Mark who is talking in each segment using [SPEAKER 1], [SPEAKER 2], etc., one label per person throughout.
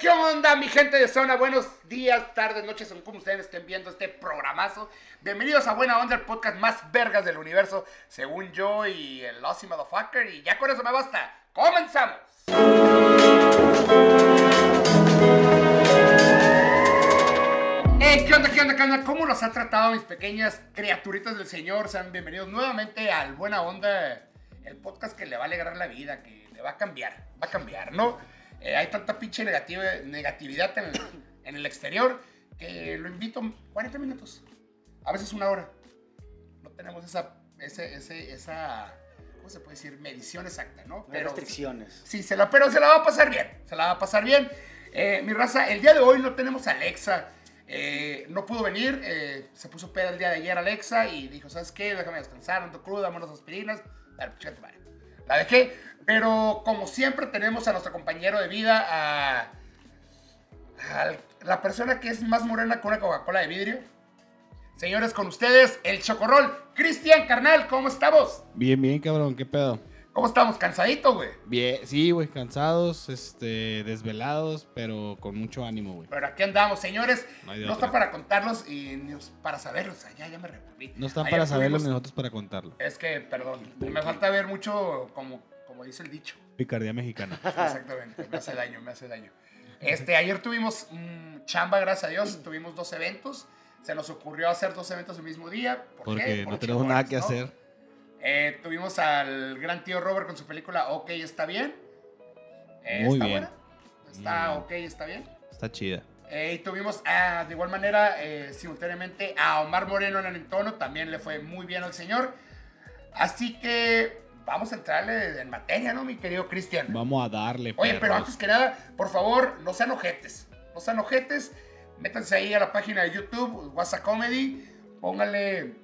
[SPEAKER 1] ¿Cómo andan mi gente de zona? Buenos días, tardes, noches, según como ustedes estén viendo este programazo. Bienvenidos a Buena Onda, el podcast más vergas del universo, según yo y el Lossy Motherfucker. Y ya con eso me basta. ¡Comenzamos! Hey, ¿Qué onda, qué onda, qué onda? ¿Cómo los ha tratado mis pequeñas criaturitas del Señor? Sean bienvenidos nuevamente al Buena Onda, el podcast que le va a alegrar la vida, que le va a cambiar, va a cambiar, ¿no? Eh, hay tanta pinche negativa- negatividad en el, en el exterior que lo invito 40 minutos, a veces una hora. No tenemos esa, ese, ese- esa, ¿cómo se puede decir? Medición exacta, ¿no?
[SPEAKER 2] No hay restricciones.
[SPEAKER 1] Sí, se la, pero se la va a pasar bien. Se la va a pasar bien. Eh, mi raza, el día de hoy no tenemos a Alexa. Eh, no pudo venir. eh, se puso peda el día de ayer Alexa y dijo, ¿sabes qué? Déjame descansar, ando cruda, unas aspirinas. Dale, chinga tu madre. La dejé. Pero como siempre tenemos a nuestro compañero de vida, a, al- la persona que es más morena que una Coca-Cola de vidrio. Señores, con ustedes, el Chocorrol. Cristian, carnal, ¿cómo estamos?
[SPEAKER 3] Bien, bien, cabrón, qué pedo.
[SPEAKER 1] ¿Cómo estamos? ¿Cansadito, güey?
[SPEAKER 3] Bien, sí, güey, cansados, este, desvelados, pero con mucho ánimo, güey.
[SPEAKER 1] Pero aquí andamos, señores.
[SPEAKER 3] No hay de
[SPEAKER 1] No
[SPEAKER 3] otra.
[SPEAKER 1] está para contarlos y ni os- para saberlos. Ah, ya, ya me reprimí.
[SPEAKER 3] No están
[SPEAKER 1] Ayer
[SPEAKER 3] para saberlo ni
[SPEAKER 1] tuvimos-
[SPEAKER 3] nosotros para contarlo.
[SPEAKER 1] Es que, perdón, me falta ver mucho como, como dice el dicho.
[SPEAKER 3] Picardía mexicana.
[SPEAKER 1] Exactamente, me hace daño, me hace daño. Este, ayer tuvimos mm, chamba, gracias a Dios, tuvimos dos eventos. Se nos ocurrió hacer dos eventos el mismo día. ¿Por qué?
[SPEAKER 3] Porque
[SPEAKER 1] Por
[SPEAKER 3] no tenemos nada
[SPEAKER 1] chingones,
[SPEAKER 3] que
[SPEAKER 1] ¿no?
[SPEAKER 3] hacer.
[SPEAKER 1] Eh, tuvimos al gran tío Robert con su película Ok, está bien. Eh,
[SPEAKER 3] Muy
[SPEAKER 1] ¿Está
[SPEAKER 3] bien.
[SPEAKER 1] buena? Está
[SPEAKER 3] Muy
[SPEAKER 1] ok, está bien.
[SPEAKER 3] Está chida.
[SPEAKER 1] Eh, y tuvimos ah, de igual manera eh, simultáneamente a Omar Moreno en el entorno, también le fue muy bien al señor. Así que vamos a entrarle en materia, ¿no, mi querido Cristian?
[SPEAKER 3] Vamos a darle,
[SPEAKER 1] Oye, pero
[SPEAKER 3] perros.
[SPEAKER 1] antes que nada, por favor, no sean ojetes. No sean ojetes. Métanse ahí a la página de YouTube, WhatsApp Comedy. Pónganle,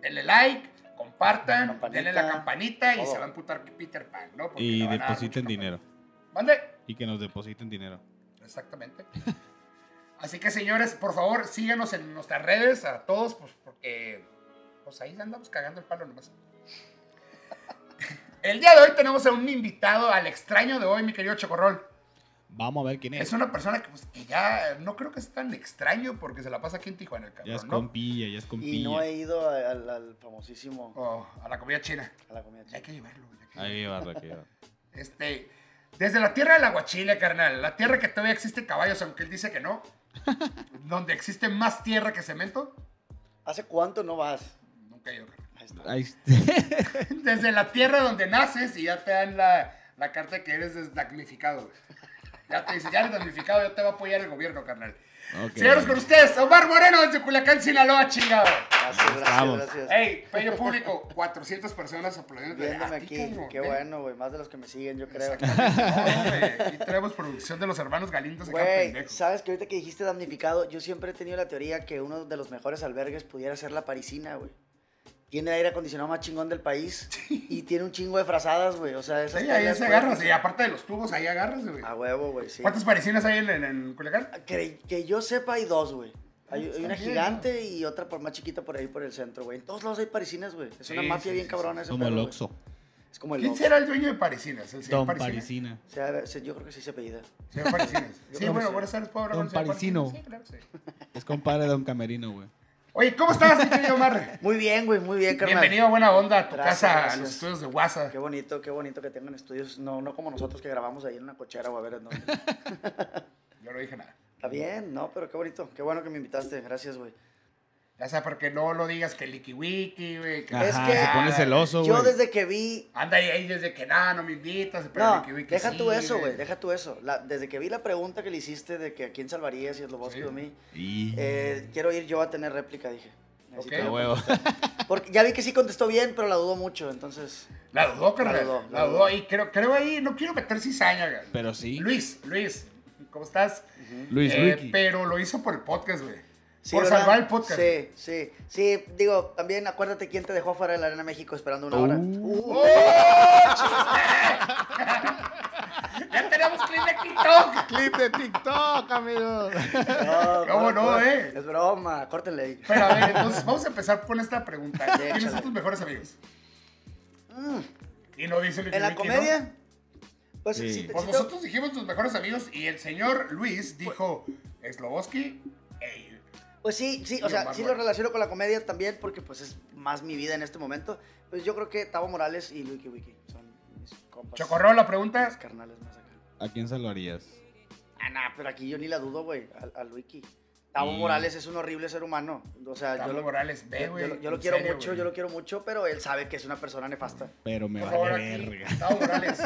[SPEAKER 1] denle like, compartan,
[SPEAKER 2] Campanita,
[SPEAKER 1] denle la campanita y
[SPEAKER 2] todo.
[SPEAKER 1] se va a emputar que Peter Pan, ¿no? Porque le
[SPEAKER 3] Y
[SPEAKER 1] van a dar
[SPEAKER 3] depositen
[SPEAKER 1] mucho
[SPEAKER 3] dinero.
[SPEAKER 1] campanita. ¿Mande?
[SPEAKER 3] Y que nos depositen dinero.
[SPEAKER 1] Exactamente. Así que señores, por favor, síganos en nuestras redes a todos, pues porque pues ahí andamos cagando el palo nomás. El día de hoy tenemos a un invitado, al extraño de hoy, mi querido Chocorrol.
[SPEAKER 3] Vamos a ver quién es.
[SPEAKER 1] Es una persona que, pues, que ya no creo que es tan extraño porque se la pasa aquí en Tijuana, el
[SPEAKER 3] Ya es
[SPEAKER 1] cabrón, ¿no?
[SPEAKER 3] compilla, ya es
[SPEAKER 2] Y
[SPEAKER 3] compilla.
[SPEAKER 2] no he ido a- al, al famosísimo
[SPEAKER 1] O a la comida china.
[SPEAKER 2] a la comida
[SPEAKER 1] Hay
[SPEAKER 2] china.
[SPEAKER 1] que llevarlo. güey, hay que
[SPEAKER 3] Ahí llevarla, aquí
[SPEAKER 1] Este, desde la tierra del aguachile, carnal. La tierra que todavía existe caballos, aunque él dice que no. donde existe más tierra que cemento.
[SPEAKER 2] ¿Hace cuánto no vas?
[SPEAKER 1] Nunca he ido, carnal.
[SPEAKER 2] Ahí está.
[SPEAKER 3] Ahí
[SPEAKER 1] Desde la tierra donde naces y ya te dan la, la carta que eres desdagnificado, güey. Ya te dicen, ya eres damnificado, ya te va a apoyar el gobierno, carnal.
[SPEAKER 3] Ok.
[SPEAKER 1] Señores, con ustedes, Omar Moreno desde Culiacán, Sinaloa, chingado.
[SPEAKER 2] Gracias,
[SPEAKER 3] estamos.
[SPEAKER 2] gracias, gracias.
[SPEAKER 1] Ey, bello público, 400 personas aplaudiendo. Ah,
[SPEAKER 2] Viéndome aquí. Qué bueno, güey. Más de los que me siguen, yo creo.
[SPEAKER 1] Y traemos producción de los hermanos Galindos acá,
[SPEAKER 2] Güey,
[SPEAKER 1] pendejos.
[SPEAKER 2] ¿sabes que ahorita que dijiste damnificado? Yo siempre he tenido la teoría que uno de los mejores albergues pudiera ser la parisina, güey. Tiene el aire acondicionado más chingón del país y tiene un chingo de frazadas, güey. O sea, esas
[SPEAKER 1] Sí, ahí
[SPEAKER 2] telas,
[SPEAKER 1] se
[SPEAKER 2] güey,
[SPEAKER 1] agarras, y aparte de los tubos, ahí agarras, güey.
[SPEAKER 2] A huevo, güey, Ah, sí.
[SPEAKER 1] ¿Cuántas parisinas hay en, en, en Culiacán?
[SPEAKER 2] Que, que yo sepa, hay dos, güey. Hay, hay
[SPEAKER 1] Está
[SPEAKER 2] una
[SPEAKER 1] bien,
[SPEAKER 2] gigante y otra por más chiquita por ahí por el centro, güey. En todos lados hay parisinas, güey. Es una
[SPEAKER 1] Sí,
[SPEAKER 2] mafia
[SPEAKER 1] sí,
[SPEAKER 2] bien
[SPEAKER 1] sí,
[SPEAKER 2] cabrona ese
[SPEAKER 3] Como
[SPEAKER 2] pedo,
[SPEAKER 3] el
[SPEAKER 2] güey.
[SPEAKER 3] Oxxo.
[SPEAKER 2] Es como el
[SPEAKER 1] ¿Quién
[SPEAKER 2] Oxxo.
[SPEAKER 1] será el dueño de parisinas? El señor
[SPEAKER 3] Don
[SPEAKER 1] Parisina.
[SPEAKER 3] Parisina.
[SPEAKER 2] O sea, se- yo creo que sí se apellida.
[SPEAKER 1] Señor Parisinas.
[SPEAKER 2] Yo
[SPEAKER 1] Sí,
[SPEAKER 2] creo
[SPEAKER 1] bueno,
[SPEAKER 2] que
[SPEAKER 1] buenas tardes, puedo hablar
[SPEAKER 3] Don
[SPEAKER 1] con el señor Parisino?
[SPEAKER 3] Parisino.
[SPEAKER 1] Sí, claro, sí.
[SPEAKER 3] Es compadre de Don Camerino, güey.
[SPEAKER 1] Oye, ¿cómo estás, mi querido Omar?
[SPEAKER 2] Muy bien, güey, muy bien, carnal.
[SPEAKER 1] Bienvenido a Buena Onda, a tu
[SPEAKER 2] Gracias,
[SPEAKER 1] casa, a
[SPEAKER 2] gracias.
[SPEAKER 1] los estudios de WhatsApp.
[SPEAKER 2] Qué bonito, qué bonito que tengan estudios. No, no como nosotros que grabamos ahí en una cochera o a ver en dónde.
[SPEAKER 1] Yo no dije nada.
[SPEAKER 2] Está bien, no, pero qué bonito. Qué bueno que me invitaste. Gracias, güey.
[SPEAKER 1] Ya sea porque no lo digas que Licky Wiki, güey. Que
[SPEAKER 3] Ajá,
[SPEAKER 2] Es que-
[SPEAKER 3] se pone celoso, güey.
[SPEAKER 2] Yo desde que vi.
[SPEAKER 1] Anda ahí, ahí desde que nada, no me invitas, pero
[SPEAKER 2] No,
[SPEAKER 1] Licky Wiki
[SPEAKER 2] deja
[SPEAKER 1] sí,
[SPEAKER 2] tú eso, güey. Deja tú eso. La- desde que vi la pregunta que le hiciste de que a quién salvarías si es lo
[SPEAKER 1] Sí.
[SPEAKER 2] bosque o a mí,
[SPEAKER 3] Y...
[SPEAKER 2] eh, quiero ir yo a tener réplica, dije. Necesito
[SPEAKER 1] Ok.
[SPEAKER 3] A
[SPEAKER 2] yo
[SPEAKER 3] huevo.
[SPEAKER 1] Eh,
[SPEAKER 2] Porque ya vi que sí contestó bien, pero la dudo mucho, entonces.
[SPEAKER 1] La dudó, carnal. La
[SPEAKER 2] dudó,
[SPEAKER 1] dudó.
[SPEAKER 2] la dudó.
[SPEAKER 1] Y creo, creo ahí, no quiero meter cizaña, güey.
[SPEAKER 3] Pero sí.
[SPEAKER 1] Luis, Luis, ¿cómo estás?
[SPEAKER 3] Luis
[SPEAKER 1] Eh,
[SPEAKER 3] Luiki.
[SPEAKER 1] pero lo hizo por el podcast, güey.
[SPEAKER 2] Sí,
[SPEAKER 1] por
[SPEAKER 2] ¿verdad?
[SPEAKER 1] salvar el podcast.
[SPEAKER 2] Sí, sí. Sí, digo, también acuérdate quién te dejó afuera de la Arena México esperando una hora.
[SPEAKER 3] Uh.
[SPEAKER 1] ¡Oh, chiste! ya tenemos clip de TikTok.
[SPEAKER 3] Clip de TikTok, amigos.
[SPEAKER 2] No,
[SPEAKER 1] ¿Cómo no,
[SPEAKER 2] cor-
[SPEAKER 1] eh?
[SPEAKER 2] Es broma, córtenle ahí.
[SPEAKER 1] Pero a ver, entonces vamos a empezar con esta pregunta. ¿Quiénes son
[SPEAKER 2] Échale.
[SPEAKER 1] tus mejores amigos?
[SPEAKER 2] Mm,
[SPEAKER 1] Y no dice Licky
[SPEAKER 2] En la
[SPEAKER 1] Wiki, ¿no?
[SPEAKER 2] comedia, Pues
[SPEAKER 3] Sí.
[SPEAKER 2] si te-
[SPEAKER 1] Pues
[SPEAKER 2] si te-
[SPEAKER 1] nosotros dijimos tus mejores amigos y el señor Luis dijo, Sloboski, ey,
[SPEAKER 2] Pues sí, sí, o
[SPEAKER 1] Digo,
[SPEAKER 2] sea,
[SPEAKER 1] más
[SPEAKER 2] sí lo
[SPEAKER 1] bueno.
[SPEAKER 2] relaciono con la comedia también porque pues es más mi vida en este momento. Pues yo creo que Tavo Morales y Luiki Wiki son mis compas.
[SPEAKER 1] Chocorreo la
[SPEAKER 2] Mis
[SPEAKER 1] pregunta.
[SPEAKER 2] carnales más acá.
[SPEAKER 3] ¿A quién salvarías?
[SPEAKER 2] Ah, nah, pero aquí yo ni la dudo, güey, a, a Luiki. Tavo
[SPEAKER 3] Y-
[SPEAKER 2] Morales es un horrible ser humano. O sea, yo
[SPEAKER 1] Tavo
[SPEAKER 2] lo,
[SPEAKER 1] Morales,
[SPEAKER 2] yo-
[SPEAKER 1] ve,
[SPEAKER 2] yo
[SPEAKER 1] güey.
[SPEAKER 2] lo- yo
[SPEAKER 1] en
[SPEAKER 2] lo quiero
[SPEAKER 1] serio,
[SPEAKER 2] mucho,
[SPEAKER 1] güey.
[SPEAKER 2] yo lo quiero mucho, pero él sabe que es una persona nefasta.
[SPEAKER 3] Pero me
[SPEAKER 1] Por
[SPEAKER 3] vale
[SPEAKER 1] favor, aquí,
[SPEAKER 3] verga.
[SPEAKER 1] Tavo Morales,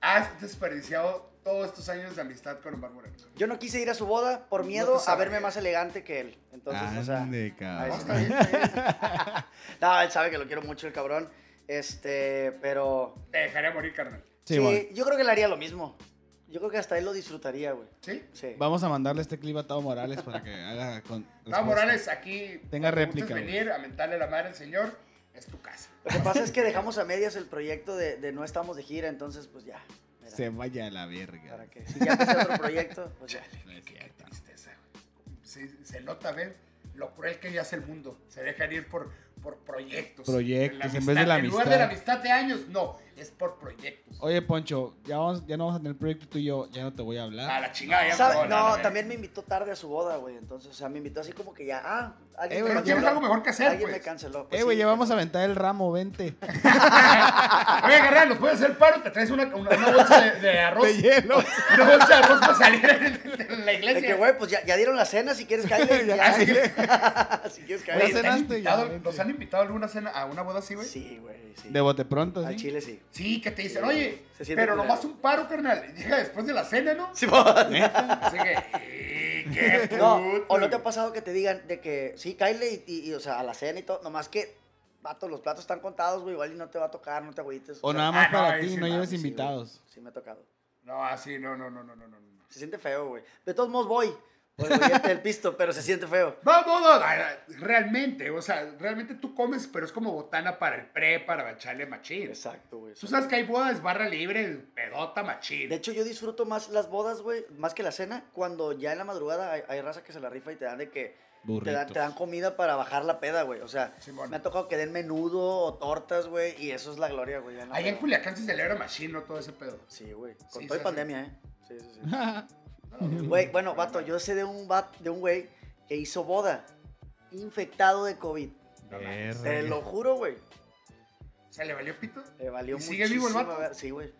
[SPEAKER 1] has desperdiciado todos estos años de amistad con Omar Morales.
[SPEAKER 2] Yo no quise ir a su boda por
[SPEAKER 1] No
[SPEAKER 2] miedo
[SPEAKER 1] te
[SPEAKER 2] a
[SPEAKER 1] sabe. Ah,
[SPEAKER 2] verme más elegante que él. Entonces, o sea,
[SPEAKER 3] Ande,
[SPEAKER 2] Ahí
[SPEAKER 1] No,
[SPEAKER 3] cabrón.
[SPEAKER 1] está bien, está bien.
[SPEAKER 2] no, él sabe que lo quiero mucho el cabrón. Este, pero
[SPEAKER 1] Te dejaría morir, carnal.
[SPEAKER 3] Sí,
[SPEAKER 2] Sí,
[SPEAKER 3] bueno.
[SPEAKER 2] yo creo que le haría lo mismo. Yo creo que hasta él lo disfrutaría, güey.
[SPEAKER 1] ¿Sí?
[SPEAKER 2] Sí.
[SPEAKER 3] Vamos a mandarle este clip a Tavo Morales para que haga con.
[SPEAKER 1] Tavo Morales, aquí. cuando
[SPEAKER 3] Tenga
[SPEAKER 1] gustes
[SPEAKER 3] réplica, güey.
[SPEAKER 1] venir a mentarle la madre al señor, es tu casa.
[SPEAKER 2] Lo que pasa es que dejamos a medias el proyecto de, de No Estamos de Gira, entonces pues ya. mira,
[SPEAKER 3] Se vaya a la verga.
[SPEAKER 2] Para que si ya empecé otro proyecto, pues ya.
[SPEAKER 1] Chale, qué, qué tristeza, güey. Se, se nota, ¿ven? Lo cruel que ya es el mundo. Se dejan ir por, por proyectos.
[SPEAKER 3] Proyectos,
[SPEAKER 1] La
[SPEAKER 3] en vez de la
[SPEAKER 1] En lugar de la
[SPEAKER 3] amistad.
[SPEAKER 1] amistad de años, no. Es por proyectos.
[SPEAKER 3] Oye, Poncho, ya, vamos, ya no vamos a tener proyecto tú y yo, ya no te voy a hablar.
[SPEAKER 1] A Ah, la chingada, ya
[SPEAKER 2] ¿Sabe?
[SPEAKER 1] perdón, a la
[SPEAKER 2] No,
[SPEAKER 1] verga.
[SPEAKER 2] también me invitó tarde a su boda, güey. Entonces, o sea, me invitó así como que ya, ah, alguien me
[SPEAKER 3] Eh,
[SPEAKER 1] Pero
[SPEAKER 3] güey, Pero
[SPEAKER 1] tienes
[SPEAKER 2] canceló.
[SPEAKER 1] algo mejor que hacer,
[SPEAKER 2] alguien
[SPEAKER 1] pues.
[SPEAKER 2] me canceló.
[SPEAKER 3] eh, güey,
[SPEAKER 2] sí,
[SPEAKER 3] ya vamos a
[SPEAKER 2] pero-
[SPEAKER 3] aventar el ramo, vente.
[SPEAKER 1] Oye, carnal, Ah, ¿nos puedes hacer paro? Te traes una, una, una bolsa de, de arroz.
[SPEAKER 3] De hielo.
[SPEAKER 1] Una bolsa de arroz para salir en, en la iglesia.
[SPEAKER 2] De que, güey, pues ya, ya dieron la cena, si quieres cállate.
[SPEAKER 3] Ya
[SPEAKER 1] Ah, sí.
[SPEAKER 2] si quieres
[SPEAKER 1] Oye,
[SPEAKER 3] Ya
[SPEAKER 1] ¿te
[SPEAKER 2] cállate.
[SPEAKER 1] han
[SPEAKER 3] cenaste,
[SPEAKER 1] invitado-
[SPEAKER 3] ya, vente.
[SPEAKER 1] ¿Nos han invitado a alguna cena, a una boda así, güey? Sí.
[SPEAKER 2] Sí, güey, sí.
[SPEAKER 3] De bote pronto,
[SPEAKER 2] Al
[SPEAKER 3] ¿sí?
[SPEAKER 2] chile sí.
[SPEAKER 1] que te dicen,
[SPEAKER 2] Sí,
[SPEAKER 1] oye,
[SPEAKER 2] se siente
[SPEAKER 1] pero
[SPEAKER 2] culero.
[SPEAKER 1] nomás un paro, carnal. Llega después de la cena, ¿no? Así que, ¡eh, qué
[SPEAKER 2] No, o
[SPEAKER 1] puto!
[SPEAKER 2] no te ha pasado que te digan de que sí, Kyle, y, y- y, o sea, a la cena y todo, nomás que, vato, los platos están contados, güey, igual y no te va a tocar, no te agüites.
[SPEAKER 3] O
[SPEAKER 2] sea,
[SPEAKER 3] nada más
[SPEAKER 1] Ah, no,
[SPEAKER 3] para
[SPEAKER 1] ahí
[SPEAKER 3] ti,
[SPEAKER 1] sí,
[SPEAKER 3] no
[SPEAKER 1] no,
[SPEAKER 3] lleves
[SPEAKER 2] sí, güey,
[SPEAKER 3] invitados.
[SPEAKER 2] Sí, me ha tocado.
[SPEAKER 1] No, así, no, no, no, no, no, no. no.
[SPEAKER 2] Se siente feo, güey. De todos modos voy, por el billete del pisto, pero se siente feo.
[SPEAKER 1] No, no, no, ah, ah, realmente, o sea, realmente tú comes, pero es como botana para el pre, para echarle machín.
[SPEAKER 2] Exacto, güey.
[SPEAKER 1] Tú sabes que hay bodas barra libre, pedota machín.
[SPEAKER 2] De hecho, yo disfruto más las bodas, güey, más que la cena, cuando ya en la madrugada hay, hay raza que se la rifa y te dan de que te dan,
[SPEAKER 3] Burritos.
[SPEAKER 2] te dan comida para bajar la peda, güey. O sea,
[SPEAKER 1] Simón.
[SPEAKER 2] me ha tocado que den menudo o tortas, güey, y eso es la gloria, güey. ya no
[SPEAKER 1] Ahí en
[SPEAKER 2] pedo.
[SPEAKER 1] Culiacán se celebra machín, ¿no? Todo ese pedo.
[SPEAKER 2] Sí, güey. Con
[SPEAKER 1] Sí,
[SPEAKER 2] todo
[SPEAKER 1] sí,
[SPEAKER 2] y pandemia, ¿eh? Sí, sí, sí.
[SPEAKER 1] No,
[SPEAKER 2] Güey, bueno, vato, yo sé de un vato, de un güey que hizo boda infectado de COVID.
[SPEAKER 1] no, no.
[SPEAKER 3] Verga.
[SPEAKER 2] Te lo juro, güey.
[SPEAKER 1] ¿Se le valió pito?
[SPEAKER 2] Le Eh, valió
[SPEAKER 1] ¿Y
[SPEAKER 2] mucho.
[SPEAKER 1] sigue vivo el vato?
[SPEAKER 2] Sí, güey.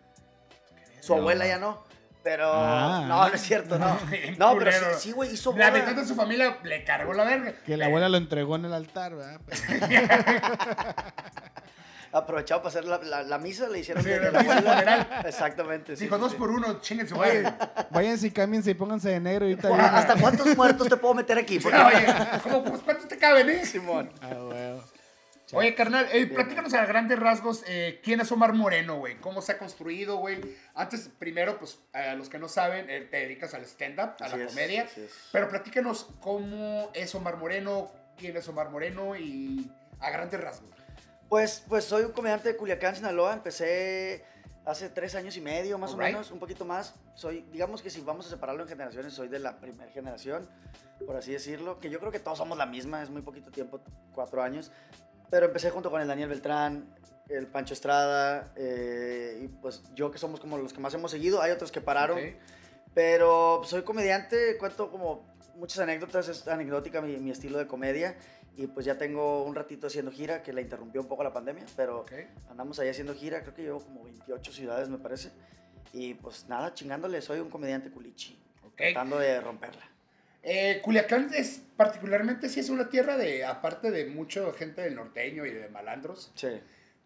[SPEAKER 2] Su
[SPEAKER 3] No.
[SPEAKER 2] abuela ya no. Pero.
[SPEAKER 3] Ah.
[SPEAKER 2] no, no es cierto, no.
[SPEAKER 1] Bien
[SPEAKER 2] No, pero sí,
[SPEAKER 1] culero.
[SPEAKER 2] sí, güey, hizo
[SPEAKER 1] La
[SPEAKER 2] boda.
[SPEAKER 1] mitad de su familia le cargó la verga.
[SPEAKER 3] Que la abuela lo entregó en el altar, ¿verdad? Pero-
[SPEAKER 2] Aprovechado para hacer la, la- la misa, le hicieron
[SPEAKER 1] Sí,
[SPEAKER 2] de-
[SPEAKER 1] la
[SPEAKER 2] de la
[SPEAKER 1] misa
[SPEAKER 2] abuela.
[SPEAKER 1] funeral.
[SPEAKER 2] Exactamente. sí,
[SPEAKER 1] Dijo
[SPEAKER 2] sí,
[SPEAKER 1] dos
[SPEAKER 2] sí.
[SPEAKER 1] por uno, chinguen su madre.
[SPEAKER 3] Váyanse y cámbiense y pónganse de negro ahorita.
[SPEAKER 2] Ah,
[SPEAKER 3] viene.
[SPEAKER 2] ¿Hasta cuántos muertos te puedo meter aquí? Porque-
[SPEAKER 1] Oye, ¿cómo, pues, ¿cuántos te caben, eh?
[SPEAKER 2] Simón.
[SPEAKER 3] Ah, huevo.
[SPEAKER 1] Oye, carnal, eh, platícanos a grandes rasgos eh, quién es Omar Moreno, güey. ¿Cómo se ha construido, güey? Antes, primero, pues, a los que no saben, eh, te dedicas al stand-up, a
[SPEAKER 2] Así
[SPEAKER 1] la
[SPEAKER 2] es,
[SPEAKER 1] comedia.
[SPEAKER 2] así es.
[SPEAKER 1] Pero platícanos cómo es Omar Moreno, quién es Omar Moreno y a grandes rasgos.
[SPEAKER 2] Pues, pues soy un comediante de Culiacán, Sinaloa. Empecé hace tres años y medio, más
[SPEAKER 1] Alright.
[SPEAKER 2] o menos, un poquito más. Soy, digamos que si vamos a separarlo en generaciones, soy de la primera generación, por así decirlo. Que yo creo que todos somos la misma, es muy poquito tiempo, cuatro años. Pero empecé junto con el Daniel Beltrán, el Pancho Estrada, eh, y pues yo que somos como los que más hemos seguido. Hay otros que pararon.
[SPEAKER 1] Ok.
[SPEAKER 2] Pero soy comediante, cuento como muchas anécdotas, es anecdótica mi, mi estilo de comedia. Y pues ya tengo un ratito haciendo gira, que la interrumpió un poco la pandemia, pero
[SPEAKER 1] Ok.
[SPEAKER 2] andamos ahí haciendo gira, creo que llevo como 28 ciudades me parece. Y pues nada, chingándole, soy un comediante culichi,
[SPEAKER 1] Ok.
[SPEAKER 2] tratando de romperla.
[SPEAKER 1] Eh, Culiacán es particularmente sí es una tierra de, aparte de mucha gente del norteño y de malandros,
[SPEAKER 2] Sí.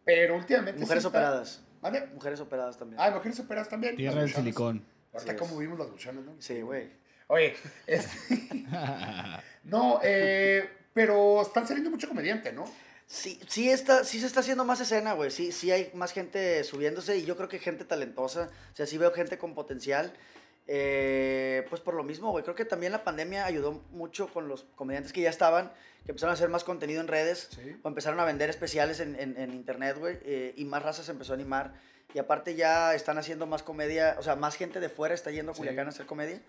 [SPEAKER 1] pero últimamente...
[SPEAKER 2] Mujeres
[SPEAKER 1] sí está-
[SPEAKER 2] operadas,
[SPEAKER 1] ¿Vale?
[SPEAKER 2] mujeres operadas también.
[SPEAKER 1] Ah, mujeres operadas también.
[SPEAKER 3] Tierra
[SPEAKER 1] Las
[SPEAKER 3] del
[SPEAKER 1] buchanas.
[SPEAKER 3] silicón.
[SPEAKER 1] Ahorita
[SPEAKER 2] Así es.
[SPEAKER 1] como vimos las buchanas, ¿no?
[SPEAKER 2] Sí, güey.
[SPEAKER 1] Oye, este, no, eh, pero están saliendo mucho comediante, ¿no?
[SPEAKER 2] Sí, sí, está, sí se está haciendo más escena, güey. Sí, sí hay más gente subiéndose y yo creo que gente talentosa. O sea, sí veo gente con potencial. Eh, pues por lo mismo, güey. Creo que también la pandemia ayudó mucho con los comediantes que ya estaban, que empezaron a hacer más contenido en redes
[SPEAKER 1] Sí.
[SPEAKER 2] o empezaron a vender especiales en, en- en internet, güey. eh, y más raza se empezó a animar. Y aparte ya están haciendo más comedia, o sea, más gente de fuera está yendo a
[SPEAKER 1] Sí.
[SPEAKER 2] Culiacán a hacer comedia.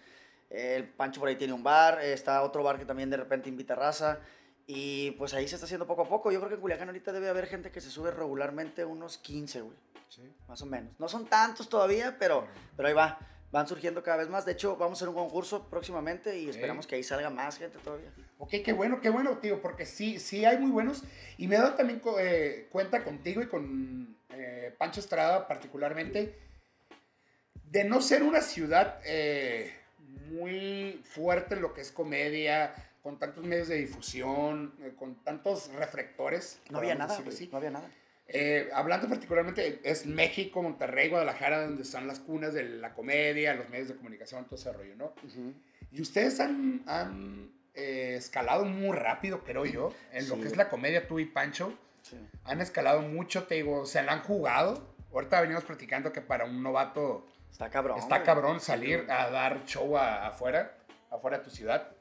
[SPEAKER 2] Eh, el Pancho por ahí tiene un bar, eh, está otro bar que también de repente invita raza. Y pues ahí se está haciendo poco a poco. Yo creo que en Culiacán ahorita debe haber gente que se sube regularmente unos 15, güey.
[SPEAKER 1] Sí.
[SPEAKER 2] Más o menos. No son tantos todavía, pero, pero ahí va. Van surgiendo cada vez más. De hecho, vamos a hacer un concurso próximamente y esperamos que ahí salga más gente todavía.
[SPEAKER 1] Ok, qué bueno, qué bueno, tío, porque sí, sí hay muy buenos. Y me he dado también co- eh, cuenta contigo y con eh, Pancho Estrada particularmente, de no ser una ciudad eh, muy fuerte en lo que es comedia, con tantos medios de difusión, eh, con tantos reflectores.
[SPEAKER 2] No había
[SPEAKER 1] podemos
[SPEAKER 2] nada,
[SPEAKER 1] decirlo
[SPEAKER 2] güey,
[SPEAKER 1] así.
[SPEAKER 2] No había nada.
[SPEAKER 1] Eh, hablando particularmente, es México, Monterrey, Guadalajara, donde están las cunas de la comedia, los medios de comunicación, todo ese rollo, ¿no?
[SPEAKER 2] Ujú.
[SPEAKER 1] Y ustedes han, han, eh, escalado muy rápido, creo yo, en lo
[SPEAKER 2] Sí.
[SPEAKER 1] que es la comedia, tú y Pancho.
[SPEAKER 2] Sí.
[SPEAKER 1] Han escalado mucho, te digo, se la han jugado. Ahorita venimos platicando que para un novato
[SPEAKER 2] Está cabrón.
[SPEAKER 1] está
[SPEAKER 2] güey.
[SPEAKER 1] cabrón salir a dar show a- afuera, afuera de tu ciudad.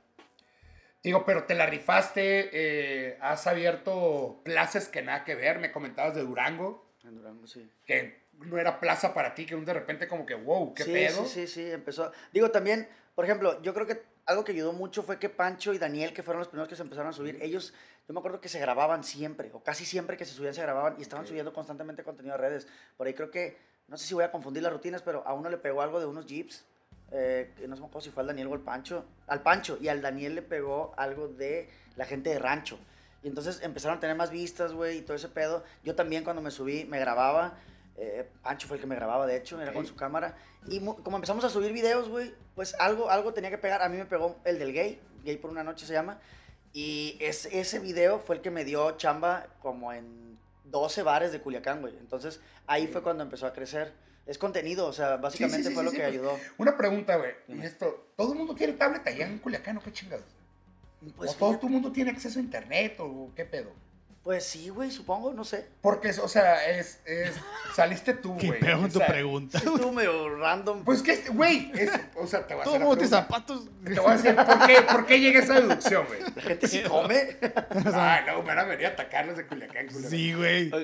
[SPEAKER 1] Digo, pero te la rifaste, eh, has abierto plazas que nada que ver, me comentabas de Durango,
[SPEAKER 2] En Durango, sí.
[SPEAKER 1] que no era plaza para ti, que un de repente como que, wow, qué
[SPEAKER 2] sí,
[SPEAKER 1] pedo.
[SPEAKER 2] Sí, sí, sí, empezó. Digo, también, por ejemplo, yo creo que algo que ayudó mucho fue que Pancho y Daniel, que fueron los primeros que se empezaron a subir, ellos, yo me acuerdo que se grababan siempre, o casi siempre que se subían, se grababan y estaban
[SPEAKER 1] Ok.
[SPEAKER 2] subiendo constantemente contenido a redes. Por ahí creo que, no sé si voy a confundir las rutinas, pero a uno le pegó algo de unos jeeps. eh, que no me acuerdo si fue al Daniel o al Pancho. Al Pancho. Y al Daniel le pegó algo de la gente de rancho. Y entonces empezaron a tener más vistas, güey, y todo ese pedo. Yo también cuando me subí me grababa. eh, Pancho fue el que me grababa, de hecho, era con
[SPEAKER 1] Ok.
[SPEAKER 2] su cámara. Y mu- como empezamos a subir videos, güey, pues algo, algo tenía que pegar. A mí me pegó el del gay, gay por una noche se llama. Y es- ese video fue el que me dio chamba como en 12 bares de Culiacán, güey. Entonces ahí fue cuando empezó a crecer. Es contenido, o sea, básicamente
[SPEAKER 1] sí,
[SPEAKER 2] fue
[SPEAKER 1] sí,
[SPEAKER 2] lo
[SPEAKER 1] sí,
[SPEAKER 2] que
[SPEAKER 1] pues.
[SPEAKER 2] ayudó.
[SPEAKER 1] Una pregunta, güey.
[SPEAKER 2] Dime.
[SPEAKER 1] y Esto, todo el mundo tiene tablet allá en Culiacán, ¿o qué chingados?
[SPEAKER 2] Pues,
[SPEAKER 1] o todo el mundo tiene acceso a internet, o qué pedo.
[SPEAKER 2] pues sí, güey, supongo, no sé.
[SPEAKER 1] Porque, o sea, es, es saliste tú,
[SPEAKER 3] ¿Qué
[SPEAKER 1] güey.
[SPEAKER 3] pedo
[SPEAKER 1] o
[SPEAKER 3] con tu
[SPEAKER 1] sea,
[SPEAKER 3] pregunta?
[SPEAKER 2] Estuvo medio random.
[SPEAKER 1] Pues que, este- güey, es, o sea, te voy a
[SPEAKER 3] Todo
[SPEAKER 1] hacer la
[SPEAKER 3] mundo
[SPEAKER 1] pregunta.
[SPEAKER 3] de zapatos.
[SPEAKER 1] Te voy a decir, ¿por qué, por qué llega esa deducción, güey?
[SPEAKER 2] La gente sí come.
[SPEAKER 1] Ah, no, me van a venir a atacarlos de Culiacán, Culiacán.
[SPEAKER 3] Sí, güey.
[SPEAKER 1] No,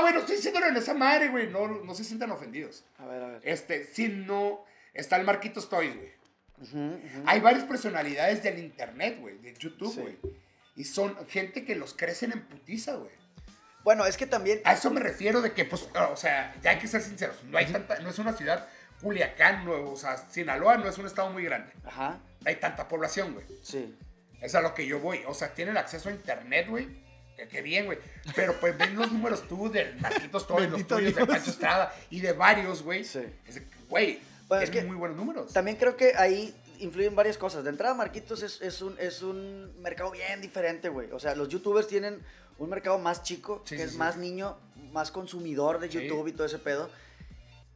[SPEAKER 1] güey, no estoy diciéndolo en esa madre, güey. No, no se sientan ofendidos.
[SPEAKER 2] A ver, a ver.
[SPEAKER 1] Este, si no, está el Marquitos Toys, güey.
[SPEAKER 2] Ujú, ujú.
[SPEAKER 1] Hay varias personalidades del internet, güey, de YouTube,
[SPEAKER 2] Sí.
[SPEAKER 1] güey. Y son gente que los crecen en putiza, güey.
[SPEAKER 2] Bueno, es que también.
[SPEAKER 1] A eso me refiero de que, pues, o sea, ya hay que ser sinceros. No hay tanta, no es una ciudad, Culiacán, no, o sea, Sinaloa no es un estado muy grande.
[SPEAKER 2] Ajá,
[SPEAKER 1] No hay tanta población, güey.
[SPEAKER 2] sí.
[SPEAKER 1] Es a lo que yo voy. O sea, tienen acceso a internet, güey. Que- Qué bien, güey. Pero pues ven los números tú de Marquitos Toys, los
[SPEAKER 3] Bendito
[SPEAKER 1] tuyos de
[SPEAKER 3] Dios.
[SPEAKER 1] Pancho Estrada y de varios, güey.
[SPEAKER 2] Sí.
[SPEAKER 1] Es de que, Güey,
[SPEAKER 2] Bueno, es
[SPEAKER 1] tienen
[SPEAKER 2] que
[SPEAKER 1] muy buenos números.
[SPEAKER 2] También creo que ahí influyen varias cosas. De entrada, Marquitos es, es un, es un mercado bien diferente, güey. O sea, los youtubers tienen un mercado más chico,
[SPEAKER 1] Sí,
[SPEAKER 2] que
[SPEAKER 1] sí,
[SPEAKER 2] es
[SPEAKER 1] sí.
[SPEAKER 2] más niño, más consumidor de
[SPEAKER 1] Sí.
[SPEAKER 2] YouTube y todo ese pedo.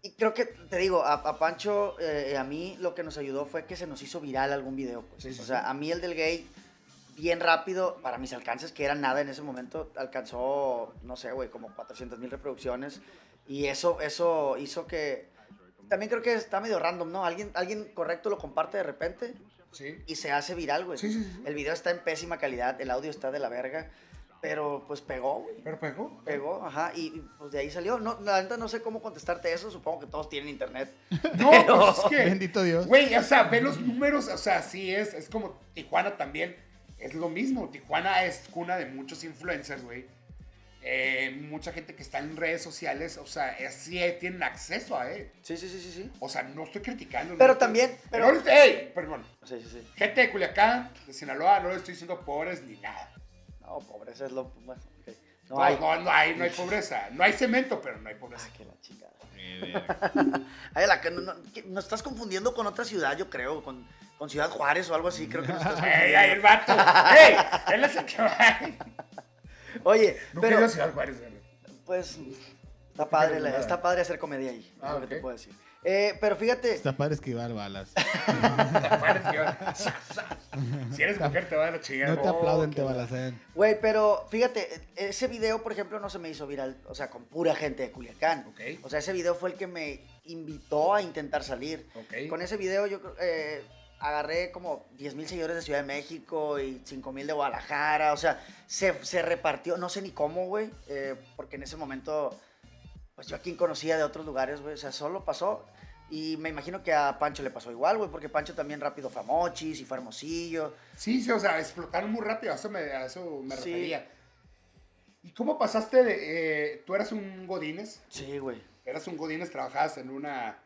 [SPEAKER 2] Y creo que, te digo, a, a Pancho, eh, y a mí lo que nos ayudó fue que se nos hizo viral algún video. pues.
[SPEAKER 1] Sí, sí,
[SPEAKER 2] o sea,
[SPEAKER 1] sí.
[SPEAKER 2] a mí el del gay, bien rápido, para mis alcances, que eran nada en ese momento, alcanzó, no sé, güey, como 400 mil reproducciones. Y eso, eso hizo que... También creo que está medio random, ¿no? Alguien, alguien correcto lo comparte de repente
[SPEAKER 1] Sí.
[SPEAKER 2] y se hace viral, güey.
[SPEAKER 1] Sí, sí, sí.
[SPEAKER 2] El video está en pésima calidad, el audio está de la verga, pero pues pegó, güey.
[SPEAKER 1] Pero pegó.
[SPEAKER 2] Pegó, ajá, y y, pues de ahí salió. No, la neta no sé cómo contestarte eso, supongo que todos tienen internet.
[SPEAKER 1] No, pues es que.
[SPEAKER 3] Bendito Dios.
[SPEAKER 1] Güey, o sea, ve los números, o sea, sí es, es como Tijuana también, es lo mismo. Tijuana es cuna de muchos influencers, güey. Eh, mucha gente que está en redes sociales, o sea, es- sí eh, tienen acceso a él.
[SPEAKER 2] Sí, sí, sí, sí, sí.
[SPEAKER 1] O sea, no estoy criticando.
[SPEAKER 2] Pero
[SPEAKER 1] no estoy-
[SPEAKER 2] también- pero-
[SPEAKER 1] Pero ahorita, ey, perdón.
[SPEAKER 2] Sí, sí, sí.
[SPEAKER 1] Gente de Culiacán, de Sinaloa, no le estoy diciendo pobres ni nada.
[SPEAKER 2] No, pobreza es lo... pues, Bueno, ok.
[SPEAKER 1] No,
[SPEAKER 2] No,
[SPEAKER 1] no
[SPEAKER 2] hay...
[SPEAKER 1] hay, no, hay, no hay pobreza. No hay cemento, pero no hay pobreza.
[SPEAKER 2] Ay, qué la chingada.
[SPEAKER 3] Eh, verga.
[SPEAKER 2] Ay, la que- no- no- que- nos estás confundiendo con otra ciudad, yo creo, con, con Ciudad Juárez o algo así, creo que nos estás
[SPEAKER 1] ¡Ey,
[SPEAKER 2] confundiendo.
[SPEAKER 1] ey, el vato! ¡Ey! Él es el que va.
[SPEAKER 2] Oye,
[SPEAKER 1] Nunca he
[SPEAKER 2] pero...
[SPEAKER 1] ido a Ciudad Juárez, güey.
[SPEAKER 2] Pues está padre, la-
[SPEAKER 1] nada.
[SPEAKER 2] está padre hacer comedia ahí, es
[SPEAKER 1] Ah,
[SPEAKER 2] lo que te
[SPEAKER 1] ok.
[SPEAKER 2] puedo decir. Eh, pero fíjate,
[SPEAKER 3] Está padre esquivar balas.
[SPEAKER 1] Tapares que va- Si eres mujer te va a dar la chingada.
[SPEAKER 3] No te
[SPEAKER 1] Oh,
[SPEAKER 3] aplauden,
[SPEAKER 2] qué
[SPEAKER 3] te
[SPEAKER 2] mal.
[SPEAKER 3] balacean.
[SPEAKER 2] güey, pero fíjate, eh, ese video, por ejemplo, no se me hizo viral, o sea, con pura gente de Culiacán.
[SPEAKER 1] Ok.
[SPEAKER 2] O sea, ese video fue el que me invitó a intentar salir.
[SPEAKER 1] Ok.
[SPEAKER 2] Con ese video yo creo, eh, agarré como 10 mil seguidores de Ciudad de México y 5 mil de Guadalajara. O sea, se, se repartió, no sé ni cómo, güey, eh, porque en ese momento, pues yo a quien conocía de otros lugares, güey, o sea, solo pasó. Y me imagino que a Pancho le pasó igual, güey, porque Pancho también rápido fue a Mochis y fue a Hermosillo.
[SPEAKER 1] Sí, sí, o sea, explotaron muy rápido, a eso me, a eso me refería. ¿Y cómo pasaste de... eh, tú eras un Godínez,
[SPEAKER 2] Sí, güey.
[SPEAKER 1] eras un Godínez, trabajabas en una,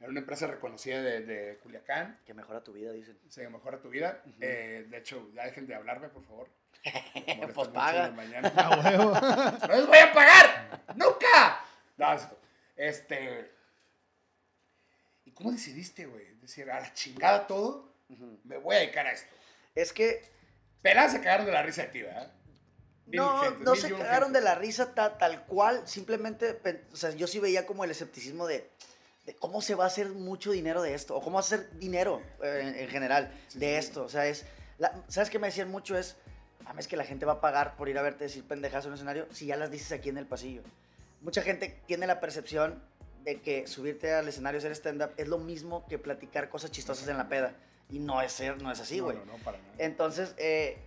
[SPEAKER 1] en una empresa reconocida de, de Culiacán,
[SPEAKER 2] Que mejora tu vida, dicen.
[SPEAKER 1] se mejora tu vida. Eh, de hecho, ya dejen de hablarme, por favor. Me molestan mucho
[SPEAKER 2] Pues paga.
[SPEAKER 1] en la mañana.
[SPEAKER 3] A huevo.
[SPEAKER 1] ¡No les voy a pagar! ¡Nunca! No, es cierto. este... ¿Y cómo decidiste, güey? Decir, a la chingada todo,
[SPEAKER 2] Ujú.
[SPEAKER 1] me voy a dedicar a esto.
[SPEAKER 2] Es que
[SPEAKER 1] Pelas se cagaron de la risa de ti, ¿verdad? Mil
[SPEAKER 2] No,
[SPEAKER 1] gente,
[SPEAKER 2] no
[SPEAKER 1] mil
[SPEAKER 2] se
[SPEAKER 1] y un
[SPEAKER 2] cagaron
[SPEAKER 1] gente.
[SPEAKER 2] de la risa ta- tal cual, simplemente, pen- o sea, yo sí veía como el escepticismo de, de cómo se va a hacer mucho dinero de esto, o cómo hacer dinero eh, en, en general
[SPEAKER 1] Sí,
[SPEAKER 2] de
[SPEAKER 1] sí.
[SPEAKER 2] esto, o sea, es, la- ¿sabes qué me decían mucho? Es, a es que la gente va a pagar por ir a verte decir pendejadas en un escenario si ya las dices aquí en el pasillo. Mucha gente tiene la percepción de que subirte al escenario y hacer stand-up es lo mismo que platicar cosas chistosas en la peda, y no es, ser, no es así,
[SPEAKER 1] No,
[SPEAKER 2] güey.
[SPEAKER 1] No, no, para nada.
[SPEAKER 2] Entonces, eh,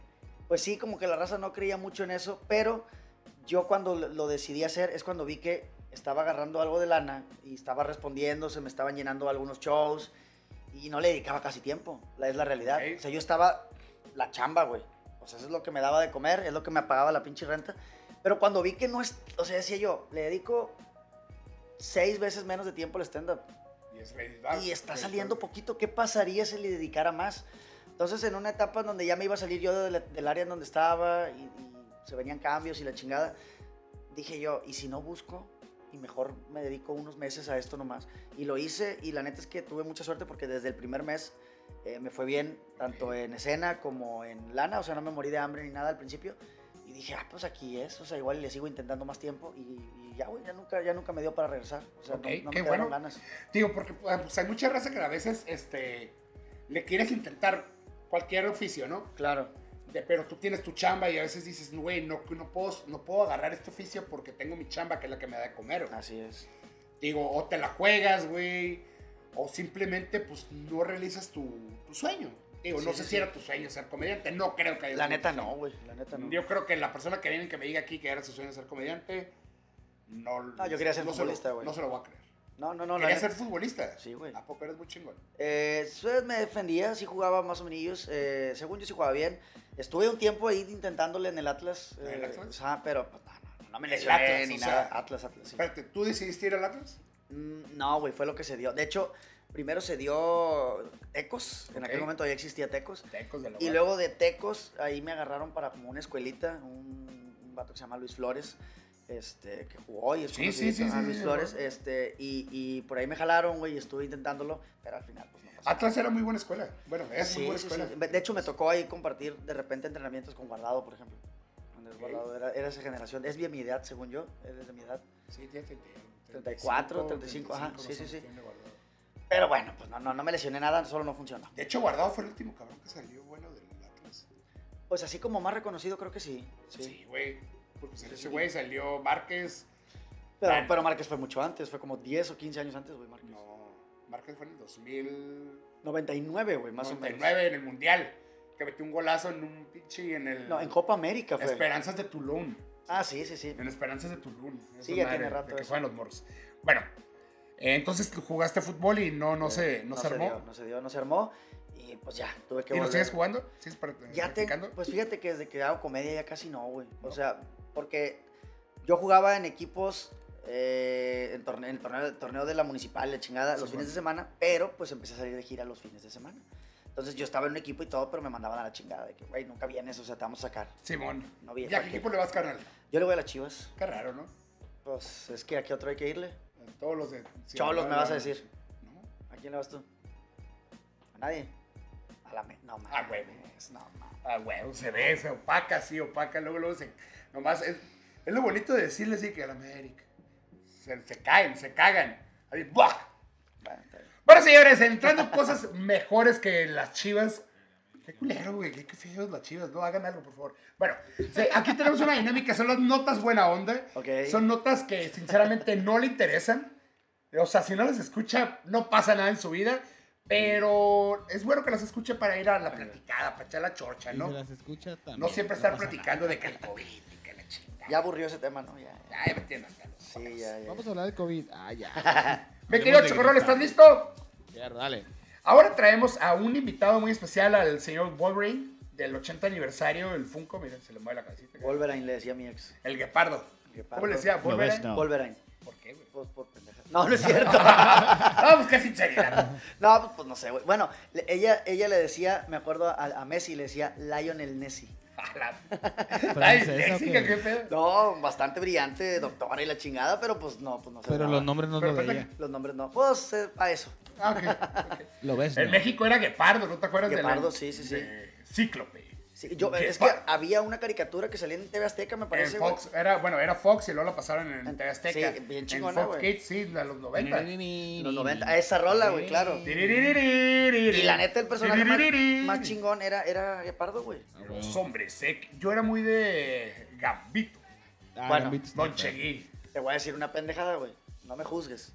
[SPEAKER 2] pues sí, como que la raza no creía mucho en eso, pero yo cuando lo- lo decidí hacer es cuando vi que estaba agarrando algo de lana y estaba respondiendo, se me estaban llenando algunos shows y no le dedicaba casi tiempo, la es la realidad.
[SPEAKER 1] Ok.
[SPEAKER 2] O sea, yo estaba la chamba, güey. O sea, eso es lo que me daba de comer, es lo que me pagaba la pinche renta. Pero cuando vi que no es, o sea, decía yo, le dedico seis veces menos de tiempo al stand-up
[SPEAKER 1] Y, es pues, realidad,
[SPEAKER 2] y está
[SPEAKER 1] güey,
[SPEAKER 2] saliendo
[SPEAKER 1] entonces,
[SPEAKER 2] poquito. ¿Qué pasaría si le dedicara más? Entonces, en una etapa en donde ya me iba a salir yo de la- del área en donde estaba y, y se venían cambios y la chingada, dije yo, ¿y si no busco? Y mejor me dedico unos meses a esto nomás. Y lo hice y la neta es que tuve mucha suerte porque desde el primer mes eh, me fue bien, tanto en escena como en lana, o sea, no me morí de hambre ni nada al principio. Y dije, ah, pues aquí es, o sea, igual le sigo intentando más tiempo y, y ya, güey, ya nunca, ya nunca me dio para regresar. O sea, no-
[SPEAKER 1] Ok,
[SPEAKER 2] no, me
[SPEAKER 1] qué
[SPEAKER 2] quedaron
[SPEAKER 1] bueno.
[SPEAKER 2] ganas.
[SPEAKER 1] Digo, porque ah, pues, hay mucha raza que a veces este, le quieres intentar cualquier oficio, ¿no?
[SPEAKER 2] Claro.
[SPEAKER 1] De- pero tú tienes tu chamba y a veces dices, güey, no, no, puedo, no puedo agarrar este oficio porque tengo mi chamba que es la que me da de comer. güey".
[SPEAKER 2] Así es.
[SPEAKER 1] Digo, o te la juegas, güey, o simplemente pues no realizas tu, tu sueño. Digo,
[SPEAKER 2] Sí,
[SPEAKER 1] no
[SPEAKER 2] sí,
[SPEAKER 1] sé
[SPEAKER 2] sí.
[SPEAKER 1] si era tu sueño ser comediante, no creo que haya
[SPEAKER 2] La
[SPEAKER 1] sido
[SPEAKER 2] neta
[SPEAKER 1] tu sueño.
[SPEAKER 2] no, güey. La neta no.
[SPEAKER 1] Yo creo que la persona que viene y que me diga aquí que era su sueño ser comediante, no,
[SPEAKER 2] No, Ah, yo quería ser
[SPEAKER 1] se lo-
[SPEAKER 2] futbolista, güey.
[SPEAKER 1] No se lo voy a creer.
[SPEAKER 2] No, no, no. La
[SPEAKER 1] quería
[SPEAKER 2] neta-
[SPEAKER 1] ser futbolista.
[SPEAKER 2] Sí, güey.
[SPEAKER 1] ¿A poco eres muy chingón?
[SPEAKER 2] Eh, sí, me defendía, sí jugaba más o menos. eh, según yo sí jugaba bien. Estuve un tiempo ahí intentándole en el Atlas.
[SPEAKER 1] ¿En el
[SPEAKER 2] eh,
[SPEAKER 1] Atlas?
[SPEAKER 2] ajá, pero pues, no, no, no me
[SPEAKER 1] El
[SPEAKER 2] lesioné
[SPEAKER 1] Atlas,
[SPEAKER 2] ni
[SPEAKER 1] o
[SPEAKER 2] nada.
[SPEAKER 1] sea.
[SPEAKER 2] Atlas, Atlas, sí.
[SPEAKER 1] Espérate, ¿tú decidiste ir al Atlas?
[SPEAKER 2] Mm, No, güey, fue lo que se dio. De hecho, primero se dio Tecos.
[SPEAKER 1] Ok.
[SPEAKER 2] En aquel momento ya existía Tecos.
[SPEAKER 1] Tecos de la
[SPEAKER 2] Y
[SPEAKER 1] UAS.
[SPEAKER 2] luego de Tecos, ahí me agarraron para como una escuelita, un, un vato que se llama Luis Flores, este, que jugó y es
[SPEAKER 1] Sí,
[SPEAKER 2] conocido,
[SPEAKER 1] sí, sí,
[SPEAKER 2] ah,
[SPEAKER 1] sí, sí,
[SPEAKER 2] Luis
[SPEAKER 1] me
[SPEAKER 2] Flores,
[SPEAKER 1] acuerdo.
[SPEAKER 2] este, y, y por ahí me jalaron, güey, y estuve intentándolo, pero al final, pues no pasó.
[SPEAKER 1] Atlas era muy buena escuela. Bueno, Ah, es
[SPEAKER 2] Sí,
[SPEAKER 1] muy buena
[SPEAKER 2] sí,
[SPEAKER 1] escuela.
[SPEAKER 2] sí. De hecho, me tocó ahí compartir de repente entrenamientos con Guardado, por ejemplo. Andrés
[SPEAKER 1] Ok.
[SPEAKER 2] Guardado era, era esa generación, es bien mi edad, según yo, él es de mi edad.
[SPEAKER 1] Sí, tiene 30,
[SPEAKER 2] 34, 35, ajá,
[SPEAKER 1] no
[SPEAKER 2] sí,
[SPEAKER 1] sé,
[SPEAKER 2] sí, sí.
[SPEAKER 1] tiene Guardado.
[SPEAKER 2] Pero bueno, pues no, no, no me lesioné nada, solo no funcionó.
[SPEAKER 1] De hecho, Guardado fue el último cabrón que salió bueno del Atlas.
[SPEAKER 2] Pues así como más reconocido, creo que sí. Sí.
[SPEAKER 1] Sí, güey. Porque salió
[SPEAKER 2] Sí,
[SPEAKER 1] ese
[SPEAKER 2] sí.
[SPEAKER 1] güey, salió Márquez.
[SPEAKER 2] Pero,
[SPEAKER 1] Bueno.
[SPEAKER 2] pero Márquez fue mucho antes, fue como 10 o 15 años antes, güey, Márquez.
[SPEAKER 1] No, Márquez fue en el 2000.
[SPEAKER 2] 99, güey, más o
[SPEAKER 1] 99
[SPEAKER 2] menos.
[SPEAKER 1] en el Mundial, que metió un golazo en un pinche en el...
[SPEAKER 2] No, en Copa América fue.
[SPEAKER 1] Esperanzas de Tulum.
[SPEAKER 2] Ah, sí, sí, sí.
[SPEAKER 1] En Esperanzas de Tulum. Esa
[SPEAKER 2] Sí, ya
[SPEAKER 1] madre
[SPEAKER 2] tiene rato
[SPEAKER 1] de Que
[SPEAKER 2] eso.
[SPEAKER 1] juegan los morros. Bueno, eh, entonces jugaste fútbol y no, no, se, no, se armó.
[SPEAKER 2] dio, Eh, no se dio, no se armó. Y pues ya, tuve que
[SPEAKER 1] ¿Y no
[SPEAKER 2] volver.
[SPEAKER 1] sigues jugando? ¿Sigues pra-
[SPEAKER 2] ya te,
[SPEAKER 1] practicando?
[SPEAKER 2] Pues fíjate que desde que hago comedia ya casi no, güey. O
[SPEAKER 1] ¿No?
[SPEAKER 2] sea, porque yo jugaba en equipos, eh, en, torne- en torneo, torneo de la municipal, la chingada,
[SPEAKER 1] Sí,
[SPEAKER 2] los fines
[SPEAKER 1] bueno.
[SPEAKER 2] de semana, pero pues empecé a salir de gira los fines de semana. Entonces yo estaba en un equipo y todo, pero me mandaban a la chingada de que, güey, nunca vienes, o sea, te vamos a sacar.
[SPEAKER 1] Simón.
[SPEAKER 2] No
[SPEAKER 1] ¿Y
[SPEAKER 2] vienes.
[SPEAKER 1] a qué equipo le vas, carnal?
[SPEAKER 2] Yo le voy a las chivas.
[SPEAKER 1] Qué raro, ¿no?
[SPEAKER 2] Pues es que a qué otro hay que irle.
[SPEAKER 1] A Todos los de...
[SPEAKER 2] Cholos, me vas a decir.
[SPEAKER 1] ¿No?
[SPEAKER 2] ¿A quién le vas tú? ¿A nadie? A la me- No, mames.
[SPEAKER 1] Ah, güey. No, ma- ah, güey. Se ve, se opaca, sí, opaca. Luego, luego se... Nomás es, es lo bonito de decirle así que a la América. Se, se caen, se cagan. Ahí, ¡buah!
[SPEAKER 2] Bueno, está bien.
[SPEAKER 1] Bueno, señores, entrando en cosas mejores que las chivas. Qué culero, güey. Qué feos las chivas. No hagan algo, por favor. Bueno, se- aquí tenemos una dinámica. Son las notas buena onda.
[SPEAKER 2] Ok.
[SPEAKER 1] Son notas que, sinceramente, no le interesan. O sea, si no las escucha, no pasa nada en su vida. Pero es bueno que las escuche para ir a la platicada, para echar la chorcha,
[SPEAKER 3] Y se
[SPEAKER 1] ¿no?
[SPEAKER 3] las escucha también.
[SPEAKER 1] No siempre estar
[SPEAKER 3] pasa nada.
[SPEAKER 1] platicando de que el COVID y que la chingada.
[SPEAKER 2] Ya aburrió ese tema, ¿no? Ya. ya.
[SPEAKER 1] Ay, me tienen hasta los
[SPEAKER 2] Sí,
[SPEAKER 1] ojos.
[SPEAKER 2] ya, ya.
[SPEAKER 3] Vamos a hablar del COVID. Ah, ya.
[SPEAKER 1] Mi querido
[SPEAKER 3] de
[SPEAKER 1] Chocorrol,
[SPEAKER 3] gritar.
[SPEAKER 1] ¿estás listo?
[SPEAKER 3] Ya, dale.
[SPEAKER 1] Ahora traemos a un invitado muy especial, al señor Wolverine, del 80 aniversario del Funko. Miren, se le mueve la cabecita.
[SPEAKER 2] Wolverine le decía a mi ex.
[SPEAKER 1] El guepardo.
[SPEAKER 2] Guepardo.
[SPEAKER 1] ¿Cómo le decía?
[SPEAKER 3] Lo ves,
[SPEAKER 1] ¿Wolverine?
[SPEAKER 3] No.
[SPEAKER 2] Wolverine.
[SPEAKER 1] ¿Por qué, güey?
[SPEAKER 2] Pues por pendeja. No, no es cierto.
[SPEAKER 1] Ah, pues qué sinceridad.
[SPEAKER 2] no, pues, pues no sé, güey. Bueno, le- ella, ella le decía, me acuerdo a, a Messi, le decía Lionel Messi.
[SPEAKER 1] A la- Ay,
[SPEAKER 3] Francesa,
[SPEAKER 1] léxica,
[SPEAKER 3] ok.
[SPEAKER 1] qué pedo.
[SPEAKER 2] No, bastante brillante, doctora y la chingada, pero pues no, pues no sé.
[SPEAKER 3] Pero
[SPEAKER 2] no.
[SPEAKER 3] los nombres no
[SPEAKER 1] Pero
[SPEAKER 3] los
[SPEAKER 1] cuenta
[SPEAKER 3] veía.
[SPEAKER 2] Los nombres no. Pues eh, a eso.
[SPEAKER 1] Ah, ok, ok.
[SPEAKER 3] Lo ves,
[SPEAKER 1] En
[SPEAKER 3] no.
[SPEAKER 1] México era guepardo, ¿no te acuerdas? de la-
[SPEAKER 2] Guepardo, sí, sí, sí.
[SPEAKER 1] de Cíclope.
[SPEAKER 2] Sí, yo,
[SPEAKER 1] ¿Qué
[SPEAKER 2] es que
[SPEAKER 1] pa-
[SPEAKER 2] había una caricatura que salía en TV Azteca, me
[SPEAKER 1] En
[SPEAKER 2] parece. güey.
[SPEAKER 1] Fox, era, bueno, era Fox y luego la pasaron en
[SPEAKER 2] En-
[SPEAKER 1] TV Azteca.
[SPEAKER 2] sí, bien
[SPEAKER 1] En
[SPEAKER 2] chingona,
[SPEAKER 1] Fox
[SPEAKER 2] güey.
[SPEAKER 1] Kids, sí, de los 90.
[SPEAKER 2] En
[SPEAKER 3] En
[SPEAKER 2] los 90. Ah, Esa rola, güey, claro. Y
[SPEAKER 1] Y
[SPEAKER 2] la neta, el personaje más, más chingón era, era Pardo, güey.
[SPEAKER 3] Ah,
[SPEAKER 1] Los hombres, eh. yo era muy de Gambito,
[SPEAKER 3] Ah,
[SPEAKER 2] Bueno,
[SPEAKER 1] Don Chegui.
[SPEAKER 2] Te voy a decir una pendejada, güey. No me juzgues.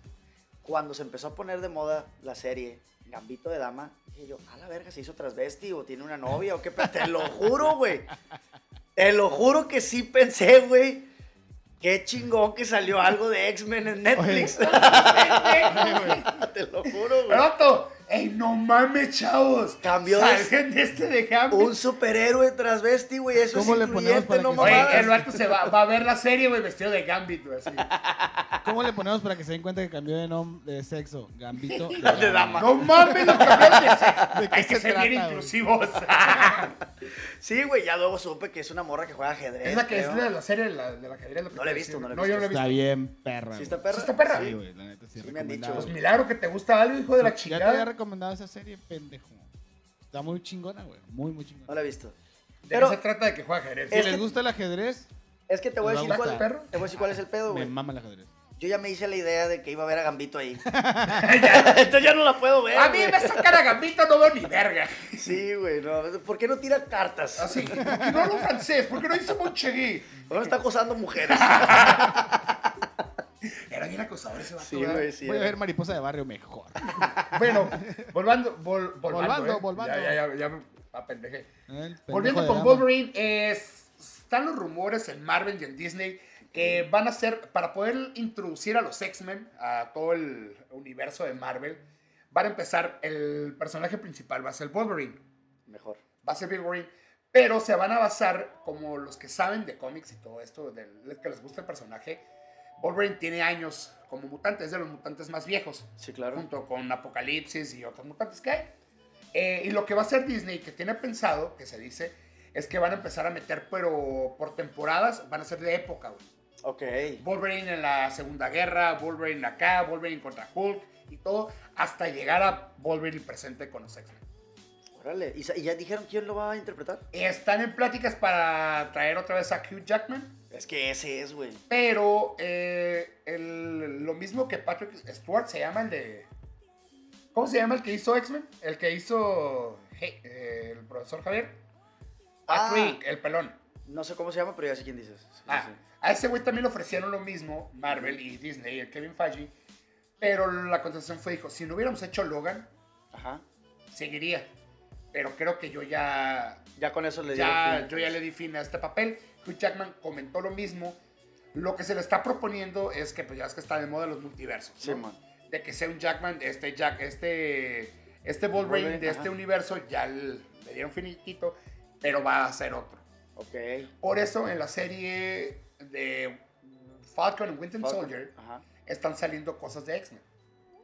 [SPEAKER 2] Cuando se empezó a poner de moda la serie Gambito de Dama, dije yo, a la verga, se hizo transvesti o tiene una novia o qué. pe-". Te lo juro, güey. Te lo juro que sí pensé, güey. Qué chingón que salió algo de X-Men en Netflix. Te lo juro,
[SPEAKER 3] Ah,
[SPEAKER 2] güey.
[SPEAKER 1] ¡Roto! ¡Ey, no mames, chavos!
[SPEAKER 2] Cambió de-
[SPEAKER 1] Salgan de este de Gambito.
[SPEAKER 2] Un superhéroe transvesti, güey. Eso
[SPEAKER 3] ¿Cómo
[SPEAKER 2] es
[SPEAKER 3] le ponemos
[SPEAKER 2] incluyente,
[SPEAKER 3] para
[SPEAKER 2] no
[SPEAKER 3] que-
[SPEAKER 1] Oye,
[SPEAKER 2] mamadas.
[SPEAKER 1] el vato se va, va a ver la serie, güey, vestido de Gambito, así.
[SPEAKER 3] ¿Cómo le ponemos para que se den cuenta que cambió de nombre de sexo? Gambito de
[SPEAKER 2] De dama.
[SPEAKER 1] ¡No mames, los cambiaron de sexo!
[SPEAKER 3] ¿De qué
[SPEAKER 1] Hay que
[SPEAKER 3] se
[SPEAKER 1] ser bien
[SPEAKER 3] trata, güey?
[SPEAKER 1] inclusivos.
[SPEAKER 2] Sí, güey, ya luego supe que es una morra que juega ajedrez.
[SPEAKER 1] es la que es
[SPEAKER 2] creo.
[SPEAKER 1] la, la serie de la, de la cadería.
[SPEAKER 2] No la he visto, no la he
[SPEAKER 1] No, yo no la he
[SPEAKER 3] Está
[SPEAKER 1] visto.
[SPEAKER 3] bien, perra.
[SPEAKER 2] ¿Sí
[SPEAKER 3] güey.
[SPEAKER 2] está perra?
[SPEAKER 1] ¿Sí está perra?
[SPEAKER 3] Sí, güey, la neta sí,
[SPEAKER 2] Sí me han dicho,
[SPEAKER 3] recomendado.
[SPEAKER 1] Pues milagro que te gusta algo, hijo de la
[SPEAKER 3] Ya te había
[SPEAKER 1] chingada.
[SPEAKER 3] recomendado esa serie, pendejo. Está muy chingona, güey. Muy, muy chingona.
[SPEAKER 2] No la he visto.
[SPEAKER 1] De
[SPEAKER 2] Pero
[SPEAKER 1] qué se trata de que juega ajedrez.
[SPEAKER 3] Si
[SPEAKER 2] Es
[SPEAKER 3] les
[SPEAKER 2] que-
[SPEAKER 3] gusta el ajedrez,
[SPEAKER 2] es que te voy a
[SPEAKER 3] ¿No
[SPEAKER 2] decir
[SPEAKER 3] gusta
[SPEAKER 2] cuál,
[SPEAKER 3] el
[SPEAKER 1] perro?
[SPEAKER 2] te voy a decir cuál es el pedo,
[SPEAKER 3] me
[SPEAKER 2] güey.
[SPEAKER 3] mama el ajedrez.
[SPEAKER 2] Yo ya me hice la idea de que iba a ver a Gambito ahí. Entonces ya no la puedo ver.
[SPEAKER 1] A mí
[SPEAKER 2] güey.
[SPEAKER 1] me sacan a Gambito, no veo ni verga.
[SPEAKER 2] Sí, güey, no. ¿Por qué no tira cartas?
[SPEAKER 1] Así, ¿por qué Ah, no hablo francés? ¿Por qué no hice Monchegui?
[SPEAKER 2] Ahora está acosando mujeres.
[SPEAKER 1] Ah, Era bien acosador ese vato.
[SPEAKER 2] Sí,
[SPEAKER 1] ¿verdad?
[SPEAKER 2] güey, sí.
[SPEAKER 3] Voy a ver Mariposa de Barrio mejor. ¿Eh?
[SPEAKER 1] Bueno, volvando, vol,
[SPEAKER 3] Volvando,
[SPEAKER 1] volvando, eh.
[SPEAKER 3] volvando.
[SPEAKER 1] Ya, ya, ya, ya me apendejé.
[SPEAKER 3] El pendejo
[SPEAKER 1] Volviendo
[SPEAKER 3] de
[SPEAKER 1] con
[SPEAKER 3] dama.
[SPEAKER 1] Wolverine, es- están los rumores en Marvel y en Disney que van a ser, para poder introducir a los X-Men, a todo el universo de Marvel, van a empezar, el personaje principal va a ser Wolverine,
[SPEAKER 2] Mejor.
[SPEAKER 1] va a ser Bill Wolverine, pero se van a basar, como los que saben de cómics y todo esto, del- los que les gusta el personaje, Wolverine tiene años como mutante, es de los mutantes más viejos
[SPEAKER 2] Sí, claro.
[SPEAKER 1] junto con Apocalipsis y otros mutantes que hay. Eh, y lo que va a hacer Disney, que tiene pensado, que se dice, es que van a empezar a meter, pero por temporadas, van a ser de época. güey.
[SPEAKER 2] Ok.
[SPEAKER 1] Wolverine en la Segunda Guerra, Wolverine acá, Wolverine contra Hulk y todo, hasta llegar a Wolverine presente con los X-Men.
[SPEAKER 2] Órale. ¿Y sa- y ya dijeron quién lo va a interpretar?
[SPEAKER 1] Están en pláticas para traer otra vez a Hugh Jackman,
[SPEAKER 2] Es que ese es, güey.
[SPEAKER 1] pero eh, el- lo mismo que Patrick Stewart se llama el de. ¿Cómo se llama el que hizo X-Men? El que hizo Je- eh, el profesor Javier.
[SPEAKER 2] Ah.
[SPEAKER 1] Patrick, el pelón.
[SPEAKER 2] No sé cómo se llama, pero ya sé quién dices. Sí,
[SPEAKER 1] Ah,
[SPEAKER 2] sí.
[SPEAKER 1] A ese güey también le ofrecieron lo mismo Marvel y Disney, el Kevin Feige. Pero la contestación fue: dijo, si no hubiéramos hecho Logan,
[SPEAKER 2] Ajá.
[SPEAKER 1] seguiría. Pero creo que yo ya
[SPEAKER 2] Ya con eso le dieron
[SPEAKER 1] ya,
[SPEAKER 2] fin. pues.
[SPEAKER 1] yo ya le di fin a este papel. Hugh Jackman comentó lo mismo. Lo que se le está proponiendo es que, pues ya es que está de moda los multiversos.
[SPEAKER 2] Sí,
[SPEAKER 1] ¿no?
[SPEAKER 2] man.
[SPEAKER 1] De que sea un Jackman, este Jack, este, este Wolverine
[SPEAKER 2] Wolverine,
[SPEAKER 1] de este
[SPEAKER 2] ajá.
[SPEAKER 1] universo, ya le, le dieron finitito, pero va a ser otro.
[SPEAKER 2] Ok.
[SPEAKER 1] Por eso en la serie de Falcon and Winter
[SPEAKER 2] Falcon.
[SPEAKER 1] Soldier
[SPEAKER 2] Ajá.
[SPEAKER 1] están saliendo cosas de X-Men.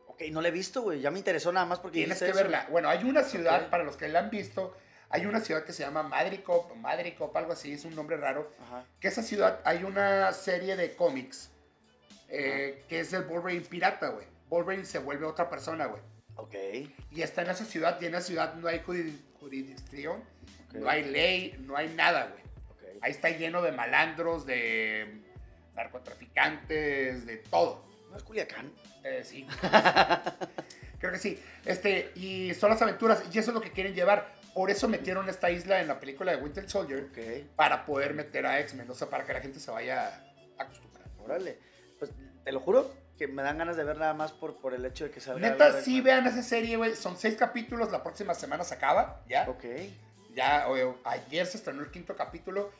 [SPEAKER 2] Ok, no la he visto, güey. Ya me interesó nada más porque
[SPEAKER 1] Tienes
[SPEAKER 2] dijiste
[SPEAKER 1] que
[SPEAKER 2] eso.
[SPEAKER 1] verla. Bueno, hay una ciudad,
[SPEAKER 2] Ok.
[SPEAKER 1] para los que la han visto, hay una ciudad que se llama Madricop, Madricop, algo así, es un nombre raro.
[SPEAKER 2] Ajá.
[SPEAKER 1] que esa ciudad hay una serie de cómics eh, que es el Wolverine pirata, güey. Wolverine se vuelve otra persona, güey.
[SPEAKER 2] Ok.
[SPEAKER 1] Y está en esa ciudad y en esa ciudad no hay juri- jurisdicción,
[SPEAKER 2] Ok.
[SPEAKER 1] no hay ley, no hay nada, güey.
[SPEAKER 2] ok.
[SPEAKER 1] Ahí está lleno de malandros, de narcotraficantes, de todo.
[SPEAKER 2] ¿No es Culiacán?
[SPEAKER 1] Eh, sí. Creo que sí. Este, y son las aventuras y eso es lo que quieren llevar. Por eso metieron esta isla en la película de Winter Soldier
[SPEAKER 2] Ok.
[SPEAKER 1] para poder meter a X-Men, o sea, para que la gente se vaya acostumbrando.
[SPEAKER 2] Órale. Pues te lo juro que me dan ganas de ver nada más por, por el hecho de que salga.
[SPEAKER 1] Neta,
[SPEAKER 2] Black
[SPEAKER 1] sí
[SPEAKER 2] Man.
[SPEAKER 1] vean esa serie, güey. Son seis capítulos, la próxima semana se acaba, ya.
[SPEAKER 2] Ok.
[SPEAKER 1] Ya, o- o- ayer se estrenó el quinto capítulo.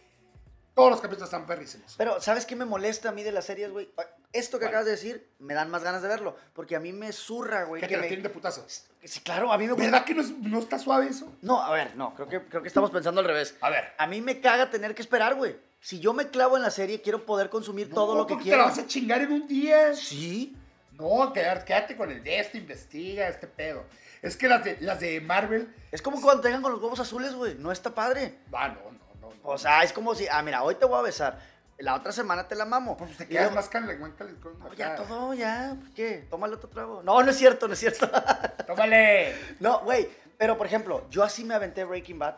[SPEAKER 1] Todos los capítulos están perrísimos.
[SPEAKER 2] Pero, ¿sabes qué me molesta a mí de las series, güey? Esto que
[SPEAKER 1] ¿Cuál?
[SPEAKER 2] acabas de decir, me dan más ganas de verlo. Porque a mí me zurra, güey.
[SPEAKER 1] Que te
[SPEAKER 2] que
[SPEAKER 1] la
[SPEAKER 2] me-
[SPEAKER 1] tienen de putazo.
[SPEAKER 2] Sí, claro, a mí me gusta.
[SPEAKER 1] ¿Verdad que no, es- no está suave eso?
[SPEAKER 2] No, a ver, no, creo que, creo que estamos pensando al revés.
[SPEAKER 1] A ver.
[SPEAKER 2] A mí me caga tener que esperar, güey. Si yo me clavo en la serie, quiero poder consumir todo
[SPEAKER 1] No,
[SPEAKER 2] lo que
[SPEAKER 1] porque te la
[SPEAKER 2] quiero.
[SPEAKER 1] vas a chingar en un día.
[SPEAKER 2] Sí.
[SPEAKER 1] No, quedar- quédate con el de este, investiga este pedo. Es que las de, las de Marvel.
[SPEAKER 2] Es como cuando te dejan con los huevos azules, güey. No está padre.
[SPEAKER 1] Ah, no, no, no. no.
[SPEAKER 2] O sea, es como si, ah, mira, hoy te voy a besar. La otra semana te la mamo.
[SPEAKER 1] Pues te
[SPEAKER 2] Y
[SPEAKER 1] quedas
[SPEAKER 2] luego,
[SPEAKER 1] más calentón, calentón.
[SPEAKER 2] "No, ya
[SPEAKER 1] acá.
[SPEAKER 2] todo, ya. pues, ¿Qué? Tómale otro trago. No, no es cierto, no es cierto.
[SPEAKER 1] Tómale.
[SPEAKER 2] no, güey. Pero, por ejemplo, yo así me aventé Breaking Bad.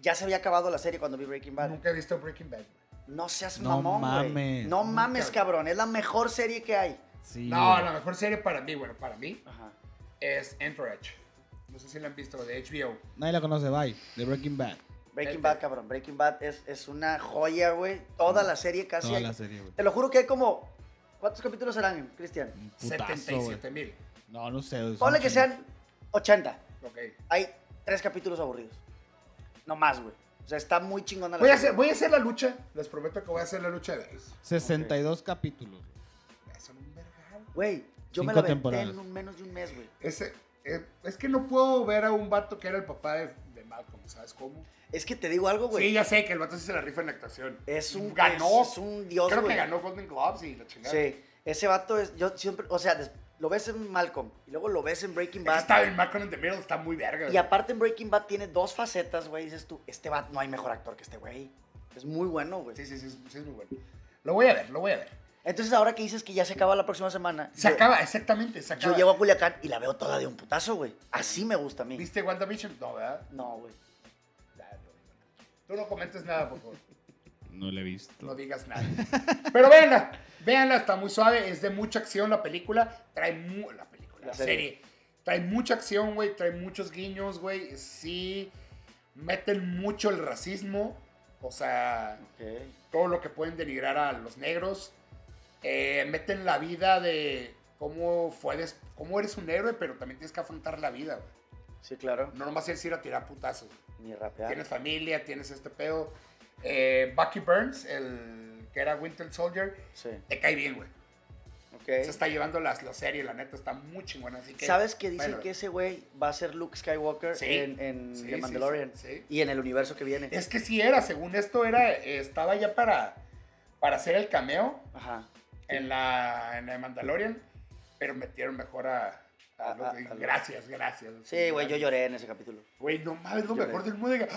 [SPEAKER 2] Ya se había acabado la serie cuando vi Breaking Bad.
[SPEAKER 1] Nunca he visto Breaking Bad.
[SPEAKER 2] No seas
[SPEAKER 3] No
[SPEAKER 2] mamón, güey.
[SPEAKER 3] mames.
[SPEAKER 2] No
[SPEAKER 1] Nunca.
[SPEAKER 2] mames, cabrón. Es la mejor serie que hay.
[SPEAKER 3] Sí,
[SPEAKER 1] No,
[SPEAKER 3] güey.
[SPEAKER 1] la mejor serie para mí, bueno, para mí,
[SPEAKER 2] Ajá.
[SPEAKER 1] es Entourage. No sé si la han visto, de HBO.
[SPEAKER 3] Nadie la conoce, bye. The Breaking Bad.
[SPEAKER 2] Breaking
[SPEAKER 1] Vete.
[SPEAKER 2] Bad, cabrón. Breaking Bad es, es una joya, güey. Toda la serie casi.
[SPEAKER 3] Mm. Toda
[SPEAKER 2] hay-
[SPEAKER 3] la serie, güey.
[SPEAKER 2] Te lo juro que hay como. ¿Cuántos capítulos serán, Cristian?
[SPEAKER 3] Un Putazo, güey.
[SPEAKER 1] 77 mil.
[SPEAKER 3] No, no sé. güey,
[SPEAKER 2] Ponle
[SPEAKER 3] son
[SPEAKER 2] que
[SPEAKER 3] chingos.
[SPEAKER 2] sean 80.
[SPEAKER 1] Ok.
[SPEAKER 2] Hay tres capítulos aburridos. No más, güey. O sea, está muy chingona la
[SPEAKER 1] Voy a,
[SPEAKER 2] serie.
[SPEAKER 1] hacer, voy a hacer la lucha. Les prometo que voy a hacer la lucha de ellos.
[SPEAKER 3] 62 capítulos.
[SPEAKER 1] Son un vergal.
[SPEAKER 2] Güey, yo
[SPEAKER 3] Cinco
[SPEAKER 2] me la aventé
[SPEAKER 3] temporadas.
[SPEAKER 2] en un- menos de un mes, güey.
[SPEAKER 1] Ese, eh, es que no puedo ver a un vato que era el papá de, de Malcolm, ¿sabes cómo?
[SPEAKER 2] Es que te digo algo, güey.
[SPEAKER 1] Sí, ya sé que el vato sí se la rifa en la actuación.
[SPEAKER 2] Es un
[SPEAKER 1] Ganó.
[SPEAKER 2] Es, es un dios,
[SPEAKER 1] Creo
[SPEAKER 2] güey.
[SPEAKER 1] que ganó Golden Globes y la chingada. Es
[SPEAKER 2] Sí, ese vato es. Yo siempre. O sea, des- lo ves en Malcolm y luego lo ves en Breaking
[SPEAKER 1] que
[SPEAKER 2] Bad.
[SPEAKER 1] Está en Malcolm in the Middle, está muy verga.
[SPEAKER 2] Y aparte en Breaking Bad tiene dos facetas, güey. Dices tú, este vato no hay mejor actor que este güey. Es muy bueno, güey.
[SPEAKER 1] Sí, sí, sí, sí, es muy bueno. Lo voy a ver, lo voy a ver.
[SPEAKER 2] Entonces ahora que dices que ya se acaba la próxima semana.
[SPEAKER 1] Se
[SPEAKER 2] yo-
[SPEAKER 1] acaba, exactamente, se
[SPEAKER 2] Yo
[SPEAKER 1] acaba.
[SPEAKER 2] llego a Culiacán y la veo toda de un putazo, güey. Así me gusta a mí.
[SPEAKER 1] ¿Viste WandaVision? No, ¿verdad?
[SPEAKER 2] No, güey.
[SPEAKER 1] Ya, no digo nada. Tú no comentes nada, por favor.
[SPEAKER 3] No la he
[SPEAKER 1] No
[SPEAKER 3] visto.
[SPEAKER 1] digas nada. Pero véanla, véanla, está muy suave, es de mucha acción la película, trae mu la película, la
[SPEAKER 2] La
[SPEAKER 1] serie.
[SPEAKER 2] serie.
[SPEAKER 1] Trae mucha acción, güey, trae muchos guiños, güey. Sí meten mucho el racismo, o sea, todo lo que pueden denigrar a los negros. Eh, meten la vida de cómo fue des- cómo eres un héroe, pero también tienes que afrontar la vida, güey.
[SPEAKER 2] Sí, claro.
[SPEAKER 1] No nomás es ir a tirar putazos. güey.
[SPEAKER 2] Ni rapear.
[SPEAKER 1] Tienes familia, tienes este pedo. Eh, Bucky Burns, el que era Winter Soldier,
[SPEAKER 2] Sí.
[SPEAKER 1] te cae bien, güey. Se
[SPEAKER 2] Ok.
[SPEAKER 1] está llevando las, la serie, la neta, está muy chingona. Así que,
[SPEAKER 2] ¿Sabes que dicen
[SPEAKER 1] bueno,
[SPEAKER 2] que ese güey va a ser Luke Skywalker
[SPEAKER 1] Sí.
[SPEAKER 2] en, en
[SPEAKER 1] Sí,
[SPEAKER 2] The
[SPEAKER 1] sí,
[SPEAKER 2] Mandalorian?
[SPEAKER 1] sí, sí.
[SPEAKER 2] Y en el universo que viene.
[SPEAKER 1] Es que sí era, según esto, era, eh, estaba ya para, para hacer el cameo
[SPEAKER 2] Ajá.
[SPEAKER 1] en la, en la de Mandalorian, pero metieron mejor a... a
[SPEAKER 2] A-
[SPEAKER 1] Luke.
[SPEAKER 2] a- a Luke.
[SPEAKER 1] gracias, gracias.
[SPEAKER 2] Sí, güey, yo
[SPEAKER 1] gracias.
[SPEAKER 2] lloré en ese capítulo.
[SPEAKER 1] Güey, no mames, lo
[SPEAKER 2] Lloré.
[SPEAKER 1] mejor del mundo. diga,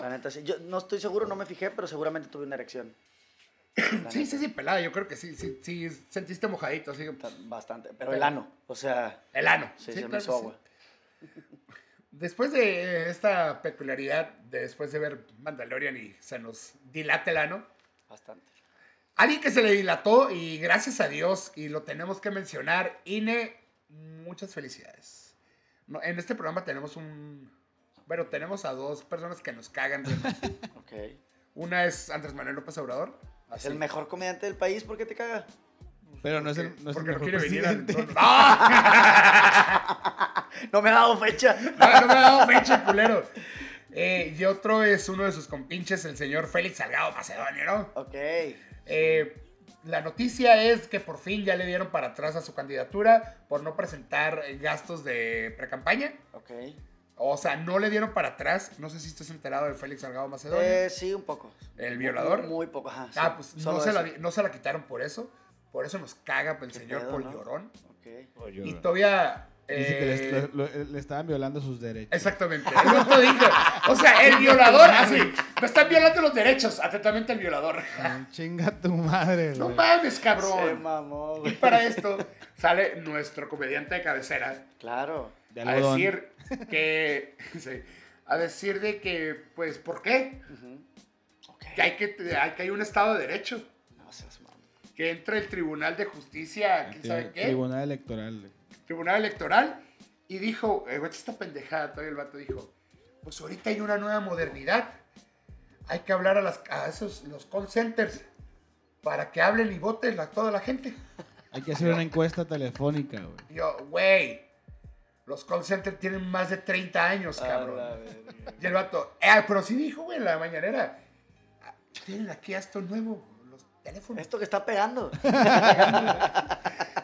[SPEAKER 2] La neta, sí. Yo no estoy seguro, no me fijé, pero seguramente tuve una erección. La
[SPEAKER 1] Sí,
[SPEAKER 2] neta.
[SPEAKER 1] sí, sí, pelada, yo creo que sí, sí, sí, sentiste mojadito, así,
[SPEAKER 2] Bastante. Pero el ano. O sea,
[SPEAKER 1] el ano.
[SPEAKER 2] sí,
[SPEAKER 1] Sí,
[SPEAKER 2] se me
[SPEAKER 1] claro,
[SPEAKER 2] hizo
[SPEAKER 1] sí.
[SPEAKER 2] agua.
[SPEAKER 1] Después de eh, esta peculiaridad, de después de ver Mandalorian y se nos dilata el ano,
[SPEAKER 2] Bastante.
[SPEAKER 1] alguien que se le dilató y gracias a Dios, y lo tenemos que mencionar, INE, muchas felicidades. No, en este programa tenemos un... Bueno, tenemos a dos personas que nos cagan.
[SPEAKER 2] Ok.
[SPEAKER 1] Una es Andrés Manuel López Obrador.
[SPEAKER 2] Es el mejor comediante del país, ¿por qué te caga?
[SPEAKER 3] Pero no es
[SPEAKER 1] porque-
[SPEAKER 3] el, no es el
[SPEAKER 1] porque no
[SPEAKER 3] mejor
[SPEAKER 1] quiere venir al-
[SPEAKER 3] presidente.
[SPEAKER 1] no, no.
[SPEAKER 2] No me ha dado fecha.
[SPEAKER 1] No, no me ha dado fecha, culero. Eh, y otro es uno de sus compinches, el señor Félix Salgado Macedonio, ¿no?
[SPEAKER 2] Ok.
[SPEAKER 1] Eh, la noticia es que por fin ya le dieron para atrás a su candidatura por no presentar eh, gastos de precampaña.
[SPEAKER 2] Ok.
[SPEAKER 1] O sea, no le dieron para atrás. No sé si estás enterado de Félix Salgado Macedonio.
[SPEAKER 2] Eh, sí, un poco.
[SPEAKER 1] ¿El violador?
[SPEAKER 2] Muy, muy poco, ajá. sí.
[SPEAKER 1] ah, pues no
[SPEAKER 2] Solo
[SPEAKER 1] se, la,
[SPEAKER 2] eso.
[SPEAKER 1] di- no se la quitaron por eso. Por eso nos caga el
[SPEAKER 2] Qué
[SPEAKER 1] señor
[SPEAKER 2] pedo,
[SPEAKER 1] por
[SPEAKER 2] ¿no?
[SPEAKER 1] llorón.
[SPEAKER 2] Ok.
[SPEAKER 3] Oh,
[SPEAKER 1] Y todavía...
[SPEAKER 3] Dice que
[SPEAKER 1] eh,
[SPEAKER 3] les- lo- lo- le, estaban violando sus derechos.
[SPEAKER 1] Exactamente, eso te digo. O sea, el violador, así, me están violando los derechos, atentamente el violador.
[SPEAKER 3] Ah, Chinga tu madre,
[SPEAKER 1] No
[SPEAKER 3] güey.
[SPEAKER 1] mames,
[SPEAKER 2] Se
[SPEAKER 1] cabrón.
[SPEAKER 2] mamó,
[SPEAKER 1] Y
[SPEAKER 2] güey.
[SPEAKER 1] para esto sale nuestro comediante de cabecera
[SPEAKER 2] Claro.
[SPEAKER 3] De
[SPEAKER 1] a
[SPEAKER 3] algodón.
[SPEAKER 1] decir que, sí, a decir de que, pues, ¿por qué?
[SPEAKER 2] Ujú. Ok.
[SPEAKER 1] Que hay que, hay, que hay un Estado de Derecho,
[SPEAKER 2] No seas mamón.
[SPEAKER 1] que entra el Tribunal de Justicia, quién
[SPEAKER 3] Ante
[SPEAKER 1] sabe qué,
[SPEAKER 3] Tribunal electoral. güey.
[SPEAKER 1] Tribunal Electoral, y dijo, eh, güey, esta pendejada, todavía el vato dijo, pues ahorita hay una nueva modernidad, hay que hablar a, las, a esos, los call centers, para que hablen y voten a toda la gente.
[SPEAKER 3] Hay que hacer una encuesta telefónica, güey.
[SPEAKER 1] Y yo, güey, los call centers tienen más de 30 años,
[SPEAKER 2] A la
[SPEAKER 1] Pues, cabrón.
[SPEAKER 2] verga.
[SPEAKER 1] "Eh, Y el vato, "Ah, pero sí dijo, güey, en la mañanera, Tienen aquí a esto nuevo, los teléfonos.
[SPEAKER 2] Esto que está pegando.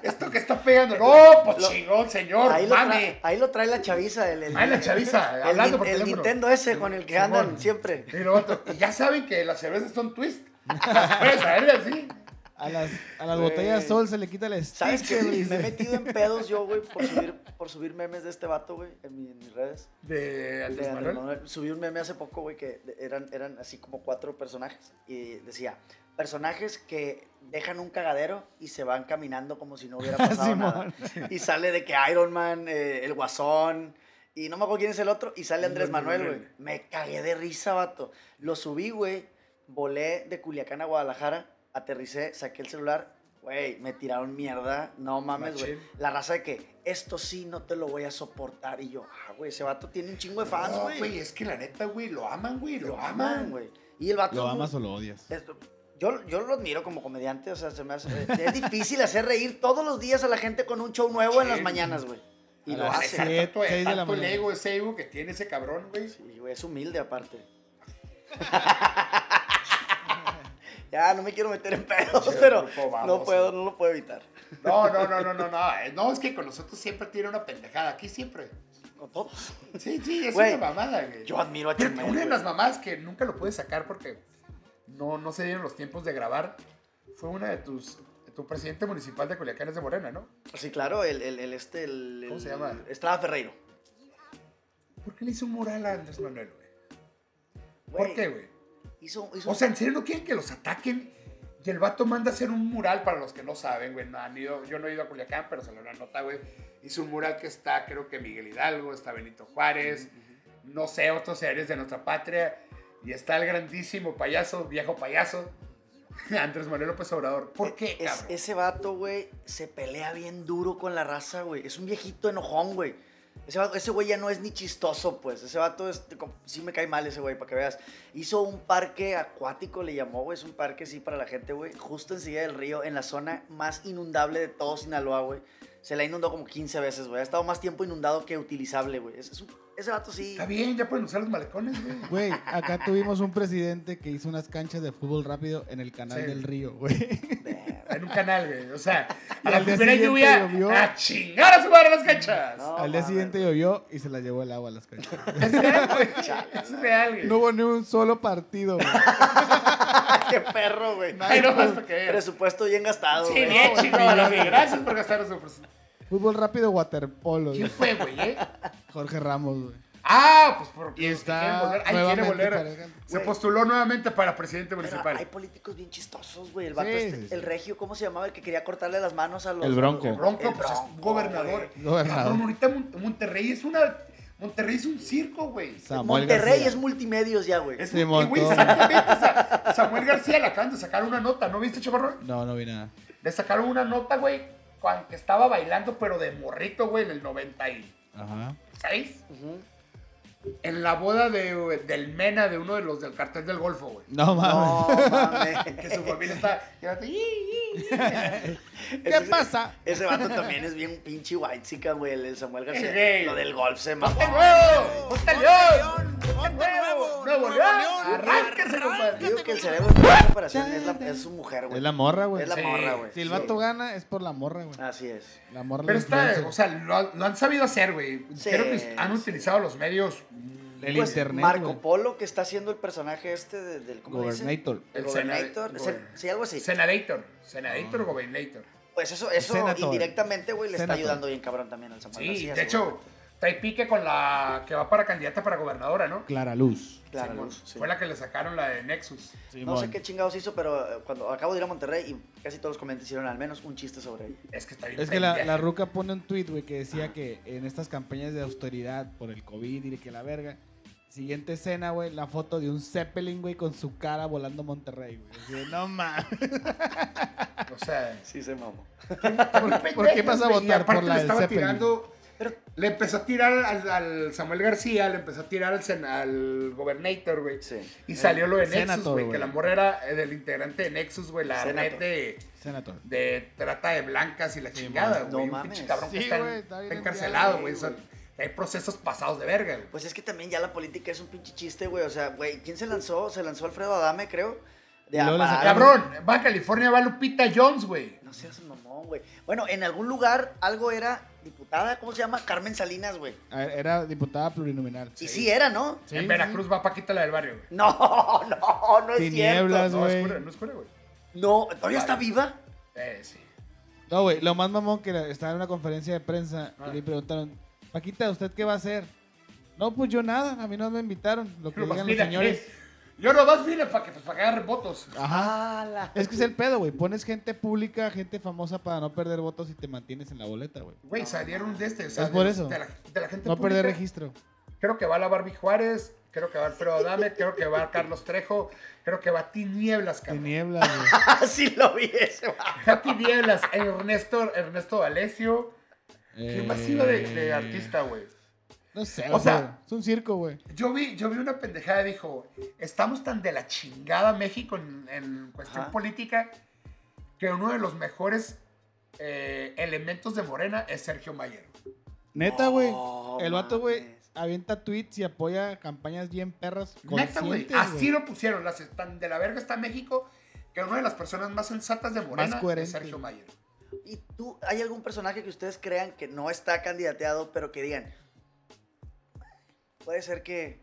[SPEAKER 1] Esto que está pegando. No, pues
[SPEAKER 2] Lo-
[SPEAKER 1] chingón, señor.
[SPEAKER 2] ahí, lo
[SPEAKER 1] Mame.
[SPEAKER 2] trae, ahí lo trae la chaviza. El, el-
[SPEAKER 1] Ay, la chaviza,
[SPEAKER 2] el-
[SPEAKER 1] hablando por
[SPEAKER 2] el
[SPEAKER 1] teléfono.
[SPEAKER 2] Nintendo ese con el que andan
[SPEAKER 1] Simón.
[SPEAKER 2] siempre.
[SPEAKER 1] Y lo otro, y ya saben que las cervezas son twist. Las puedes saber así.
[SPEAKER 3] A las, a las
[SPEAKER 2] Güey.
[SPEAKER 3] botellas Sol se le quita el
[SPEAKER 2] ¿Sabes qué?
[SPEAKER 3] sticker,
[SPEAKER 2] güey? Me he
[SPEAKER 3] dice.
[SPEAKER 2] metido en pedos yo, güey, por subir, por subir memes de este vato, güey, en, mi- en mis redes.
[SPEAKER 1] De
[SPEAKER 2] De
[SPEAKER 1] Andrés
[SPEAKER 2] Andrés
[SPEAKER 1] Manuel.
[SPEAKER 2] Manuel. Subí un meme hace poco, güey, que de- eran, eran así como cuatro personajes. Y decía, personajes que dejan un cagadero y se van caminando como si no hubiera pasado nada.
[SPEAKER 3] Simón.
[SPEAKER 2] Y sale de que Iron Man, eh, el Guasón, y no me acuerdo quién es el otro, y sale Andrés
[SPEAKER 1] Andrés
[SPEAKER 2] Manuel,
[SPEAKER 1] Manuel.
[SPEAKER 2] güey. Me cagué de risa, vato. Lo subí, güey, volé de Culiacán a Guadalajara, aterricé, saqué el celular, güey, me tiraron mierda, no mames, güey.
[SPEAKER 1] Machín.
[SPEAKER 2] La raza de que esto sí no te lo voy a soportar. Y yo, ah, güey, ese vato tiene un chingo de fans,
[SPEAKER 1] No,
[SPEAKER 2] güey.
[SPEAKER 1] güey, es que la neta, güey, lo aman, güey, lo,
[SPEAKER 2] lo aman,
[SPEAKER 1] aman.
[SPEAKER 2] güey. Y el vato.
[SPEAKER 3] ¿Lo amas o lo odias?
[SPEAKER 2] es- yo, yo lo admiro como comediante, o sea, se me hace. eh, Es difícil hacer reír todos los días a la gente con un show nuevo en las
[SPEAKER 1] Sí.
[SPEAKER 2] mañanas, güey. Y
[SPEAKER 3] A
[SPEAKER 2] lo
[SPEAKER 3] las
[SPEAKER 2] hace.
[SPEAKER 3] siete.
[SPEAKER 1] Tanto,
[SPEAKER 3] Seis de la
[SPEAKER 1] tanto el
[SPEAKER 3] mañana.
[SPEAKER 1] ego, ese ego que tiene ese cabrón, güey.
[SPEAKER 2] Sí, güey, es humilde aparte. ya, no me quiero meter en pedos,
[SPEAKER 1] Che,
[SPEAKER 2] pero
[SPEAKER 1] grupo baboso.
[SPEAKER 2] no puedo, no lo puedo evitar.
[SPEAKER 1] No, no, no, no, no, no. eh, No, es que con nosotros siempre tiene una pendejada. Aquí siempre.
[SPEAKER 2] Con todos.
[SPEAKER 1] Sí, sí, es
[SPEAKER 2] Güey,
[SPEAKER 1] una mamada, güey.
[SPEAKER 2] Yo admiro a
[SPEAKER 1] Fíjate,
[SPEAKER 2] Chumel.
[SPEAKER 1] Una de
[SPEAKER 2] güey.
[SPEAKER 1] las mamadas que nunca lo pude sacar porque no, no se dieron los tiempos de grabar fue una de tus. Tu presidente municipal de Culiacán es de Morena, ¿no?
[SPEAKER 2] Sí, claro, el, el, el este, el.
[SPEAKER 1] ¿Cómo
[SPEAKER 2] el-
[SPEAKER 1] se llama?
[SPEAKER 2] Estrada Ferreiro.
[SPEAKER 1] ¿Por qué le hizo un mural a Andrés Manuel, güey?
[SPEAKER 2] Güey,
[SPEAKER 1] ¿Por qué, güey?
[SPEAKER 2] Hizo, hizo
[SPEAKER 1] O sea, ¿en serio no quieren que los ataquen? Y el vato manda a hacer un mural para los que no saben, güey. No han ido, yo no he ido a Culiacán, pero se lo nota, güey. Hizo un mural que está, creo que Miguel Hidalgo, está Benito Juárez, no sé, otros héroes de nuestra patria. Y está el grandísimo payaso, viejo payaso, Andrés Manuel López Obrador. ¿Por qué,
[SPEAKER 2] Es-
[SPEAKER 1] Eh, cabrón?
[SPEAKER 2] ese vato, güey, se pelea bien duro con la raza, güey. Es un viejito enojón, güey. Ese vato- ese güey ya no es ni chistoso, pues. Ese vato es, como- sí me cae mal ese güey, para que veas. Hizo un parque acuático, le llamó, güey. Es un parque, sí, para la gente, güey. Justo enseguida del río, en la zona más inundable de todo Sinaloa, güey. Se la inundó como 15 veces, güey. Ha estado más tiempo inundado que utilizable, güey. Ese, es un- ese vato sí.
[SPEAKER 1] Está bien, ya pueden usar los malecones, güey.
[SPEAKER 3] Güey, acá tuvimos un presidente que hizo unas canchas de fútbol rápido en el canal
[SPEAKER 1] Sí.
[SPEAKER 3] del río, güey.
[SPEAKER 1] En un canal, güey. O sea,
[SPEAKER 3] Y
[SPEAKER 1] a la
[SPEAKER 3] al día
[SPEAKER 1] primera
[SPEAKER 3] siguiente
[SPEAKER 1] lluvia,
[SPEAKER 3] llovió.
[SPEAKER 1] a chingar a su madre las canchas.
[SPEAKER 2] No,
[SPEAKER 3] Al día
[SPEAKER 2] mames,
[SPEAKER 3] siguiente
[SPEAKER 2] güey.
[SPEAKER 3] llovió y se la llevó el agua a las canchas.
[SPEAKER 1] Es real, güey. Es real, güey.
[SPEAKER 3] No hubo ni un solo partido, güey.
[SPEAKER 2] ¡Qué perro, güey!
[SPEAKER 1] Ay, no,
[SPEAKER 3] pues.
[SPEAKER 1] más para que veas.
[SPEAKER 2] Presupuesto bien gastado,
[SPEAKER 1] Sí,
[SPEAKER 2] güey.
[SPEAKER 1] bien, chingón. así, Gracias por gastar su
[SPEAKER 3] Fútbol rápido, waterpolo,
[SPEAKER 1] ¿Quién fue,
[SPEAKER 3] güey.
[SPEAKER 1] güey? eh?
[SPEAKER 3] Jorge Ramos, güey.
[SPEAKER 1] Ah, pues por
[SPEAKER 3] Y está
[SPEAKER 1] quiere volver. Ay, quiere
[SPEAKER 3] nuevamente
[SPEAKER 1] volver.
[SPEAKER 3] para-
[SPEAKER 1] Se
[SPEAKER 2] Güey.
[SPEAKER 1] postuló nuevamente para presidente
[SPEAKER 2] Pero
[SPEAKER 1] municipal.
[SPEAKER 2] hay políticos bien chistosos, güey. El vato
[SPEAKER 3] Sí,
[SPEAKER 2] este,
[SPEAKER 3] sí, sí.
[SPEAKER 2] el regio, ¿cómo se llamaba? El que quería cortarle las manos a los...
[SPEAKER 3] El Bronco.
[SPEAKER 2] a
[SPEAKER 1] El
[SPEAKER 2] los-
[SPEAKER 1] Bronco,
[SPEAKER 2] el
[SPEAKER 1] pues es
[SPEAKER 2] Bronco,
[SPEAKER 1] un gobernador.
[SPEAKER 2] güey.
[SPEAKER 3] Gobernador.
[SPEAKER 1] Cabrón, ahorita Mon- Monterrey es una. Monterrey es un circo, güey.
[SPEAKER 3] Samuel
[SPEAKER 2] Monterrey
[SPEAKER 3] García.
[SPEAKER 2] es multimedios ya, güey.
[SPEAKER 1] Es
[SPEAKER 3] Sí,
[SPEAKER 1] y, güey,
[SPEAKER 3] montón.
[SPEAKER 1] exactamente, Sa- Samuel García le acaban de sacar una nota, ¿no viste, chaparrón?
[SPEAKER 3] No, no vi nada.
[SPEAKER 1] Le sacaron una nota, güey, cuando que estaba bailando, pero de morrito, güey, en el 96.
[SPEAKER 3] Ajá.
[SPEAKER 2] Ujú.
[SPEAKER 1] En la boda de, del Mena, de uno de los del cartel del Golfo, güey.
[SPEAKER 3] No mames.
[SPEAKER 2] No,
[SPEAKER 1] Que
[SPEAKER 2] mames.
[SPEAKER 1] su familia está. llévate, "Yi, yi, yi".
[SPEAKER 3] ¿Qué pasa?
[SPEAKER 2] Ese vato también es bien pinche white chica, güey, el Samuel García.
[SPEAKER 1] Ey.
[SPEAKER 2] Lo del golf se mamó.
[SPEAKER 1] ¡Ponte nuevo! ¡Ponte león!
[SPEAKER 4] ¡Ponte nuevo!
[SPEAKER 1] ¡Nuevo
[SPEAKER 4] ¡Nuevo
[SPEAKER 1] león!
[SPEAKER 2] Ah.
[SPEAKER 4] León!
[SPEAKER 1] ¡Arránquese, compadre!
[SPEAKER 2] Digo que el cerebro de la operación es, la- es su mujer, güey.
[SPEAKER 3] Es la morra, güey.
[SPEAKER 2] Es la
[SPEAKER 1] Pues Sí. Ah.
[SPEAKER 2] morra, güey.
[SPEAKER 3] Si el vato gana, es por la morra, güey.
[SPEAKER 2] Así es.
[SPEAKER 3] La morra
[SPEAKER 1] Pero
[SPEAKER 3] la
[SPEAKER 1] está,
[SPEAKER 3] influencer.
[SPEAKER 1] o sea, lo, han- lo han sabido hacer, güey.
[SPEAKER 2] Sí,
[SPEAKER 1] Creo que han
[SPEAKER 2] sí.
[SPEAKER 1] utilizado los medios.
[SPEAKER 3] el
[SPEAKER 2] Pues,
[SPEAKER 3] internet,
[SPEAKER 2] Marco
[SPEAKER 3] güey.
[SPEAKER 2] Polo, que está haciendo el personaje este de- del... ¿Cómo le dicen?
[SPEAKER 3] Gobernator.
[SPEAKER 2] El
[SPEAKER 1] El sena-
[SPEAKER 2] Gobernator. es el-
[SPEAKER 1] gober-
[SPEAKER 2] Sí, algo así.
[SPEAKER 1] Senator.
[SPEAKER 3] Ah.
[SPEAKER 1] Senator, gobernator.
[SPEAKER 2] Pues eso, eso
[SPEAKER 3] Senator.
[SPEAKER 2] indirectamente, güey, le está
[SPEAKER 3] Senator.
[SPEAKER 2] ayudando bien cabrón también al Samuel
[SPEAKER 1] Sí,
[SPEAKER 2] García,
[SPEAKER 1] de hecho, trae pique con la que va para candidata para gobernadora, ¿no?
[SPEAKER 3] Clara Luz.
[SPEAKER 2] Claro,
[SPEAKER 1] Simón.
[SPEAKER 2] Luz, sí.
[SPEAKER 1] Fue la que le sacaron la de Nexus.
[SPEAKER 2] No sé qué chingados hizo, pero eh, cuando acabo de ir a Monterrey y casi todos los comentarios hicieron al menos un chiste sobre ella.
[SPEAKER 1] Es que está bien.
[SPEAKER 3] Es que la,
[SPEAKER 1] pendeja.
[SPEAKER 3] la ruca pone un tweet, güey, que decía que en estas campañas de austeridad por el COVID y de que la verga. Siguiente escena, güey, la foto de un Zeppelin, güey, con su cara volando a Monterrey, güey. Así de, No mames.
[SPEAKER 1] O sea.
[SPEAKER 2] Sí, se mamó.
[SPEAKER 3] ¿Por, por qué vas a
[SPEAKER 1] Y
[SPEAKER 3] votar
[SPEAKER 1] aparte
[SPEAKER 3] por la
[SPEAKER 1] le
[SPEAKER 3] del
[SPEAKER 1] estaba
[SPEAKER 3] Zeppelin?
[SPEAKER 1] tirando.
[SPEAKER 2] Pero-
[SPEAKER 1] Le empezó a tirar al, al Samuel García, le empezó a tirar al, sen- al Gobernator, güey.
[SPEAKER 2] Sí.
[SPEAKER 1] Y salió lo de
[SPEAKER 3] Senator,
[SPEAKER 1] Nexus, güey, que
[SPEAKER 3] güey.
[SPEAKER 1] la morra era eh, del integrante de Nexus, güey, la
[SPEAKER 2] Senator.
[SPEAKER 1] red de,
[SPEAKER 3] Senator.
[SPEAKER 1] de trata de blancas y la chingada,
[SPEAKER 2] man.
[SPEAKER 1] güey.
[SPEAKER 2] No
[SPEAKER 1] un pinche
[SPEAKER 2] mames.
[SPEAKER 1] cabrón que
[SPEAKER 3] Sí,
[SPEAKER 1] está, en-
[SPEAKER 3] güey, está bien
[SPEAKER 1] está encarcelado,
[SPEAKER 3] enviado,
[SPEAKER 1] güey. o sea,
[SPEAKER 3] güey.
[SPEAKER 1] Hay procesos pasados de verga, güey.
[SPEAKER 2] Pues es que también ya la política es un pinche chiste, güey. O sea, güey, ¿quién se lanzó? Se lanzó Alfredo Adame, creo. De
[SPEAKER 3] Y luego la
[SPEAKER 2] Amar-
[SPEAKER 1] Cabrón, va a California, va Lupita Jones, güey.
[SPEAKER 2] No seas un mamón, güey. Bueno, en algún lugar algo era diputada, ¿cómo se llama? Carmen Salinas, güey.
[SPEAKER 3] A ver, Era diputada plurinominal.
[SPEAKER 2] Y sí era, ¿no?
[SPEAKER 3] Sí,
[SPEAKER 1] en
[SPEAKER 3] sí,
[SPEAKER 1] Veracruz va Paquita la del barrio, güey.
[SPEAKER 2] No, no, no es
[SPEAKER 3] Tinieblas,
[SPEAKER 2] cierto.
[SPEAKER 1] No, es
[SPEAKER 3] Pues, Güey.
[SPEAKER 1] cura, no es cura, güey.
[SPEAKER 2] No, ¿todavía está viva?
[SPEAKER 1] Eh, sí.
[SPEAKER 3] No, güey, lo más mamón que era- estaba en una conferencia de prensa
[SPEAKER 1] Ah.
[SPEAKER 3] y le preguntaron, Paquita, ¿usted qué va a hacer? No, pues yo nada, a mí no me invitaron, lo que
[SPEAKER 1] Yo nomás
[SPEAKER 3] digan los
[SPEAKER 1] vine,
[SPEAKER 3] señores.
[SPEAKER 1] eh, Yo nomás vine para que, pues, para ganar votos.
[SPEAKER 3] Ajá.
[SPEAKER 2] Ah, la-
[SPEAKER 3] Es que es el pedo, güey. Pones gente pública, gente famosa para no perder votos y te mantienes en la boleta, güey.
[SPEAKER 1] Güey, salieron de este. o sea,
[SPEAKER 3] Es por
[SPEAKER 1] de-
[SPEAKER 3] eso.
[SPEAKER 1] De la, de la gente
[SPEAKER 3] No
[SPEAKER 1] pública.
[SPEAKER 3] perder registro.
[SPEAKER 1] Creo que va la Barbie Juárez, creo que va Alfredo Adame, creo que va Carlos Trejo, creo que va Tinieblas, cabrón.
[SPEAKER 3] Tinieblas, güey.
[SPEAKER 2] Ah, sí lo vi ese, güey.
[SPEAKER 1] Va Tinieblas, Ernesto, Ernesto Valesio. Qué
[SPEAKER 3] Eh,
[SPEAKER 1] masiva de, de artista, güey.
[SPEAKER 3] No sé,
[SPEAKER 1] O
[SPEAKER 3] güey.
[SPEAKER 1] sea-
[SPEAKER 3] es un circo, güey.
[SPEAKER 1] Yo vi, yo vi una pendejada, dijo, estamos tan de la chingada México en, en cuestión
[SPEAKER 2] Ajá.
[SPEAKER 1] política que uno de los mejores eh, elementos de Morena es Sergio Mayer.
[SPEAKER 3] Neta, güey.
[SPEAKER 2] No
[SPEAKER 3] el vato, güey,
[SPEAKER 2] mames.
[SPEAKER 3] avienta tweets y apoya campañas bien perras.
[SPEAKER 1] Neta, güey.
[SPEAKER 3] conscientes,
[SPEAKER 1] Así
[SPEAKER 3] güey.
[SPEAKER 1] lo pusieron. Las, tan de la verga está México que una de las personas más sensatas de Morena es
[SPEAKER 3] coherente.
[SPEAKER 1] Sergio Mayer.
[SPEAKER 2] ¿Y tú, hay algún personaje que ustedes crean que no está candidateado, pero que digan, puede ser que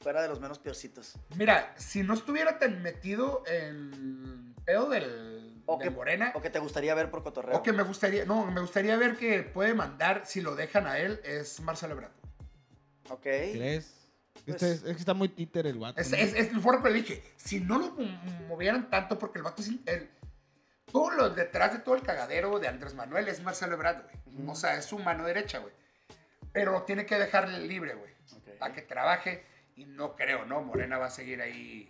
[SPEAKER 2] fuera de los menos peorcitos?
[SPEAKER 1] Mira, si no estuviera tan metido en pedo del,
[SPEAKER 2] O
[SPEAKER 1] de
[SPEAKER 2] que-
[SPEAKER 1] Morena,
[SPEAKER 2] ¿O que te gustaría ver por cotorreo?
[SPEAKER 1] o que me gustaría, no, me gustaría ver que puede mandar, si lo dejan a él, es Marcelo Ebrard.
[SPEAKER 2] Ok.
[SPEAKER 3] ¿Crees?
[SPEAKER 2] Pues-
[SPEAKER 3] Este es, es que está muy títer el vato.
[SPEAKER 1] Es,
[SPEAKER 3] ¿no?
[SPEAKER 1] es, es, fue lo que le dije, si no lo mo- movieran tanto, porque el vato es... in- El, todo lo detrás de todo el cagadero de Andrés Manuel es Marcelo Ebrard, güey.
[SPEAKER 2] Ujú.
[SPEAKER 1] O sea, es su mano derecha, güey. Pero lo tiene que dejarle libre, güey.
[SPEAKER 2] ok.
[SPEAKER 1] A que trabaje. Y no creo, ¿no? Morena va a seguir ahí.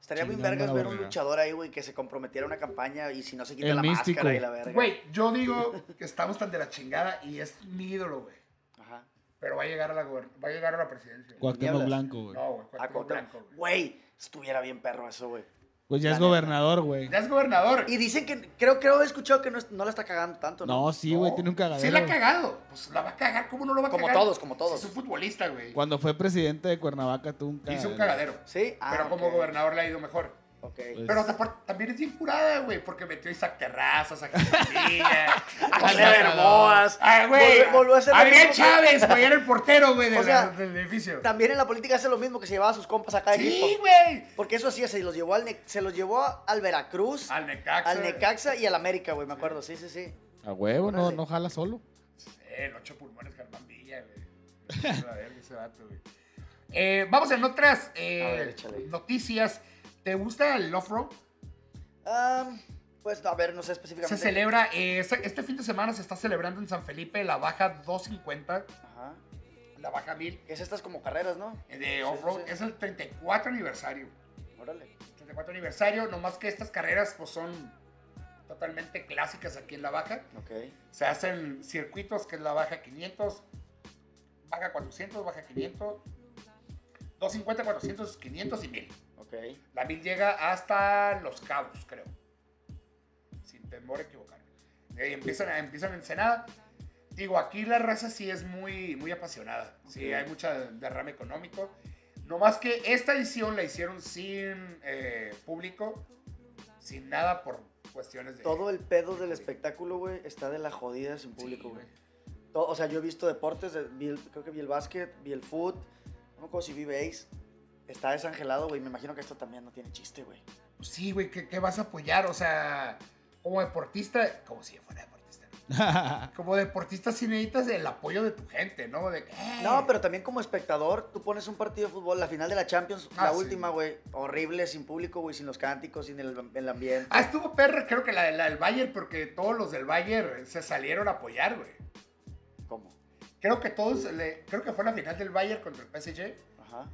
[SPEAKER 2] Estaría bien
[SPEAKER 3] Chingando
[SPEAKER 2] vergas
[SPEAKER 3] la
[SPEAKER 2] ver un
[SPEAKER 3] barriga.
[SPEAKER 2] luchador ahí, güey, que se comprometiera a una campaña y si no se quita
[SPEAKER 3] El
[SPEAKER 2] la
[SPEAKER 3] místico.
[SPEAKER 2] máscara y la verga.
[SPEAKER 1] Güey, yo digo que estamos tan de la chingada y es mi ídolo, güey.
[SPEAKER 2] Ajá.
[SPEAKER 1] Pero va a llegar a la, gober- va a llegar a la presidencia. güey.
[SPEAKER 3] Cuauhtémoc
[SPEAKER 2] Tinieblas.
[SPEAKER 3] Blanco, güey.
[SPEAKER 1] No, güey,
[SPEAKER 2] Ah,
[SPEAKER 1] Cuauhtémoc
[SPEAKER 2] como
[SPEAKER 1] Blanco,
[SPEAKER 2] tal.
[SPEAKER 1] güey.
[SPEAKER 2] Güey, estuviera bien perro eso, güey.
[SPEAKER 3] Pues ya
[SPEAKER 2] La
[SPEAKER 3] es
[SPEAKER 2] neta.
[SPEAKER 3] gobernador, güey.
[SPEAKER 1] Ya es gobernador.
[SPEAKER 2] Y dicen que, creo, creo he escuchado que no, es- no la está cagando tanto, ¿no?
[SPEAKER 3] No, sí, güey,
[SPEAKER 1] No,
[SPEAKER 3] tiene un cagadero.
[SPEAKER 1] Sí la ha cagado. Pues la va a cagar. ¿Cómo no lo va a
[SPEAKER 2] Como
[SPEAKER 1] cagar?
[SPEAKER 2] todos, como todos.
[SPEAKER 1] Es un futbolista, güey.
[SPEAKER 3] Cuando fue presidente de Cuernavaca tuvo un cagadero.
[SPEAKER 1] Hizo un cagadero.
[SPEAKER 2] Sí, Ah,
[SPEAKER 1] pero como
[SPEAKER 2] ok.
[SPEAKER 1] gobernador le ha ido mejor.
[SPEAKER 2] Ok.
[SPEAKER 3] Pues-
[SPEAKER 1] Pero aparte, también es bien curada, güey, porque metió a Isaac Terrazas, a Jesúsilla,
[SPEAKER 2] A
[SPEAKER 1] a
[SPEAKER 2] Clever Boas.
[SPEAKER 1] Ah, güey.
[SPEAKER 2] Volvió- volvió a hacer lo
[SPEAKER 1] Gabriel
[SPEAKER 2] mismo que-
[SPEAKER 1] Chávez, güey, era el portero, güey, de
[SPEAKER 2] O sea,
[SPEAKER 1] la- del edificio.
[SPEAKER 2] También en la política hace lo mismo que se llevaba a sus compas acá de
[SPEAKER 1] Sí,
[SPEAKER 2] equipo.
[SPEAKER 1] güey.
[SPEAKER 2] Porque eso hacía, se los llevó al, Ne- se los llevó al Veracruz, al,
[SPEAKER 1] Al Necaxa.
[SPEAKER 2] Necaxa y al América, güey, me acuerdo. Sí, sí, sí.
[SPEAKER 3] A huevo, no,
[SPEAKER 2] Órale.
[SPEAKER 3] no jala solo.
[SPEAKER 1] El ocho pulmones, Germán Villa, güey. A ver, ese vato, güey. Eh, vamos en otras eh,
[SPEAKER 2] A ver, échale.
[SPEAKER 1] noticias. ¿Te gusta el Love Row?
[SPEAKER 2] Ah, pues, a ver, no sé
[SPEAKER 1] Se
[SPEAKER 2] específicamente.
[SPEAKER 1] celebra, eh, este, este fin de semana se está celebrando en San Felipe la baja 250,
[SPEAKER 2] Ajá.
[SPEAKER 1] la baja 1000
[SPEAKER 2] Es estas como carreras, ¿no?
[SPEAKER 1] Eh, de off-road.
[SPEAKER 2] sí.
[SPEAKER 1] Es el 34 aniversario.
[SPEAKER 2] Órale.
[SPEAKER 1] 34 aniversario, nomás que estas carreras pues son totalmente clásicas aquí en la baja.
[SPEAKER 2] Ok.
[SPEAKER 1] Se hacen circuitos que es la baja 500, baja 400, baja 500, 250, 400, 500 y 1000.
[SPEAKER 2] Ok.
[SPEAKER 1] La 1000 llega hasta Los Cabos, creo. Sin temor a equivocarme. Eh, empiezan, empiezan en Ensenada. Digo, aquí la raza sí es muy, muy apasionada. Sí,
[SPEAKER 2] Ok.
[SPEAKER 1] hay mucha derrama económico. No más que esta edición la hicieron sin eh, público, sin nada por cuestiones de...
[SPEAKER 2] Todo el pedo del espectáculo, güey, está de la jodida sin público,
[SPEAKER 1] Sí,
[SPEAKER 2] güey. To- O sea, yo he visto deportes, de- vi el- creo que vi el básquet, vi el foot, no me acuerdo si vi base. Está desangelado, güey. Me imagino que esto también no tiene chiste, güey.
[SPEAKER 1] Sí, güey, ¿qué, qué vas a apoyar? O sea, como deportista, como si yo fuera deportista. ¿no? Como deportista sí necesitas el apoyo de tu gente, ¿no? De que, "Eh".
[SPEAKER 2] No, pero también como espectador, tú pones un partido de fútbol, la final de la Champions,
[SPEAKER 1] Ah,
[SPEAKER 2] la
[SPEAKER 1] sí.
[SPEAKER 2] última, güey, horrible, sin público, güey, sin los cánticos, sin el, el ambiente.
[SPEAKER 1] Ah, estuvo perra, creo que la, de- la del Bayern, porque todos los del Bayern se salieron a apoyar, güey.
[SPEAKER 2] ¿Cómo?
[SPEAKER 1] Creo que todos, le- creo que fue la final del Bayern contra el PSG,
[SPEAKER 2] Ajá.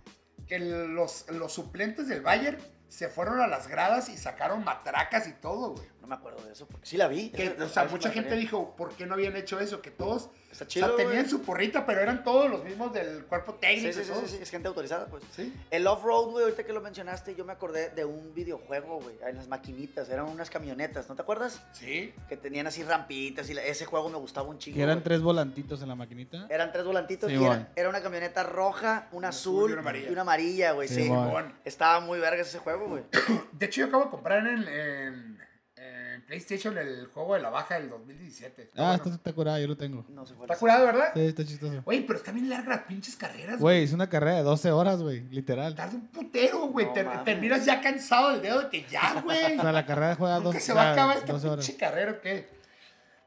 [SPEAKER 1] que los, los suplentes del Bayern se fueron a las gradas y sacaron matracas y todo, güey.
[SPEAKER 2] No me acuerdo de eso, porque sí la vi.
[SPEAKER 1] Que,
[SPEAKER 2] Esa-
[SPEAKER 1] o sea,
[SPEAKER 2] esa
[SPEAKER 1] mucha
[SPEAKER 2] me
[SPEAKER 1] gente
[SPEAKER 2] refería.
[SPEAKER 1] dijo, ¿por qué no habían hecho eso? Que todos
[SPEAKER 2] Está
[SPEAKER 1] o
[SPEAKER 2] chido,
[SPEAKER 1] sea, tenían
[SPEAKER 2] güey.
[SPEAKER 1] su porrita, pero eran todos los mismos del cuerpo técnico.
[SPEAKER 2] Sí, sí,
[SPEAKER 1] y
[SPEAKER 2] sí,
[SPEAKER 1] todo.
[SPEAKER 2] sí, sí, es gente autorizada, pues.
[SPEAKER 1] Sí.
[SPEAKER 2] El off-road, güey, ahorita que lo mencionaste, yo me acordé de un videojuego, güey, en las maquinitas, eran unas camionetas, ¿no te acuerdas?
[SPEAKER 1] Sí.
[SPEAKER 2] Que tenían así rampitas y la- ese juego me gustaba un chingo.
[SPEAKER 3] Que eran
[SPEAKER 2] güey.
[SPEAKER 3] tres volantitos en la maquinita.
[SPEAKER 2] Eran tres volantitos
[SPEAKER 3] Sí,
[SPEAKER 2] y era,
[SPEAKER 3] bueno.
[SPEAKER 2] era una camioneta roja, una
[SPEAKER 1] azul y
[SPEAKER 2] azul
[SPEAKER 1] una amarilla.
[SPEAKER 2] y una amarilla, güey,
[SPEAKER 3] Sí,
[SPEAKER 2] sí.
[SPEAKER 3] bueno.
[SPEAKER 1] Simón.
[SPEAKER 2] Estaba muy vergas ese juego, güey.
[SPEAKER 1] De hecho, yo acabo de comprar en, en- en PlayStation el juego de la baja del 2017.
[SPEAKER 3] Ah,
[SPEAKER 1] Bueno, Pues,
[SPEAKER 3] está, está curada, yo lo tengo.
[SPEAKER 2] No se fue.
[SPEAKER 1] está curado, ¿verdad?
[SPEAKER 3] Sí, está chistoso.
[SPEAKER 1] Güey, pero está bien larga las pinches carreras, güey.
[SPEAKER 3] Güey, es una carrera de 12 horas, güey, literal.
[SPEAKER 1] Tarda un putero, güey.
[SPEAKER 2] No
[SPEAKER 1] Te-
[SPEAKER 2] mames.
[SPEAKER 1] terminas ya cansado del dedo de que ya, güey.
[SPEAKER 3] O sea, la carrera juega
[SPEAKER 1] Nunca
[SPEAKER 3] 12,
[SPEAKER 1] se va a acabar esta
[SPEAKER 3] 12 horas.
[SPEAKER 1] pinche carrera, ¿o ¿qué?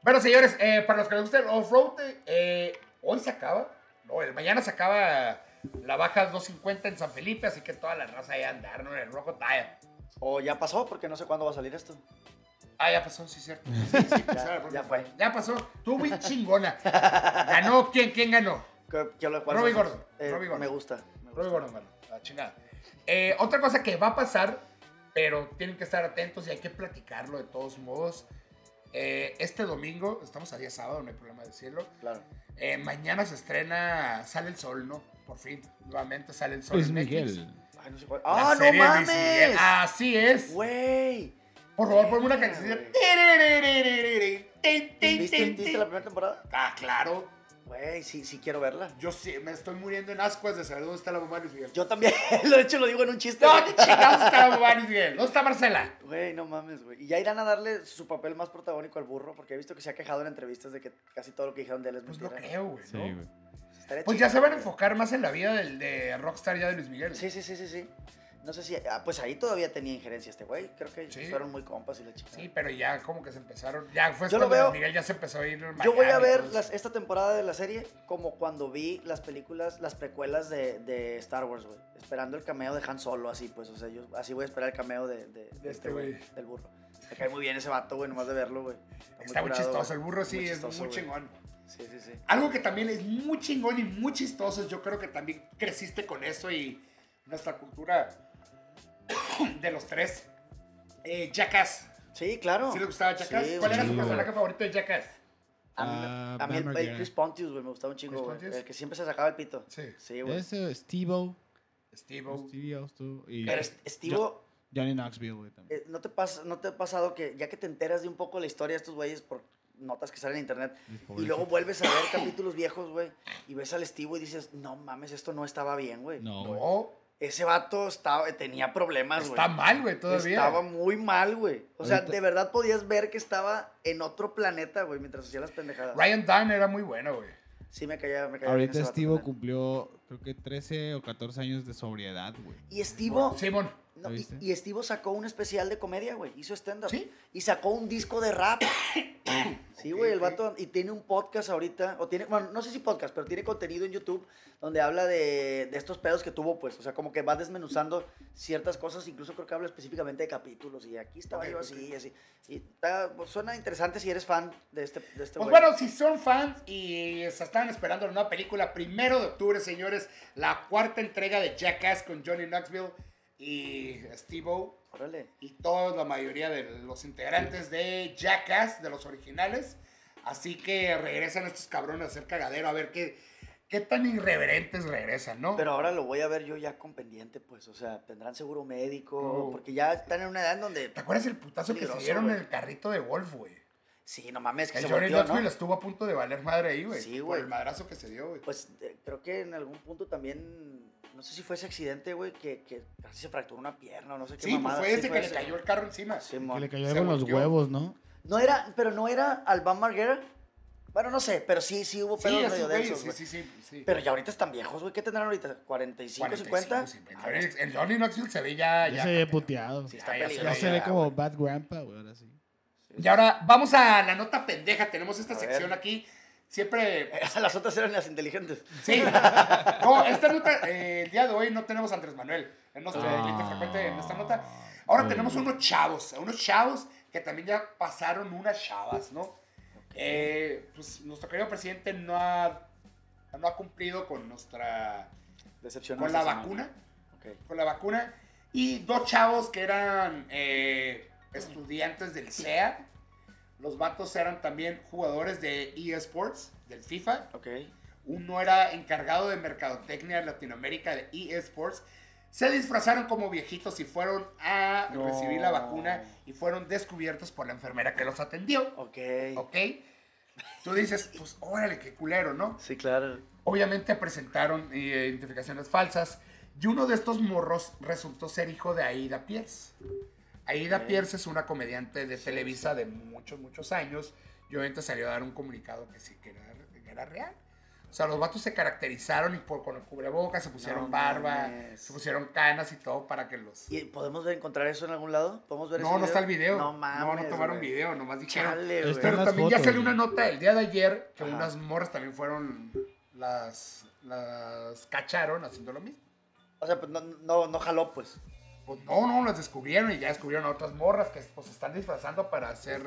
[SPEAKER 1] Bueno, señores, eh, para los que les gusta el off-road, eh, hoy se acaba. No, el mañana se acaba la baja 250 en San Felipe, así que toda la raza ahí a andar, ¿no? En el rojo talla.
[SPEAKER 2] O ya pasó, porque no sé cuándo va a salir esto.
[SPEAKER 1] Ah, ya pasó, sí, cierto. Sí, sí,
[SPEAKER 2] Ya, ya fue.
[SPEAKER 1] Ya pasó. Tú, muy chingona. Ganó, ¿quién, quién ganó?
[SPEAKER 2] ¿Qué- qué habla- cuál
[SPEAKER 1] Robbie
[SPEAKER 2] es?
[SPEAKER 1] Gordon,
[SPEAKER 2] Eh,
[SPEAKER 1] Robbie Gordon.
[SPEAKER 2] Me gusta. me
[SPEAKER 1] Robbie
[SPEAKER 2] gusta.
[SPEAKER 1] Gordon ganó. La chingada. Eh, otra cosa que va a pasar, pero tienen que estar atentos y hay que platicarlo de todos modos. Eh, este domingo, estamos a día sábado, no hay problema decirlo.
[SPEAKER 2] Claro.
[SPEAKER 1] Eh, mañana se estrena Sale el Sol, ¿no? Por fin, nuevamente sale el Sol.
[SPEAKER 3] Luis
[SPEAKER 1] en Netflix.
[SPEAKER 3] Miguel.
[SPEAKER 2] Ay, no sé cuál-
[SPEAKER 1] La
[SPEAKER 2] ¡Ah, no
[SPEAKER 1] serie de Luis Miguel. Ah.
[SPEAKER 2] mames!
[SPEAKER 1] Así es.
[SPEAKER 2] Güey.
[SPEAKER 1] Por favor, ponme una
[SPEAKER 2] Verga,
[SPEAKER 1] canción.
[SPEAKER 2] güey.
[SPEAKER 1] Tin, tin,
[SPEAKER 2] ¿Viste,
[SPEAKER 1] tin,
[SPEAKER 2] viste
[SPEAKER 1] tin.
[SPEAKER 2] la primera temporada?
[SPEAKER 1] Ah, claro.
[SPEAKER 2] Güey, sí, sí quiero verla.
[SPEAKER 1] Yo sí, me estoy muriendo en ascuas de saber dónde está la mamá de Luis Miguel.
[SPEAKER 2] Yo también, lo de hecho lo digo en un chiste.
[SPEAKER 1] ¿Dónde chingados está la mamá de Luis Miguel? ¿Dónde está Marcela?
[SPEAKER 2] Güey, no mames, güey. Y ya irán a darle su papel más protagónico al burro, porque he visto que se ha quejado en entrevistas de que casi todo lo que dijeron de él es
[SPEAKER 1] Pues no
[SPEAKER 2] mentira.
[SPEAKER 1] creo, güey.
[SPEAKER 3] Sí,
[SPEAKER 1] ¿no?
[SPEAKER 3] güey.
[SPEAKER 2] Estaría
[SPEAKER 1] Pues
[SPEAKER 2] chido.
[SPEAKER 1] ya se van a enfocar más en la vida del de Rockstar ya de Luis Miguel.
[SPEAKER 2] Sí, sí, sí, sí, sí. No sé si... ah, pues ahí todavía tenía injerencia este güey. Creo que
[SPEAKER 1] Sí.
[SPEAKER 2] fueron muy compas y la chica.
[SPEAKER 1] Sí, pero ya como que se empezaron. Ya fue cuando
[SPEAKER 2] Yo lo veo-
[SPEAKER 1] Luis Miguel ya se empezó a ir.
[SPEAKER 2] Yo voy a
[SPEAKER 1] Miami,
[SPEAKER 2] ver
[SPEAKER 1] entonces.
[SPEAKER 2] las- esta temporada de la serie como cuando vi las películas, las precuelas de, de Star Wars, güey. Esperando el cameo de Han Solo, así, pues, o sea, yo así voy a esperar el cameo de, de- de
[SPEAKER 1] este güey.
[SPEAKER 2] del burro. Me cae muy bien ese vato, güey, nomás de verlo, güey.
[SPEAKER 1] Está muy
[SPEAKER 2] curado,
[SPEAKER 1] chistoso, el
[SPEAKER 2] güey.
[SPEAKER 1] burro sí es
[SPEAKER 2] chistoso,
[SPEAKER 1] muy
[SPEAKER 2] güey.
[SPEAKER 1] chingón.
[SPEAKER 2] Sí, sí, sí.
[SPEAKER 1] Algo que también es muy chingón y muy chistoso, yo creo que también creciste con eso y nuestra cultura de los tres. Eh, Jackass.
[SPEAKER 2] Sí, claro.
[SPEAKER 1] ¿Sí le gustaba Jackass?
[SPEAKER 2] Sí,
[SPEAKER 1] ¿Cuál era
[SPEAKER 2] güey.
[SPEAKER 1] su
[SPEAKER 3] Sí,
[SPEAKER 1] personaje favorito de Jackass?
[SPEAKER 2] A mí,
[SPEAKER 3] Ah,
[SPEAKER 2] a mí el,
[SPEAKER 3] Van
[SPEAKER 2] el
[SPEAKER 3] Margera.
[SPEAKER 2] Chris Pontius, güey, me gustaba un chingo,
[SPEAKER 1] ¿Chris
[SPEAKER 2] güey.
[SPEAKER 1] Pontius?
[SPEAKER 2] El que siempre se sacaba el pito.
[SPEAKER 1] Sí.
[SPEAKER 2] Sí, güey.
[SPEAKER 3] Ese, Steve-O.
[SPEAKER 1] Steve-O.
[SPEAKER 3] Steve-O estuvo- y
[SPEAKER 2] Pero es- Estivo,
[SPEAKER 3] Johnny Knoxville, güey, también.
[SPEAKER 2] eh, ¿no, te pas- ¿no te ha pasado que ya que te enteras de un poco la historia de estos güeyes por notas que salen en internet, Y luego vuelves a ver capítulos viejos, güey, y ves al Steve y dices, no mames, esto no estaba bien, güey.
[SPEAKER 3] No, güey.
[SPEAKER 1] No,
[SPEAKER 2] Ese vato estaba, tenía problemas, güey.
[SPEAKER 1] está mal, güey, todavía.
[SPEAKER 2] Estaba muy mal, güey. O sea,
[SPEAKER 3] Ahorita-
[SPEAKER 2] de verdad podías ver que estaba en otro planeta, güey, mientras hacía las pendejadas.
[SPEAKER 1] Ryan Dunn era muy bueno, güey.
[SPEAKER 2] Sí, me caía, me caía. bien ese
[SPEAKER 3] Ahorita
[SPEAKER 2] vato
[SPEAKER 3] Steve
[SPEAKER 2] también.
[SPEAKER 3] cumplió, creo que 13 o 14 años de sobriedad, güey.
[SPEAKER 2] Y Steve,
[SPEAKER 1] Simón.
[SPEAKER 2] no,
[SPEAKER 3] ¿Lo
[SPEAKER 2] y,
[SPEAKER 3] viste?
[SPEAKER 2] y Steve sacó un especial de comedia, güey. Hizo stand-up.
[SPEAKER 1] Sí.
[SPEAKER 2] Y sacó un disco de rap. Sí,
[SPEAKER 1] Ok,
[SPEAKER 2] güey, el
[SPEAKER 1] ok.
[SPEAKER 2] vato. Y tiene un podcast ahorita. O tiene, bueno, no sé si podcast, pero tiene contenido en YouTube donde habla de, de estos pedos que tuvo, pues. O sea, como que va desmenuzando ciertas cosas. Incluso creo que habla específicamente de capítulos. Y aquí estaba
[SPEAKER 1] Ok,
[SPEAKER 2] yo
[SPEAKER 1] ok.
[SPEAKER 2] así y así. Y está- pues, suena interesante si eres fan de este, de este
[SPEAKER 1] Pues
[SPEAKER 2] güey.
[SPEAKER 1] bueno, si son fans y se están esperando la nueva película, primero de octubre, señores, la cuarta entrega de Jackass con Johnny Knoxville y Steve-O
[SPEAKER 2] Órale.
[SPEAKER 1] y toda la mayoría de los integrantes de Jackass, de los originales. Así que regresan estos cabrones a hacer cagadero, a ver qué, qué tan irreverentes regresan, ¿no?
[SPEAKER 2] Pero ahora lo voy a ver yo ya con pendiente, pues. O sea, tendrán seguro médico.
[SPEAKER 1] No.
[SPEAKER 2] Porque ya están en una edad en donde.
[SPEAKER 1] ¿Te acuerdas el putazo que se
[SPEAKER 2] Peligroso,
[SPEAKER 1] dieron en
[SPEAKER 2] güey.
[SPEAKER 1] el carrito de Wolf, güey?
[SPEAKER 2] Sí, no mames, que
[SPEAKER 1] El
[SPEAKER 2] se
[SPEAKER 1] Johnny
[SPEAKER 2] volteó,
[SPEAKER 1] Knoxville
[SPEAKER 2] ¿no?
[SPEAKER 1] estuvo a punto de valer madre ahí, güey.
[SPEAKER 2] Sí,
[SPEAKER 1] por
[SPEAKER 2] güey.
[SPEAKER 1] el madrazo que se dio, güey.
[SPEAKER 2] Pues eh, creo que en algún punto también, no sé si fue ese accidente, güey, que, que casi se fracturó una pierna o no sé qué
[SPEAKER 1] Sí, pues
[SPEAKER 2] mamada.
[SPEAKER 1] fue
[SPEAKER 2] Sí,
[SPEAKER 1] ese que le
[SPEAKER 2] ese.
[SPEAKER 1] cayó el carro encima.
[SPEAKER 2] Sí,
[SPEAKER 3] Que
[SPEAKER 2] mon.
[SPEAKER 3] le cayó
[SPEAKER 1] se
[SPEAKER 3] algo en los
[SPEAKER 1] volteó.
[SPEAKER 3] huevos, ¿no?
[SPEAKER 2] No era, pero no era Alban Marguera. Bueno, no sé, pero sí, sí hubo
[SPEAKER 1] Sí,
[SPEAKER 2] pedos
[SPEAKER 1] esos
[SPEAKER 2] medio
[SPEAKER 1] güeyes,
[SPEAKER 2] densos,
[SPEAKER 1] sí,
[SPEAKER 2] güey.
[SPEAKER 1] sí, sí, sí.
[SPEAKER 2] Pero ya ahorita están viejos, güey. ¿Qué tendrán ahorita? ¿45, 50?
[SPEAKER 1] 45, sí, pero el- El Johnny Knoxville se ve Ah, ya...
[SPEAKER 3] Ya, se ve
[SPEAKER 1] caca.
[SPEAKER 3] puteado.
[SPEAKER 1] Sí,
[SPEAKER 2] Ah,
[SPEAKER 1] ya
[SPEAKER 2] está
[SPEAKER 1] se
[SPEAKER 3] ya
[SPEAKER 2] peligroso.
[SPEAKER 1] ve
[SPEAKER 3] se ve
[SPEAKER 2] ya,
[SPEAKER 3] como
[SPEAKER 2] güey.
[SPEAKER 3] Bad Grandpa, güey, ahora sí.
[SPEAKER 1] Y ahora vamos a la nota pendeja. Tenemos esta
[SPEAKER 2] A ver.
[SPEAKER 1] sección aquí. Siempre.
[SPEAKER 2] Las otras eran las inteligentes.
[SPEAKER 1] Sí. No, esta nota, eh, el día de hoy no tenemos a Andrés Manuel. Es nuestro
[SPEAKER 3] Ah,
[SPEAKER 1] cliente frecuente en esta nota. Ahora
[SPEAKER 3] güey.
[SPEAKER 1] tenemos unos chavos, unos chavos que también ya pasaron unas chavas, ¿no? Eh, pues nuestro querido presidente no ha, no ha cumplido con nuestra.
[SPEAKER 2] Decepcionante.
[SPEAKER 1] con la vacuna.
[SPEAKER 2] Ok.
[SPEAKER 1] Con la vacuna. Y dos chavos que eran eh, estudiantes del CEA. Los vatos eran también jugadores de eSports, del FIFA.
[SPEAKER 2] Ok.
[SPEAKER 1] Uno era encargado de mercadotecnia en Latinoamérica de eSports. Se disfrazaron como viejitos y fueron a
[SPEAKER 2] No.
[SPEAKER 1] recibir la vacuna y fueron descubiertos por la enfermera que los atendió.
[SPEAKER 2] Ok.
[SPEAKER 1] ¿Ok? Tú dices, pues órale, qué culero, ¿no?
[SPEAKER 2] Sí, claro.
[SPEAKER 1] Obviamente presentaron eh, identificaciones falsas y uno de estos morros resultó ser hijo de Aida Pierce. Aida
[SPEAKER 2] Ok.
[SPEAKER 1] Pierce es una comediante de Televisa de muchos, muchos años y obviamente salió a dar un comunicado que sí que era, que era real. O sea, los vatos se caracterizaron y por, con el cubrebocas se pusieron
[SPEAKER 2] No
[SPEAKER 1] barba,
[SPEAKER 2] mames.
[SPEAKER 1] se pusieron canas y todo para que los...
[SPEAKER 2] ¿Y podemos ver, encontrar eso en algún lado? ¿Podemos ver ese
[SPEAKER 1] No, no está el video.
[SPEAKER 2] No
[SPEAKER 1] No,
[SPEAKER 2] mames.
[SPEAKER 1] no, tomaron
[SPEAKER 2] güey.
[SPEAKER 1] video, este nomás dijeron...
[SPEAKER 2] Chale, güey.
[SPEAKER 3] Está-
[SPEAKER 1] Pero
[SPEAKER 3] las
[SPEAKER 1] también ya
[SPEAKER 3] fotos,
[SPEAKER 1] salió una
[SPEAKER 3] güey.
[SPEAKER 1] nota el día de ayer que
[SPEAKER 2] Ajá.
[SPEAKER 1] unas morras también fueron las las cacharon haciendo lo mismo.
[SPEAKER 2] O sea, pues no, no, no jaló, pues.
[SPEAKER 1] Pues no, no, las descubrieron y ya descubrieron a otras morras que pues se están disfrazando para hacer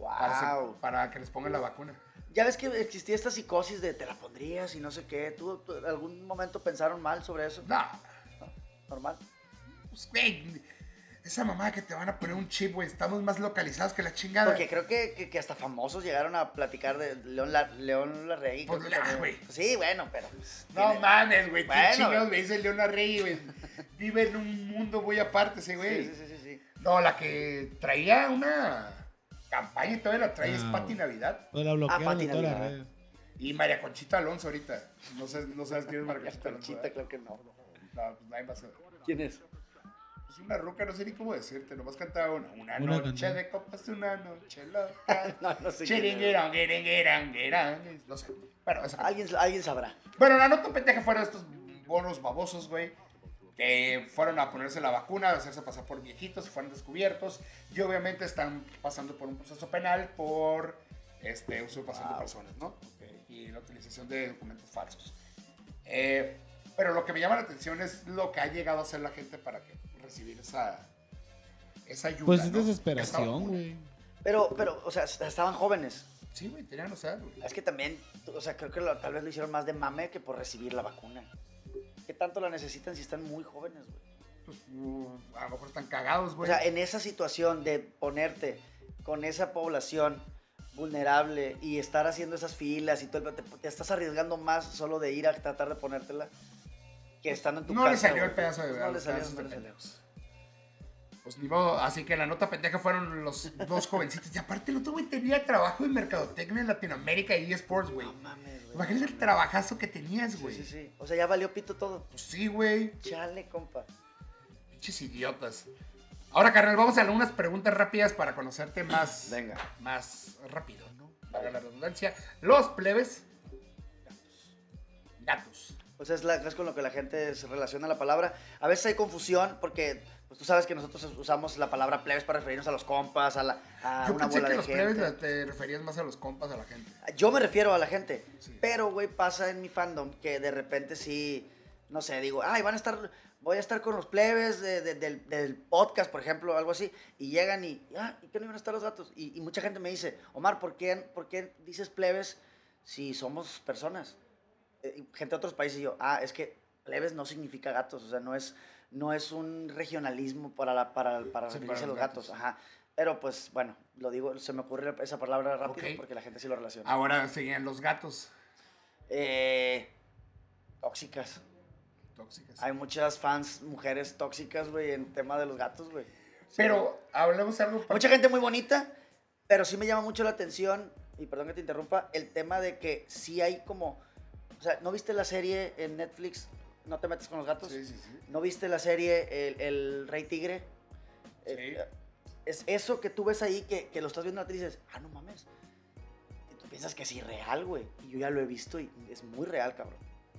[SPEAKER 1] para, hacer-
[SPEAKER 2] Wow.
[SPEAKER 1] para que les pongan la vacuna.
[SPEAKER 2] Ya ves que existía esta psicosis de te la pondrías y no sé qué. ¿Tú, tú algún momento pensaron mal sobre eso?
[SPEAKER 1] No,
[SPEAKER 2] Normal.
[SPEAKER 1] pues güey, esa mamá que te van a poner un chip, güey, estamos más localizados que la chingada.
[SPEAKER 2] Porque creo que, que, que hasta famosos llegaron a platicar de León, la, León Larregui. creo
[SPEAKER 1] Pues,
[SPEAKER 2] que
[SPEAKER 1] ah,
[SPEAKER 2] también.
[SPEAKER 1] güey.
[SPEAKER 2] Sí, bueno, pero... pues,
[SPEAKER 1] no
[SPEAKER 2] tiene-
[SPEAKER 1] mames, güey, qué
[SPEAKER 2] Bueno,
[SPEAKER 1] chingados
[SPEAKER 2] güey.
[SPEAKER 1] me dice Leona Rey, güey. Vive en un mundo muy aparte ese güey.
[SPEAKER 2] Sí, sí, sí, sí, sí.
[SPEAKER 1] No, la que traía una campaña y todavía la trae es
[SPEAKER 3] Ah.
[SPEAKER 1] Pati Navidad.
[SPEAKER 3] Pues la bloquearon
[SPEAKER 2] Pati
[SPEAKER 3] de todas las
[SPEAKER 2] Navidad.
[SPEAKER 3] redes.
[SPEAKER 1] Y María Conchita Alonso ahorita. No, sé, no sabes quién es María
[SPEAKER 2] La
[SPEAKER 1] Conchita Alonso.
[SPEAKER 2] Conchita,
[SPEAKER 1] ¿verdad?
[SPEAKER 2] creo que no.
[SPEAKER 1] No, pues nadie más.
[SPEAKER 2] ¿Quién es?
[SPEAKER 1] Es una ruca, no sé ni cómo decirte. Nomás cantaba una. Una,
[SPEAKER 3] Una
[SPEAKER 1] noche
[SPEAKER 3] canción.
[SPEAKER 1] de copas, una noche loca.
[SPEAKER 2] No, no sé quién es.
[SPEAKER 1] Chiringuirán, guirán, guirán. No sé. Bueno, esa
[SPEAKER 2] Alguien, alguien sabrá.
[SPEAKER 1] Bueno, la nota pendeja fueron estos bonos babosos, güey. Que fueron a ponerse la vacuna, a hacerse pasar por viejitos, fueron descubiertos. Y obviamente están pasando por un proceso penal por este uso de pasión de
[SPEAKER 2] Wow.
[SPEAKER 1] personas, ¿no? Y la utilización de documentos falsos. Eh, pero lo que me llama la atención es lo que ha llegado a hacer la gente para que recibir esa, esa ayuda.
[SPEAKER 3] Pues es
[SPEAKER 1] ¿no? Esa
[SPEAKER 3] desesperación,
[SPEAKER 1] vacuna.
[SPEAKER 3] güey.
[SPEAKER 2] Pero, pero, o sea, estaban jóvenes.
[SPEAKER 1] Sí, güey, tenían, o sea, güey.
[SPEAKER 2] Es que también, o sea, creo que lo- tal vez lo hicieron más de mame que por recibir la vacuna. ¿Qué tanto la necesitan si están muy jóvenes, güey?
[SPEAKER 1] pues, uh, a lo mejor están cagados,
[SPEAKER 2] O
[SPEAKER 1] güey.
[SPEAKER 2] sea, en esa situación de ponerte con esa población vulnerable y estar haciendo esas filas y todo el- te, te estás arriesgando más solo de ir a tratar de ponértela que estando en tu
[SPEAKER 1] no
[SPEAKER 2] casa.
[SPEAKER 1] le salió
[SPEAKER 2] güey.
[SPEAKER 1] el
[SPEAKER 2] Pues
[SPEAKER 1] pedazo de
[SPEAKER 2] No le
[SPEAKER 1] los
[SPEAKER 2] salió,
[SPEAKER 1] pedazos
[SPEAKER 2] no
[SPEAKER 1] de
[SPEAKER 2] le salió.
[SPEAKER 1] pendejos. Pues ni modo, así que la nota pendeja fueron los dos jovencitos. Y aparte el otro güey tenía trabajo en mercadotecnia en Latinoamérica y eSports, güey.
[SPEAKER 2] No mames, güey.
[SPEAKER 1] Imagínate el trabajazo que tenías,
[SPEAKER 2] Sí,
[SPEAKER 1] güey.
[SPEAKER 2] sí, sí. O sea, ya valió pito todo.
[SPEAKER 1] Pues sí, güey.
[SPEAKER 2] Chale, compa.
[SPEAKER 1] Pinches idiotas. Ahora, carnal, vamos a algunas preguntas rápidas para conocerte más.
[SPEAKER 2] Venga.
[SPEAKER 1] Más rápido, ¿no? Para la redundancia. Los plebes. Gatos. Gatos.
[SPEAKER 2] O sea, es, la- es con lo que la gente se relaciona la palabra. A veces hay confusión porque pues, tú sabes que nosotros usamos la palabra plebes para referirnos a los compas, a, la, a
[SPEAKER 1] Yo
[SPEAKER 2] Ah, una
[SPEAKER 1] pensé
[SPEAKER 2] bola
[SPEAKER 1] que
[SPEAKER 2] de
[SPEAKER 1] los
[SPEAKER 2] gente.
[SPEAKER 1] plebes la- te referías más a los compas, a la gente.
[SPEAKER 2] Yo me refiero a la gente.
[SPEAKER 1] Sí.
[SPEAKER 2] Pero, güey, pasa en mi fandom que de repente sí, no sé, digo, ay, van a estar, voy a estar con los plebes de- de- del, del podcast, por ejemplo, o algo así. Y llegan y, ah, ¿y qué no iban a estar los gatos? Y, y mucha gente me dice, Omar, ¿por qué, ¿por qué dices plebes si somos personas? Eh, y gente de otros países y yo, ah, es que plebes no significa gatos, o sea, no es, no es un regionalismo para, la, para, para
[SPEAKER 1] Sí,
[SPEAKER 2] referirse
[SPEAKER 1] para
[SPEAKER 2] a
[SPEAKER 1] los
[SPEAKER 2] los gatos.
[SPEAKER 1] gatos.
[SPEAKER 2] Ajá. Pero pues bueno, lo digo, se me ocurre esa palabra rápido
[SPEAKER 1] Ok.
[SPEAKER 2] porque la gente sí lo relaciona.
[SPEAKER 1] Ahora seguían los gatos
[SPEAKER 2] Eh, tóxicas.
[SPEAKER 1] tóxicas.
[SPEAKER 2] Hay muchas fans, mujeres tóxicas, güey, en tema de los gatos, güey.
[SPEAKER 1] Pero hablemos algo para-
[SPEAKER 2] Mucha gente muy bonita, pero sí me llama mucho la atención, y perdón que te interrumpa, el tema de que sí hay como... O sea, ¿no viste la serie en Netflix? ¿No te metes con los gatos?
[SPEAKER 1] Sí, sí, sí.
[SPEAKER 2] ¿No viste la serie El, El Rey Tigre? Eh, es eso que tú ves ahí, que, que lo estás viendo en la tele y dices, ah, no mames. Y tú piensas que es irreal, güey. Y yo ya lo he visto y es muy real, cabrón.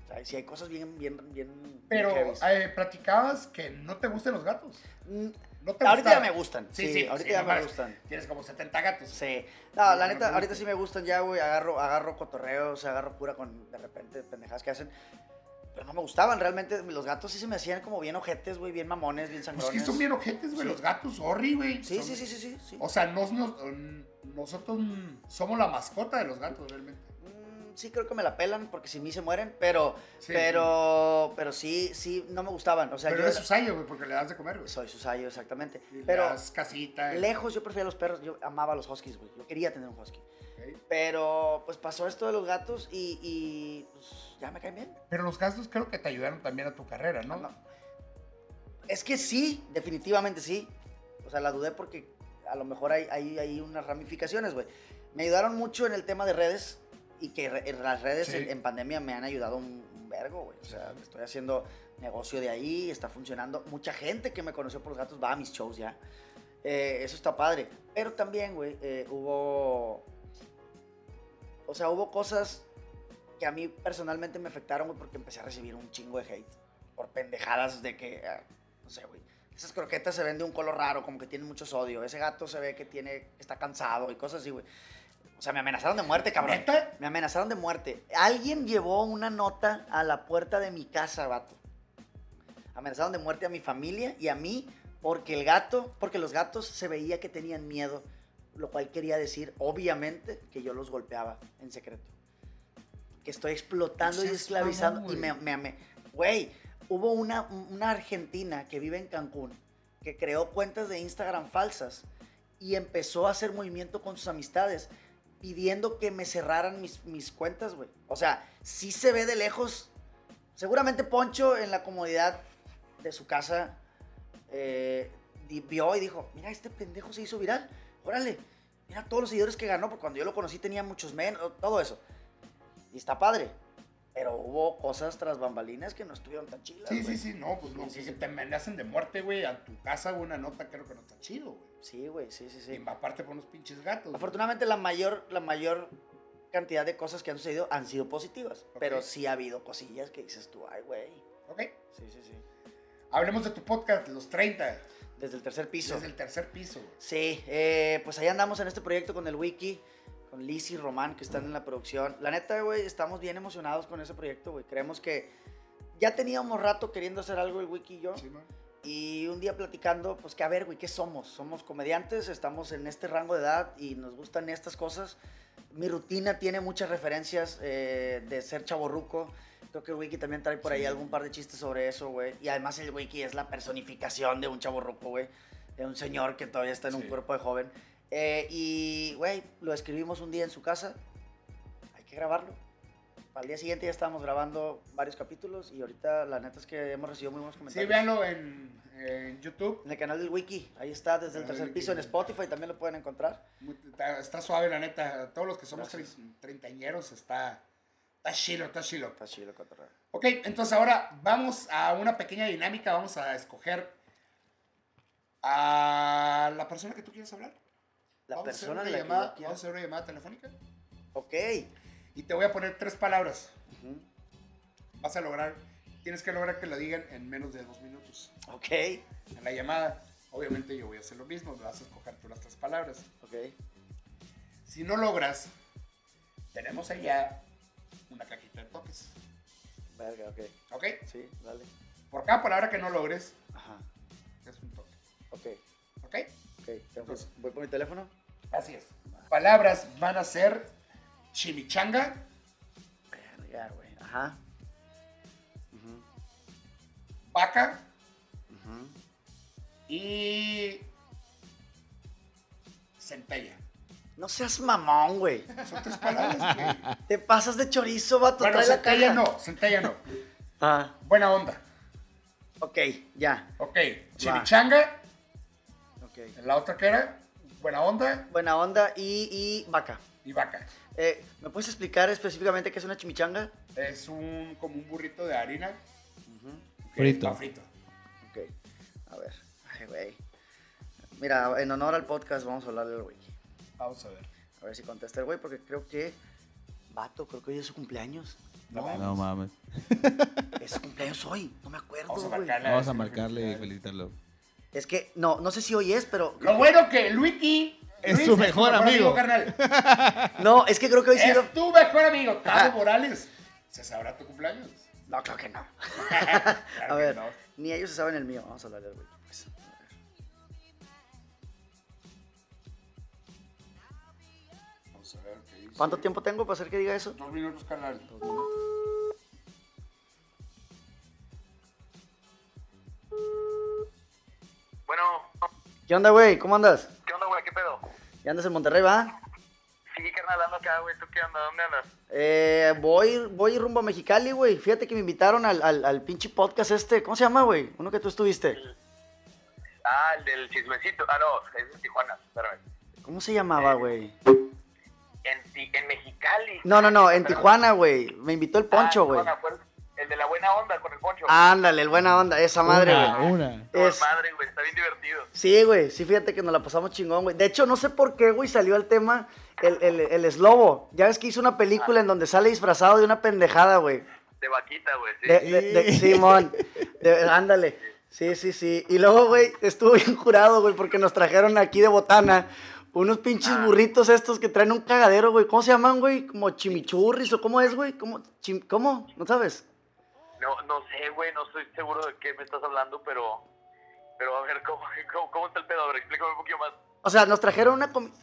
[SPEAKER 2] O sea, si hay cosas bien, bien, bien. bien
[SPEAKER 1] Pero
[SPEAKER 2] heavies.
[SPEAKER 1] eh, platicabas que no te gustan los gatos.
[SPEAKER 2] Mm,
[SPEAKER 1] No te
[SPEAKER 2] ahorita ya
[SPEAKER 1] gustaban.
[SPEAKER 2] me gustan. Sí,
[SPEAKER 1] Sí, sí,
[SPEAKER 2] ahorita
[SPEAKER 1] sí,
[SPEAKER 2] ya
[SPEAKER 1] no
[SPEAKER 2] me
[SPEAKER 1] mames.
[SPEAKER 2] gustan.
[SPEAKER 1] Tienes como 70 gatos.
[SPEAKER 2] Sí.
[SPEAKER 1] No,
[SPEAKER 2] No, la
[SPEAKER 1] no
[SPEAKER 2] neta,
[SPEAKER 1] me
[SPEAKER 2] ahorita
[SPEAKER 1] gustan.
[SPEAKER 2] sí me gustan ya, güey. Agarro, agarro cotorreos, agarro cura con de repente pendejadas que hacen. Pero no me gustaban realmente. Los gatos sí se me hacían como bien ojetes, güey, bien mamones, bien
[SPEAKER 1] Pues
[SPEAKER 2] sangrones.
[SPEAKER 1] que son bien ojetes, güey.
[SPEAKER 2] Sí.
[SPEAKER 1] Los gatos, horrible, güey.
[SPEAKER 2] Sí,
[SPEAKER 1] Son-
[SPEAKER 2] sí, sí, sí, sí. sí.
[SPEAKER 1] O sea, nos- nos- mm, nosotros mm, somos la mascota de los gatos, realmente.
[SPEAKER 2] Mm, sí creo que me la pelan porque si mí se mueren, pero,
[SPEAKER 1] Sí.
[SPEAKER 2] pero, pero sí, sí, no me gustaban. O sea,
[SPEAKER 1] Pero
[SPEAKER 2] yo
[SPEAKER 1] eres susayo, güey, porque le das de comer, güey.
[SPEAKER 2] soy susayo, exactamente.
[SPEAKER 1] Y le
[SPEAKER 2] Pero
[SPEAKER 1] das casita. y-
[SPEAKER 2] lejos yo prefería los perros, yo amaba los huskies, güey. Yo quería tener un husky.
[SPEAKER 1] ok.
[SPEAKER 2] Pero pues pasó esto de los gatos y, y, pues, ya me caen bien.
[SPEAKER 1] Pero los gastos creo que te ayudaron también a tu carrera, ¿no?
[SPEAKER 2] No. Es que sí, definitivamente sí. O sea, la dudé porque a lo mejor hay, hay, hay unas ramificaciones, güey. Me ayudaron mucho en el tema de redes y que re- en las redes
[SPEAKER 1] Sí.
[SPEAKER 2] en, en pandemia me han ayudado un, un vergo, güey. O sea, estoy haciendo negocio de ahí, está funcionando. Mucha gente que me conoció por los gatos va a mis shows ya. Eh, eso está padre. Pero también, güey, eh, hubo... O sea, hubo cosas que a mí personalmente me afectaron, güey, porque empecé a recibir un chingo de hate por pendejadas de que, ah, no sé, güey. Esas croquetas se ven de un color raro, como que tienen mucho sodio. Ese gato se ve que tiene, está cansado y cosas así, güey. O sea, me amenazaron de muerte, cabrón.
[SPEAKER 1] ¿Neta?
[SPEAKER 2] Me amenazaron de muerte. Alguien llevó una nota a la puerta de mi casa, vato. Amenazaron de muerte a mi familia y a mí porque el gato, porque los gatos se veía que tenían miedo, lo cual quería decir, obviamente, que yo los golpeaba en secreto. Que estoy explotando y
[SPEAKER 1] Seas
[SPEAKER 2] esclavizando.
[SPEAKER 1] mamón,
[SPEAKER 2] y me, me, me- güey, hubo una, una argentina que vive en Cancún que creó cuentas de Instagram falsas y empezó a hacer movimiento con sus amistades pidiendo que me cerraran mis, mis cuentas, güey. O sea, sí se ve de lejos. Seguramente Poncho en la comodidad de su casa eh, di- vio y dijo, mira, este pendejo se hizo viral. Órale, mira todos los seguidores que ganó, porque cuando yo lo conocí tenía muchos menos, todo eso. Y está padre. Pero hubo cosas tras bambalinas que no estuvieron tan chilas.
[SPEAKER 1] Sí, sí,
[SPEAKER 2] güey.
[SPEAKER 1] sí, no, pues no,
[SPEAKER 2] Sí, sí,
[SPEAKER 1] que
[SPEAKER 2] sí.
[SPEAKER 1] te amenazan de muerte, güey, a tu casa, güey, una nota creo que no está chido, güey.
[SPEAKER 2] Sí, güey, sí, sí, sí.
[SPEAKER 1] Y aparte por unos pinches gatos. güey.
[SPEAKER 2] Afortunadamente la mayor, la mayor cantidad de cosas que han sucedido han sido positivas,
[SPEAKER 1] Ok.
[SPEAKER 2] pero sí ha habido cosillas que dices tú, ay, güey.
[SPEAKER 1] Ok,
[SPEAKER 2] Sí, sí, sí.
[SPEAKER 1] hablemos de tu podcast, Los 30,
[SPEAKER 2] Desde el tercer piso.
[SPEAKER 1] desde el tercer piso, güey.
[SPEAKER 2] Sí, eh, pues ahí andamos en este proyecto con el Wiki, con Liz y Román que están en la producción. La neta, güey, estamos bien emocionados con ese proyecto, güey. Creemos que ya teníamos rato queriendo hacer algo el Wiki y yo.
[SPEAKER 1] Sí, man.
[SPEAKER 2] Y un día platicando, pues que a ver, güey, ¿qué somos? Somos comediantes, estamos en este rango de edad y nos gustan estas cosas. Mi rutina tiene muchas referencias eh, de ser chaborruco. Creo que el Wiki también trae por ahí algún par de chistes sobre eso, güey. Y además el Wiki es la personificación de un chaborruco, güey. De un señor que todavía está en
[SPEAKER 1] Sí.
[SPEAKER 2] un cuerpo de joven. Eh, y, güey, lo escribimos un día en su casa. Hay que grabarlo. Al día siguiente ya estábamos grabando varios capítulos y ahorita la neta es que hemos recibido muy buenos
[SPEAKER 1] Sí,
[SPEAKER 2] comentarios.
[SPEAKER 1] véanlo en, en YouTube.
[SPEAKER 2] En el canal del Wiki, ahí está, desde el
[SPEAKER 1] Ah,
[SPEAKER 2] tercer
[SPEAKER 1] Wiki.
[SPEAKER 2] piso, en Spotify también lo pueden encontrar.
[SPEAKER 1] Muy- Está, está suave, la neta. Todos los que somos
[SPEAKER 2] Gracias.
[SPEAKER 1] trein- treintañeros está, está chilo, está chilo.
[SPEAKER 2] Está chido, cotorreo.
[SPEAKER 1] Ok, entonces ahora vamos a una pequeña dinámica. Vamos a escoger a la persona que tú quieres hablar.
[SPEAKER 2] La
[SPEAKER 1] Vamos a hacer
[SPEAKER 2] persona
[SPEAKER 1] una
[SPEAKER 2] de la que
[SPEAKER 1] llamada-
[SPEAKER 2] yo quiero-
[SPEAKER 1] Vamos a hacer una llamada telefónica
[SPEAKER 2] Ok.
[SPEAKER 1] y te voy a poner tres palabras.
[SPEAKER 2] Ujú.
[SPEAKER 1] Vas a lograr, tienes que lograr que la digan en menos de dos minutos.
[SPEAKER 2] Ok.
[SPEAKER 1] En la llamada, obviamente yo voy a hacer lo mismo, me vas a escoger tú las tres palabras.
[SPEAKER 2] Ok.
[SPEAKER 1] Si no logras, tenemos allá una cajita de toques.
[SPEAKER 2] Verga, ok.
[SPEAKER 1] ¿Ok?
[SPEAKER 2] Sí, dale.
[SPEAKER 1] Por cada palabra que no logres,
[SPEAKER 2] Ajá.
[SPEAKER 1] es un toque.
[SPEAKER 2] Ok.
[SPEAKER 1] ¿Ok?
[SPEAKER 2] Ok. Tengo que-
[SPEAKER 1] Entonces-
[SPEAKER 2] Voy por mi teléfono.
[SPEAKER 1] Así es. Palabras van a ser chimichanga,
[SPEAKER 2] Verga, güey. Ajá. Ujú,
[SPEAKER 1] vaca
[SPEAKER 2] ujú.
[SPEAKER 1] y centella.
[SPEAKER 2] No seas mamón, güey.
[SPEAKER 1] Son tres palabras, güey.
[SPEAKER 2] Te pasas de chorizo, vato.
[SPEAKER 1] Bueno,
[SPEAKER 2] Trae la
[SPEAKER 1] centella
[SPEAKER 2] caja.
[SPEAKER 1] no, centella no.
[SPEAKER 2] Ah,
[SPEAKER 1] Buena onda.
[SPEAKER 2] ok, ya.
[SPEAKER 1] Ok, chimichanga,
[SPEAKER 2] Ok.
[SPEAKER 1] la otra que era, buena onda
[SPEAKER 2] Buena onda y, y vaca.
[SPEAKER 1] y vaca.
[SPEAKER 2] Eh, ¿Me puedes explicar específicamente qué es una chimichanga?
[SPEAKER 1] Es un como un burrito de harina. que
[SPEAKER 3] Frito.
[SPEAKER 1] está frito.
[SPEAKER 2] Ok, a ver. Ay, güey. Mira, en honor al podcast vamos a hablarle al güey.
[SPEAKER 1] Vamos a ver.
[SPEAKER 2] A ver si contesta el güey, porque creo que... Vato, creo que hoy es su cumpleaños.
[SPEAKER 1] No,
[SPEAKER 3] No mames.
[SPEAKER 2] Es su cumpleaños hoy, no me acuerdo,
[SPEAKER 1] Vamos a
[SPEAKER 2] güey.
[SPEAKER 1] marcarle.
[SPEAKER 3] Vamos a marcarle y felicitarlo.
[SPEAKER 2] Es que, no, no sé si hoy es, pero...
[SPEAKER 1] Lo bueno que Luiki
[SPEAKER 3] Es su mejor amigo.
[SPEAKER 1] carnal.
[SPEAKER 2] No, es que creo que hoy sí...
[SPEAKER 1] Es
[SPEAKER 2] lo-
[SPEAKER 1] tu mejor amigo, Cabo Morales. ¿Se sabrá tu cumpleaños?
[SPEAKER 2] No, creo que no.
[SPEAKER 1] Claro
[SPEAKER 2] A
[SPEAKER 1] que
[SPEAKER 2] ver,
[SPEAKER 1] no.
[SPEAKER 2] ni ellos se saben el mío. Vamos a hablarle al güey. pues.
[SPEAKER 1] Vamos a ver qué dice.
[SPEAKER 2] ¿Cuánto tiempo tengo para hacer que diga eso?
[SPEAKER 1] Dos minutos, carnal.
[SPEAKER 4] Bueno,
[SPEAKER 2] ¿Qué onda, güey? ¿Cómo andas?
[SPEAKER 4] ¿qué onda, güey? ¿Qué pedo?
[SPEAKER 2] ¿Ya andas en Monterrey, va?
[SPEAKER 4] Sí, carnal, ando acá, güey. ¿Tú qué onda? ¿Dónde andas?
[SPEAKER 2] Eh, voy, voy rumbo a Mexicali, güey. Fíjate que me invitaron al, al, al pinche podcast este. ¿Cómo se llama, güey? Uno que tú estuviste.
[SPEAKER 4] Ah, el del chismecito. Ah, no, es de Tijuana. Espérame.
[SPEAKER 2] ¿Cómo se
[SPEAKER 4] Eh,
[SPEAKER 2] llamaba, güey?
[SPEAKER 4] En, Ti- en Mexicali.
[SPEAKER 2] No, no, no, en
[SPEAKER 4] Espérame.
[SPEAKER 2] Tijuana, güey. Me invitó el
[SPEAKER 4] Ah, en
[SPEAKER 2] Poncho, güey.
[SPEAKER 4] Tijuana, fue el- El de la buena onda con el poncho.
[SPEAKER 2] Ándale, el buena onda, esa madre,
[SPEAKER 3] una,
[SPEAKER 2] güey.
[SPEAKER 3] una.
[SPEAKER 4] Con
[SPEAKER 2] es-
[SPEAKER 4] madre, güey. Está bien divertido.
[SPEAKER 2] Sí, güey, sí, fíjate que nos la pasamos chingón, güey. De hecho, no sé por qué, güey, salió el tema el, el, el eslobo. Ya ves que hizo una película en donde sale disfrazado de una pendejada, güey.
[SPEAKER 4] De vaquita, güey. Sí.
[SPEAKER 2] De, de- de- Simón. De- ándale. Sí, sí, sí. Y luego, güey, estuvo bien curado, güey, porque nos trajeron aquí de botana unos pinches burritos estos que traen un cagadero, güey. ¿Cómo se llaman, güey? Como chimichurris o cómo es, güey. ¿Cómo? Chim- ¿Cómo? ¿No sabes?
[SPEAKER 4] No, no sé, güey. No estoy seguro de qué me estás hablando, pero. Pero a ver, ¿cómo, cómo, cómo está el pedo? A ver, explícame un poquito más.
[SPEAKER 2] O sea, nos trajeron una comi-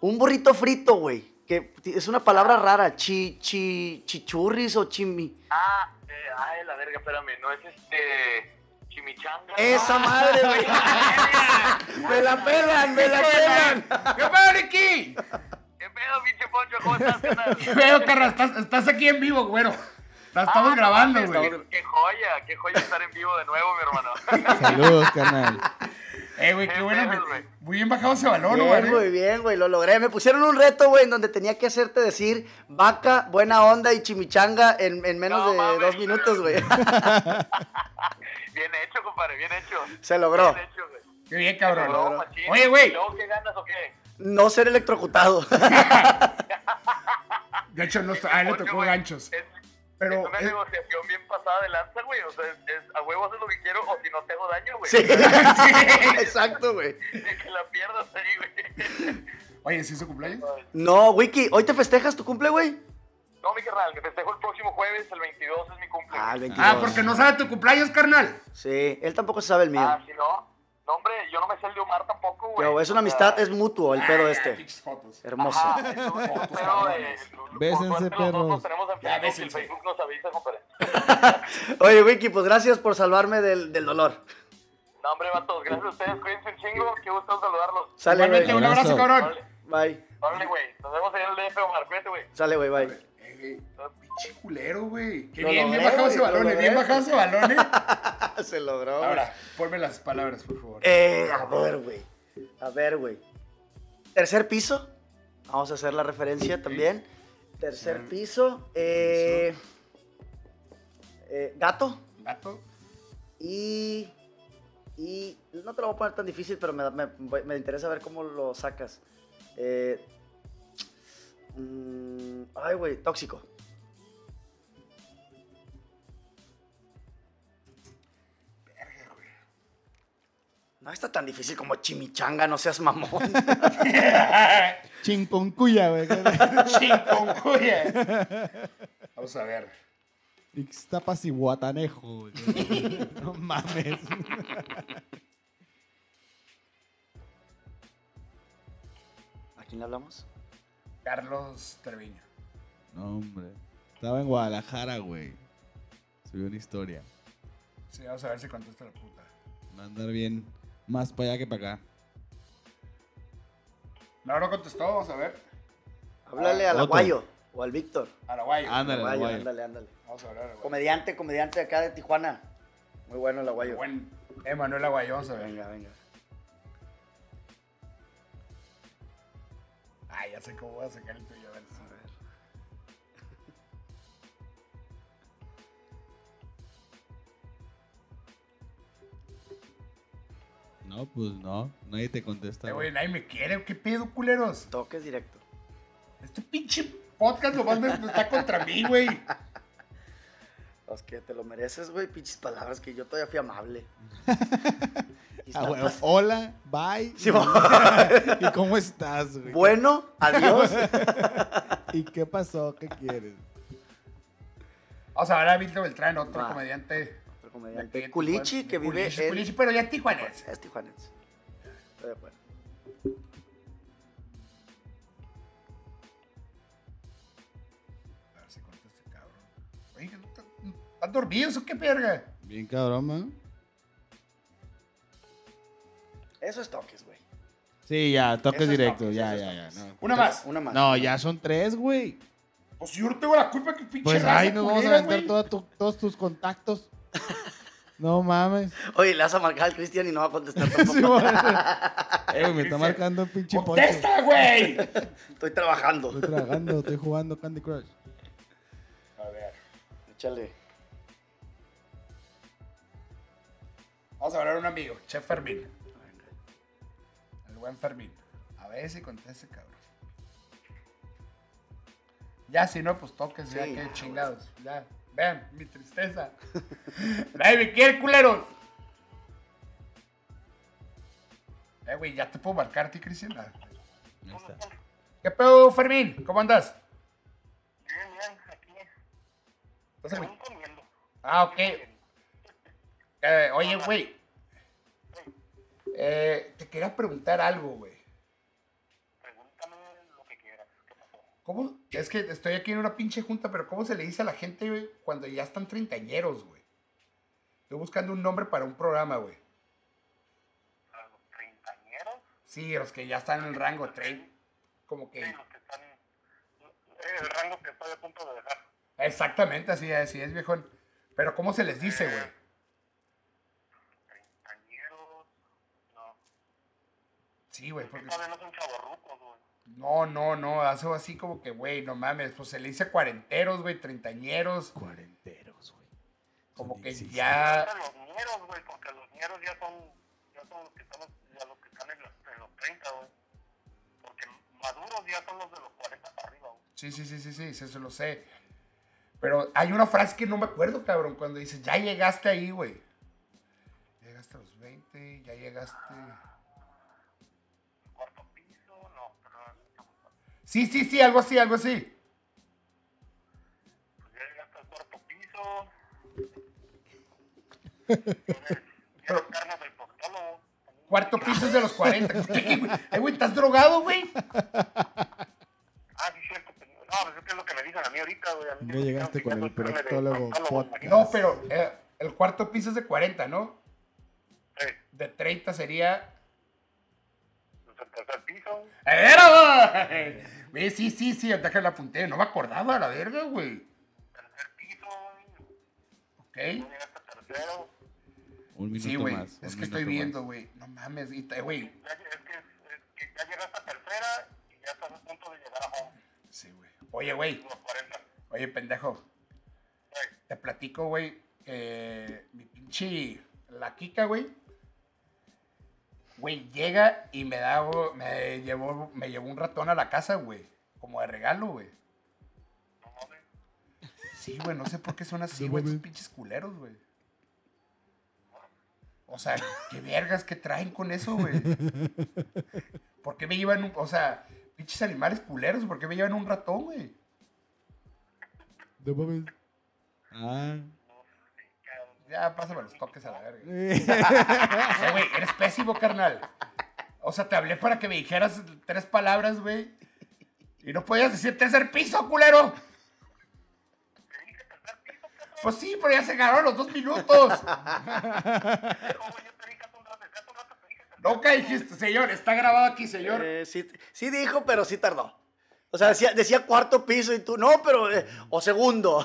[SPEAKER 2] un burrito frito, güey. Que t- es una palabra rara. Chi, chi, chichurris o chimi.
[SPEAKER 4] Ah, eh, ay, la verga, espérame. No es este. Chimichanga. Ah,
[SPEAKER 2] Esa
[SPEAKER 4] No,
[SPEAKER 2] madre, güey. me la pelan, me la pelan.
[SPEAKER 1] ¡Qué pedo, Ricky!
[SPEAKER 4] ¿Qué pedo, pinche poncho? ¿Cómo estás, carnal?
[SPEAKER 1] ¿Qué pedo, carnal? Estás, estás aquí en vivo, güero. La estamos
[SPEAKER 4] Ah,
[SPEAKER 1] grabando,
[SPEAKER 4] no,
[SPEAKER 1] güey.
[SPEAKER 4] Qué joya, qué joya estar en vivo de nuevo, mi hermano.
[SPEAKER 3] Saludos, canal.
[SPEAKER 1] Eh, güey, qué
[SPEAKER 4] qué
[SPEAKER 1] buena.
[SPEAKER 4] pedo,
[SPEAKER 1] me-
[SPEAKER 4] güey.
[SPEAKER 1] Muy bien bajado ese balón, ¿eh?
[SPEAKER 2] Bien, muy
[SPEAKER 1] güey.
[SPEAKER 2] bien, güey, lo logré. Me pusieron un reto, güey, en donde tenía que hacerte decir vaca, buena onda y chimichanga en, en menos
[SPEAKER 4] No
[SPEAKER 2] de
[SPEAKER 4] mames.
[SPEAKER 2] dos minutos, güey.
[SPEAKER 4] Bien hecho, compadre, bien hecho.
[SPEAKER 2] Se logró.
[SPEAKER 4] Bien hecho, güey.
[SPEAKER 1] Qué bien,
[SPEAKER 4] Se
[SPEAKER 1] cabrón.
[SPEAKER 4] logró, machín.
[SPEAKER 1] Oye, güey.
[SPEAKER 4] ¿Y luego qué ganas o qué?
[SPEAKER 2] No ser electrocutado.
[SPEAKER 1] De hecho, no, está- a él Ah, le
[SPEAKER 4] Ocho,
[SPEAKER 1] tocó
[SPEAKER 4] güey,
[SPEAKER 1] ganchos.
[SPEAKER 4] Es,
[SPEAKER 1] Pero
[SPEAKER 4] es una
[SPEAKER 1] es-
[SPEAKER 4] negociación bien pasada de lanza, güey. O sea, es, es a huevo haces lo que quiero o si no te hago daño, güey.
[SPEAKER 2] Sí.
[SPEAKER 1] Sí.
[SPEAKER 2] Exacto, güey.
[SPEAKER 4] De que la pierdas ahí, güey.
[SPEAKER 1] Oye, ¿sí es su cumpleaños?
[SPEAKER 2] No, Wiki, ¿hoy te festejas tu cumple, güey?
[SPEAKER 4] No, mi carnal, que festejo el próximo jueves, el 22 es mi cumple.
[SPEAKER 2] Ah, el
[SPEAKER 4] güey.
[SPEAKER 2] 22.
[SPEAKER 1] Ah, porque no sabe tu cumpleaños, carnal.
[SPEAKER 2] Sí, él tampoco se sabe el mío.
[SPEAKER 4] Ah, si no. No, hombre, yo no me sé el de Omar tampoco, güey.
[SPEAKER 2] Pero es una
[SPEAKER 4] O sea,
[SPEAKER 2] amistad, es mutuo el pedo
[SPEAKER 1] Ah,
[SPEAKER 2] este.
[SPEAKER 1] pinches fotos.
[SPEAKER 2] Hermoso.
[SPEAKER 4] Ajá, es un- es un pedo de- eh, por
[SPEAKER 3] Bésense,
[SPEAKER 4] suerte nosotros
[SPEAKER 3] perros.
[SPEAKER 4] tenemos
[SPEAKER 1] Ya,
[SPEAKER 4] en Facebook y el
[SPEAKER 1] bésense.
[SPEAKER 4] Facebook nos avisa, compadre.
[SPEAKER 2] Oye, Wiki, pues gracias por salvarme del, del dolor.
[SPEAKER 4] No, hombre, vatos, gracias a ustedes, cuídense un chingo, qué gusto saludarlos.
[SPEAKER 2] Sale,
[SPEAKER 1] Igualmente,
[SPEAKER 2] güey.
[SPEAKER 1] un abrazo,
[SPEAKER 3] Abrazo.
[SPEAKER 1] cabrón.
[SPEAKER 4] Órale,
[SPEAKER 2] Bye.
[SPEAKER 4] órale, güey, nos vemos en el DF, Omar, cuídate, güey.
[SPEAKER 2] Sale, güey, bye.
[SPEAKER 1] Eh, güey, Pinche culero, güey. Qué
[SPEAKER 2] Lo
[SPEAKER 1] bien, bien
[SPEAKER 2] logré,
[SPEAKER 1] bajado
[SPEAKER 2] güey,
[SPEAKER 1] ese
[SPEAKER 2] lo
[SPEAKER 1] balón, eh,
[SPEAKER 2] logré.
[SPEAKER 1] bien bajado ese balón, eh.
[SPEAKER 2] Se logró. güey.
[SPEAKER 1] Ahora, ponme las palabras, por favor.
[SPEAKER 2] Eh, a ver, güey. A ver, güey. Tercer piso. Vamos a hacer la referencia también. Tercer
[SPEAKER 1] Tercer
[SPEAKER 2] piso. eh, eh, gato.
[SPEAKER 1] Gato.
[SPEAKER 2] Y. Y. No te lo voy a poner tan difícil, pero me, me- voy- me interesa ver cómo lo sacas. Eh, mm, ay, güey. Tóxico. No está tan difícil como chimichanga, no seas mamón.
[SPEAKER 3] Chinconcuya, güey.
[SPEAKER 1] Chinconcuya. Vamos a ver.
[SPEAKER 3] Ixtapas y Guatanejo, güey. No mames.
[SPEAKER 2] ¿A quién le hablamos?
[SPEAKER 1] Carlos Treviño.
[SPEAKER 3] No, hombre. Estaba en Guadalajara, güey. Subió una historia.
[SPEAKER 1] Sí, vamos a ver si contesta la puta.
[SPEAKER 3] Va a andar bien más para allá que para acá.
[SPEAKER 1] No, no contestó, vamos a ver.
[SPEAKER 2] Háblale al
[SPEAKER 3] Ah, Otro.
[SPEAKER 2] Aguayo o al Víctor.
[SPEAKER 1] Araguay.
[SPEAKER 3] Ándale,
[SPEAKER 2] Aguayo,
[SPEAKER 3] Aguayo.
[SPEAKER 2] ándale, ándale.
[SPEAKER 1] Vamos a ver, Araguay.
[SPEAKER 2] Comediante, comediante acá de Tijuana. Muy bueno el Aguayo.
[SPEAKER 1] Buen Eh, Emanuel Aguayo, vamos a ver.
[SPEAKER 2] Venga, venga.
[SPEAKER 1] Ay, ya sé cómo voy a sacar el tuyo. A ver. A ver.
[SPEAKER 3] No, pues no. Nadie te contesta.
[SPEAKER 1] Eh,
[SPEAKER 3] güey.
[SPEAKER 1] güey, nadie me quiere. ¿Qué pedo, culeros?
[SPEAKER 2] Toques directo.
[SPEAKER 1] Este pinche podcast lo más me me está contra mí, güey.
[SPEAKER 2] Los que te lo mereces, güey. Pinches palabras que yo todavía fui amable.
[SPEAKER 3] Ah, güey,
[SPEAKER 2] Iztapas.
[SPEAKER 3] hola, bye.
[SPEAKER 2] Sí,
[SPEAKER 3] ¿Y cómo estás, güey?
[SPEAKER 2] bueno, adiós.
[SPEAKER 3] ¿Y qué pasó? ¿Qué quieres?
[SPEAKER 1] Vamos a ver a Víctor Beltrán, otro
[SPEAKER 2] Va.
[SPEAKER 1] comediante.
[SPEAKER 2] Otro
[SPEAKER 1] de aquí de
[SPEAKER 2] comediante. Culichi,
[SPEAKER 1] Tijuana.
[SPEAKER 2] que
[SPEAKER 1] De
[SPEAKER 2] vive
[SPEAKER 1] Culichi,
[SPEAKER 2] en...
[SPEAKER 1] Culichi, pero ya es tijuanense.
[SPEAKER 2] Es tijuanense. Estoy de acuerdo.
[SPEAKER 1] este ¿Están dormidos o qué verga?
[SPEAKER 3] Bien cabrón, ¿eh?
[SPEAKER 2] Eso es toques, güey.
[SPEAKER 3] Sí, ya, toques
[SPEAKER 2] Eso es
[SPEAKER 3] directo.
[SPEAKER 2] toques,
[SPEAKER 3] ya,
[SPEAKER 2] eso es
[SPEAKER 3] ya, ya. No.
[SPEAKER 1] Una más.
[SPEAKER 2] Una más.
[SPEAKER 3] No, ya son tres, güey.
[SPEAKER 1] Pues yo no tengo la culpa que pinche
[SPEAKER 3] Pues
[SPEAKER 1] raza
[SPEAKER 3] ahí nos vamos a
[SPEAKER 1] culera,
[SPEAKER 3] vender
[SPEAKER 1] güey.
[SPEAKER 3] toda tu- todos tus contactos. No mames.
[SPEAKER 2] Oye, le vas a marcar al Cristian y no va a contestar tampoco.
[SPEAKER 3] Sí, güey. Eh, güey, me está
[SPEAKER 1] Cristian,
[SPEAKER 3] marcando el pinche poncho.
[SPEAKER 1] ¡Contesta, güey!
[SPEAKER 2] Estoy trabajando.
[SPEAKER 3] Estoy tragando, estoy jugando Candy Crush.
[SPEAKER 1] A ver.
[SPEAKER 2] Échale.
[SPEAKER 1] Vamos a hablar a un amigo, Chef Fermín. El buen Fermín. A ver si conteste, cabrón. Ya, si no, pues toques, ya,
[SPEAKER 2] Sí, ya,
[SPEAKER 1] qué
[SPEAKER 2] güey.
[SPEAKER 1] chingados. Ya, vean, mi tristeza. Nadie me quiere, culeros. Eh, güey, ya te puedo marcar a ti, Cristian.
[SPEAKER 3] Ahí está.
[SPEAKER 1] ¿Qué pedo, Fermín? ¿Cómo andas?
[SPEAKER 4] Bien, bien, aquí.
[SPEAKER 1] ¿Estás en-
[SPEAKER 4] comiendo.
[SPEAKER 1] Ah, ok. Eh, oye, güey. Eh, te quería preguntar algo, güey.
[SPEAKER 4] Pregúntame lo que quieras. ¿Qué pasó?
[SPEAKER 1] ¿Cómo? Es que estoy aquí en una pinche junta, pero ¿cómo se le dice a la gente, güey, cuando ya están treintañeros, güey? Estoy buscando un nombre para un programa, güey.
[SPEAKER 4] ¿A los treintañeros?
[SPEAKER 1] Sí, los que ya están en el rango trein. Como que.
[SPEAKER 4] Sí, los que están. eh, El rango que estoy a punto de dejar.
[SPEAKER 1] Exactamente, así, así es, viejón. Pero ¿cómo se les dice, güey?
[SPEAKER 4] Treintañeros. No.
[SPEAKER 1] Sí, güey, porque.
[SPEAKER 4] Todavía no son chavarrucos, güey.
[SPEAKER 1] No, no, no. Hace así como que, güey, no mames. Pues se le dice cuarenteros, güey, treintañeros.
[SPEAKER 3] Cuarenteros, güey.
[SPEAKER 1] Como que
[SPEAKER 3] Sí, sí,
[SPEAKER 1] ya.
[SPEAKER 4] A los ñeros, güey, porque los ñeros ya son, ya son los que estamos, ya los que están en los, en los 30, güey. Porque maduros ya son los de los 40 para arriba, güey.
[SPEAKER 1] Sí, sí, sí, sí, sí, sí, eso lo sé. Pero hay una frase que no me acuerdo, cabrón, cuando dices, ya llegaste ahí, güey. Llegaste a los 20, ya llegaste.
[SPEAKER 4] Cuarto piso, no, perdón,
[SPEAKER 1] Sí, sí, sí, algo así, algo así.
[SPEAKER 4] pues ya llegaste al cuarto piso. Entonces, ya
[SPEAKER 1] Pero-
[SPEAKER 4] las carnes del postólogo.
[SPEAKER 1] Cuarto piso es de los 40. ¿Qué, güey? Eh, güey, ¿estás drogado, güey?
[SPEAKER 4] Ah, sí, cierto. pues, No, pues es que es lo que me dicen a mí ahorita, güey. a mí
[SPEAKER 3] Ya
[SPEAKER 4] me
[SPEAKER 3] llegaste
[SPEAKER 4] dijeron que
[SPEAKER 3] con
[SPEAKER 4] ya
[SPEAKER 3] el
[SPEAKER 4] soy carne del
[SPEAKER 3] proctólogo
[SPEAKER 4] proctólogo,
[SPEAKER 3] podcast.
[SPEAKER 4] imagínate.
[SPEAKER 1] No, pero eh, el cuarto piso es de 40, ¿no? De 30 sería.
[SPEAKER 4] Pues el tercer piso.
[SPEAKER 1] ¡A ver, güey! Güey, sí, sí, sí, hasta que la apunté. No me acordaba, la verga, güey.
[SPEAKER 4] Tercer piso, güey.
[SPEAKER 1] Ok.
[SPEAKER 4] Ya llegaste al tercero.
[SPEAKER 3] Un minuto
[SPEAKER 1] Sí, güey.
[SPEAKER 3] más. un
[SPEAKER 1] Es que estoy
[SPEAKER 3] minuto más.
[SPEAKER 1] viendo, güey. No mames, y- eh, güey.
[SPEAKER 4] ya, es que, es que ya llegaste a tercera y ya estás a punto de llegar a home,
[SPEAKER 1] Sí, güey. Oye, güey.
[SPEAKER 4] los 40.
[SPEAKER 1] Oye, pendejo.
[SPEAKER 4] Ey,
[SPEAKER 1] Te platico, güey, que mi pinche la Kika, güey. Güey, llega y me da, güey, me llevó, me llevó un ratón a la casa, güey. Como de regalo, güey.
[SPEAKER 4] no mames.
[SPEAKER 1] Sí, güey, no sé por qué son así,
[SPEAKER 3] No
[SPEAKER 1] güey,
[SPEAKER 3] mames.
[SPEAKER 1] estos pinches culeros, güey. O sea, qué vergas que traen con eso, güey. ¿Por qué me llevan, un- o sea, pinches animales culeros, ¿por qué me llevan un ratón, güey?
[SPEAKER 3] No mames. Ah.
[SPEAKER 1] Ya, pásame los toques a la verga. O sea, güey, eres pésimo, carnal. O sea, te hablé para que me dijeras tres palabras, güey. Y no podías decir tercer piso, culero. Pues sí, pero ya se ganaron los dos minutos.
[SPEAKER 4] Pero, güey, yo te dije hace un rato, hace un rato te dije que
[SPEAKER 1] Nunca dijiste, señor, está grabado aquí, señor.
[SPEAKER 2] Eh, sí, sí dijo, pero sí tardó. O sea, decía, decía cuarto piso y tú, no, pero... eh, o segundo.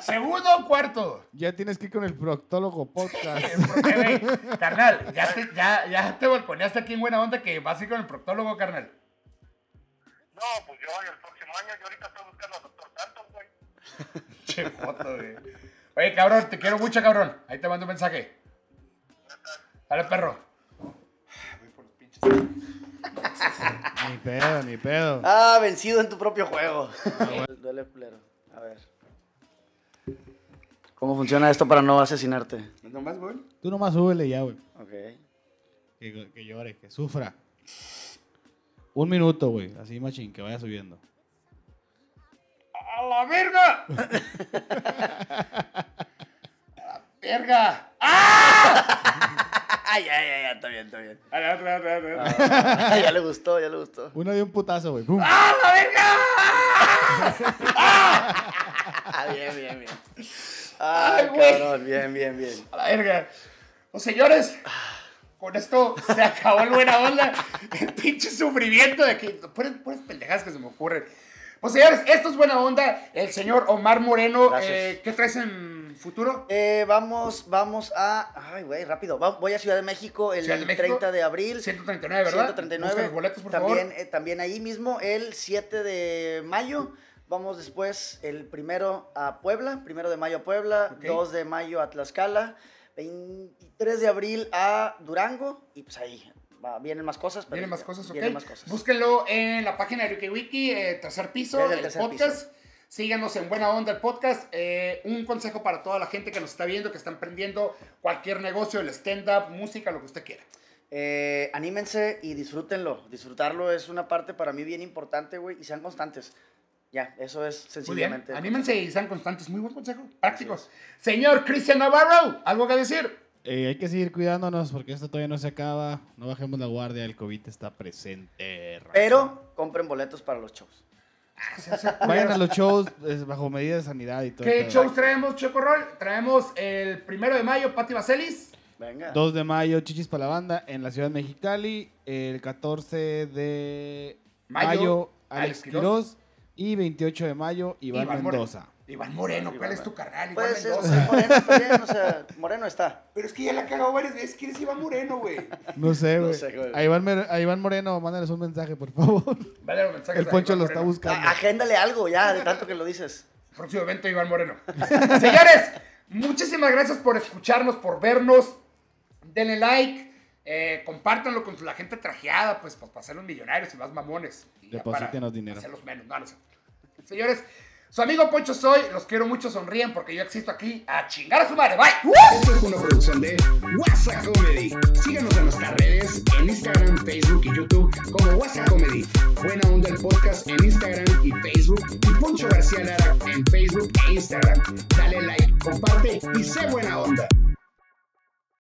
[SPEAKER 1] Segundo o cuarto.
[SPEAKER 3] Ya tienes que ir con el proctólogo podcast.
[SPEAKER 1] Porque, güey, carnal, ya te, ya, ya te balconeaste aquí en buena onda que vas a ir con el proctólogo, carnal.
[SPEAKER 4] No, pues yo en el próximo año, yo ahorita estoy buscando al doctor Santos, güey.
[SPEAKER 1] Che, foto, güey. Oye, cabrón, te quiero mucho, cabrón. Ahí te mando un mensaje. Dale, perro.
[SPEAKER 3] ni pedo, ni pedo.
[SPEAKER 2] Ah, vencido en tu propio juego. Duele culero. A ver. ¿Cómo funciona esto para no asesinarte?
[SPEAKER 1] ¿Nomás, güey?
[SPEAKER 3] Tú nomás súbele ya, güey.
[SPEAKER 2] Ok.
[SPEAKER 3] Que, que llore, que sufra. Un minuto, güey. Así, machín, que vaya subiendo.
[SPEAKER 1] ¡A la verga! ¡A la verga!
[SPEAKER 2] Ay, ay, ay, ya, está bien, está bien.
[SPEAKER 1] ¡A la, a la, a la, a la.
[SPEAKER 2] Ah, ya le gustó, ya le gustó.
[SPEAKER 3] Una de un putazo, güey. ¡Pum!
[SPEAKER 1] ¡A la verga!
[SPEAKER 2] Ah, bien, bien, bien.
[SPEAKER 1] Ay,
[SPEAKER 2] Ay,
[SPEAKER 1] güey.
[SPEAKER 2] cabrón, bien, bien, bien.
[SPEAKER 1] A la verga. Pues señores, con esto se acabó el buena onda. El pinche sufrimiento de que. Puras, puras pendejadas que se me ocurren. Pues señores, esto es buena onda. El señor Omar Moreno,
[SPEAKER 2] Gracias.
[SPEAKER 1] eh, ¿qué traes en futuro?
[SPEAKER 2] Eh, vamos, vamos a. Ay, güey, rápido. Va- voy a Ciudad de México el
[SPEAKER 1] Ciudad de México.
[SPEAKER 2] 30 de abril.
[SPEAKER 1] 139, ¿verdad?
[SPEAKER 2] 139.
[SPEAKER 1] Busca los boletos, por
[SPEAKER 2] también,
[SPEAKER 1] favor.
[SPEAKER 2] eh, también ahí mismo, el 7 de mayo. Vamos después el primero a Puebla, primero de mayo a Puebla,
[SPEAKER 1] Ok.
[SPEAKER 2] 2 de mayo a Tlaxcala, 23 de abril a Durango y pues ahí va- vienen más cosas. pero
[SPEAKER 1] Vienen más
[SPEAKER 2] ya-
[SPEAKER 1] cosas, ok.
[SPEAKER 2] Vienen más cosas.
[SPEAKER 1] Búsquenlo en la página de WikiWiki, eh, tercer piso,
[SPEAKER 2] Es el
[SPEAKER 1] el
[SPEAKER 2] tercer
[SPEAKER 1] podcast.
[SPEAKER 2] piso.
[SPEAKER 1] Síganos en Buena Onda el podcast. Eh, un consejo para toda la gente que nos está viendo, que está emprendiendo cualquier negocio, el stand-up, música, lo que usted quiera.
[SPEAKER 2] Eh, anímense y disfrútenlo. Disfrutarlo es una parte para mí bien importante, güey, y sean constantes. Ya, eso
[SPEAKER 1] Muy
[SPEAKER 2] es
[SPEAKER 1] bien,
[SPEAKER 2] sencillamente.
[SPEAKER 1] anímense y sean constantes. Muy buen consejo, prácticos. Señor Cristian Navarro, ¿algo que decir?
[SPEAKER 3] Eh, hay que seguir cuidándonos porque esto todavía no se acaba. No bajemos la guardia, el COVID está presente. raza.
[SPEAKER 2] Pero compren boletos para los shows.
[SPEAKER 1] Ah, se hace culo.
[SPEAKER 3] Vayan a los shows eh, bajo medida de sanidad y todo. el
[SPEAKER 1] ¿Qué
[SPEAKER 3] pedo.
[SPEAKER 1] shows traemos, Choco Roll? Traemos el primero de mayo, Pati Vaselis.
[SPEAKER 2] Venga.
[SPEAKER 3] 2 de mayo, Chichis para la banda en la ciudad de Mexicali. El 14 de
[SPEAKER 1] Mayo,
[SPEAKER 3] mayo,
[SPEAKER 1] Alex
[SPEAKER 3] Alex
[SPEAKER 1] Quiroz.
[SPEAKER 3] Quiroz. Y 28 de mayo, Iván, Mendoza.
[SPEAKER 1] Moreno. Iván Moreno, ¿cuál
[SPEAKER 2] Iván
[SPEAKER 1] es tu carnal? Iván
[SPEAKER 2] Pues es
[SPEAKER 1] Mendoza.
[SPEAKER 2] Moreno también, o sea, Moreno está.
[SPEAKER 1] Pero es que ya la cagó varias veces. ¿Quién es Iván Moreno, güey?
[SPEAKER 3] No sé,
[SPEAKER 2] No
[SPEAKER 3] güey.
[SPEAKER 2] sé, güey.
[SPEAKER 3] a, Iván Mer- a Iván Moreno, mándales un mensaje, por favor.
[SPEAKER 1] Vale, los mensajes
[SPEAKER 3] El
[SPEAKER 1] a
[SPEAKER 3] Poncho
[SPEAKER 1] Iván
[SPEAKER 3] lo está
[SPEAKER 1] Moreno.
[SPEAKER 3] buscando.
[SPEAKER 2] A- agéndale algo ya, de tanto que lo dices.
[SPEAKER 1] Próximo evento, Iván Moreno. Señores, muchísimas gracias por escucharnos, por vernos. Denle like, eh, compártanlo con la gente trajeada, pues, pues, para hacerlos millonarios y más mamones. Y ya para
[SPEAKER 3] Deposítenos dinero.
[SPEAKER 1] Hacerlos menos, no, no sé. Señores, su amigo Poncho soy, los quiero mucho, sonríen porque yo existo aquí a chingar a su madre. Bye.
[SPEAKER 5] Esto es una producción de WhatsApp Comedy. Síganos en nuestras redes, en Instagram, Facebook y YouTube como WhatsApp Comedy. Buena Onda el Podcast en Instagram y Facebook. Y Poncho García Lara en Facebook e Instagram. Dale like, comparte y sé buena onda.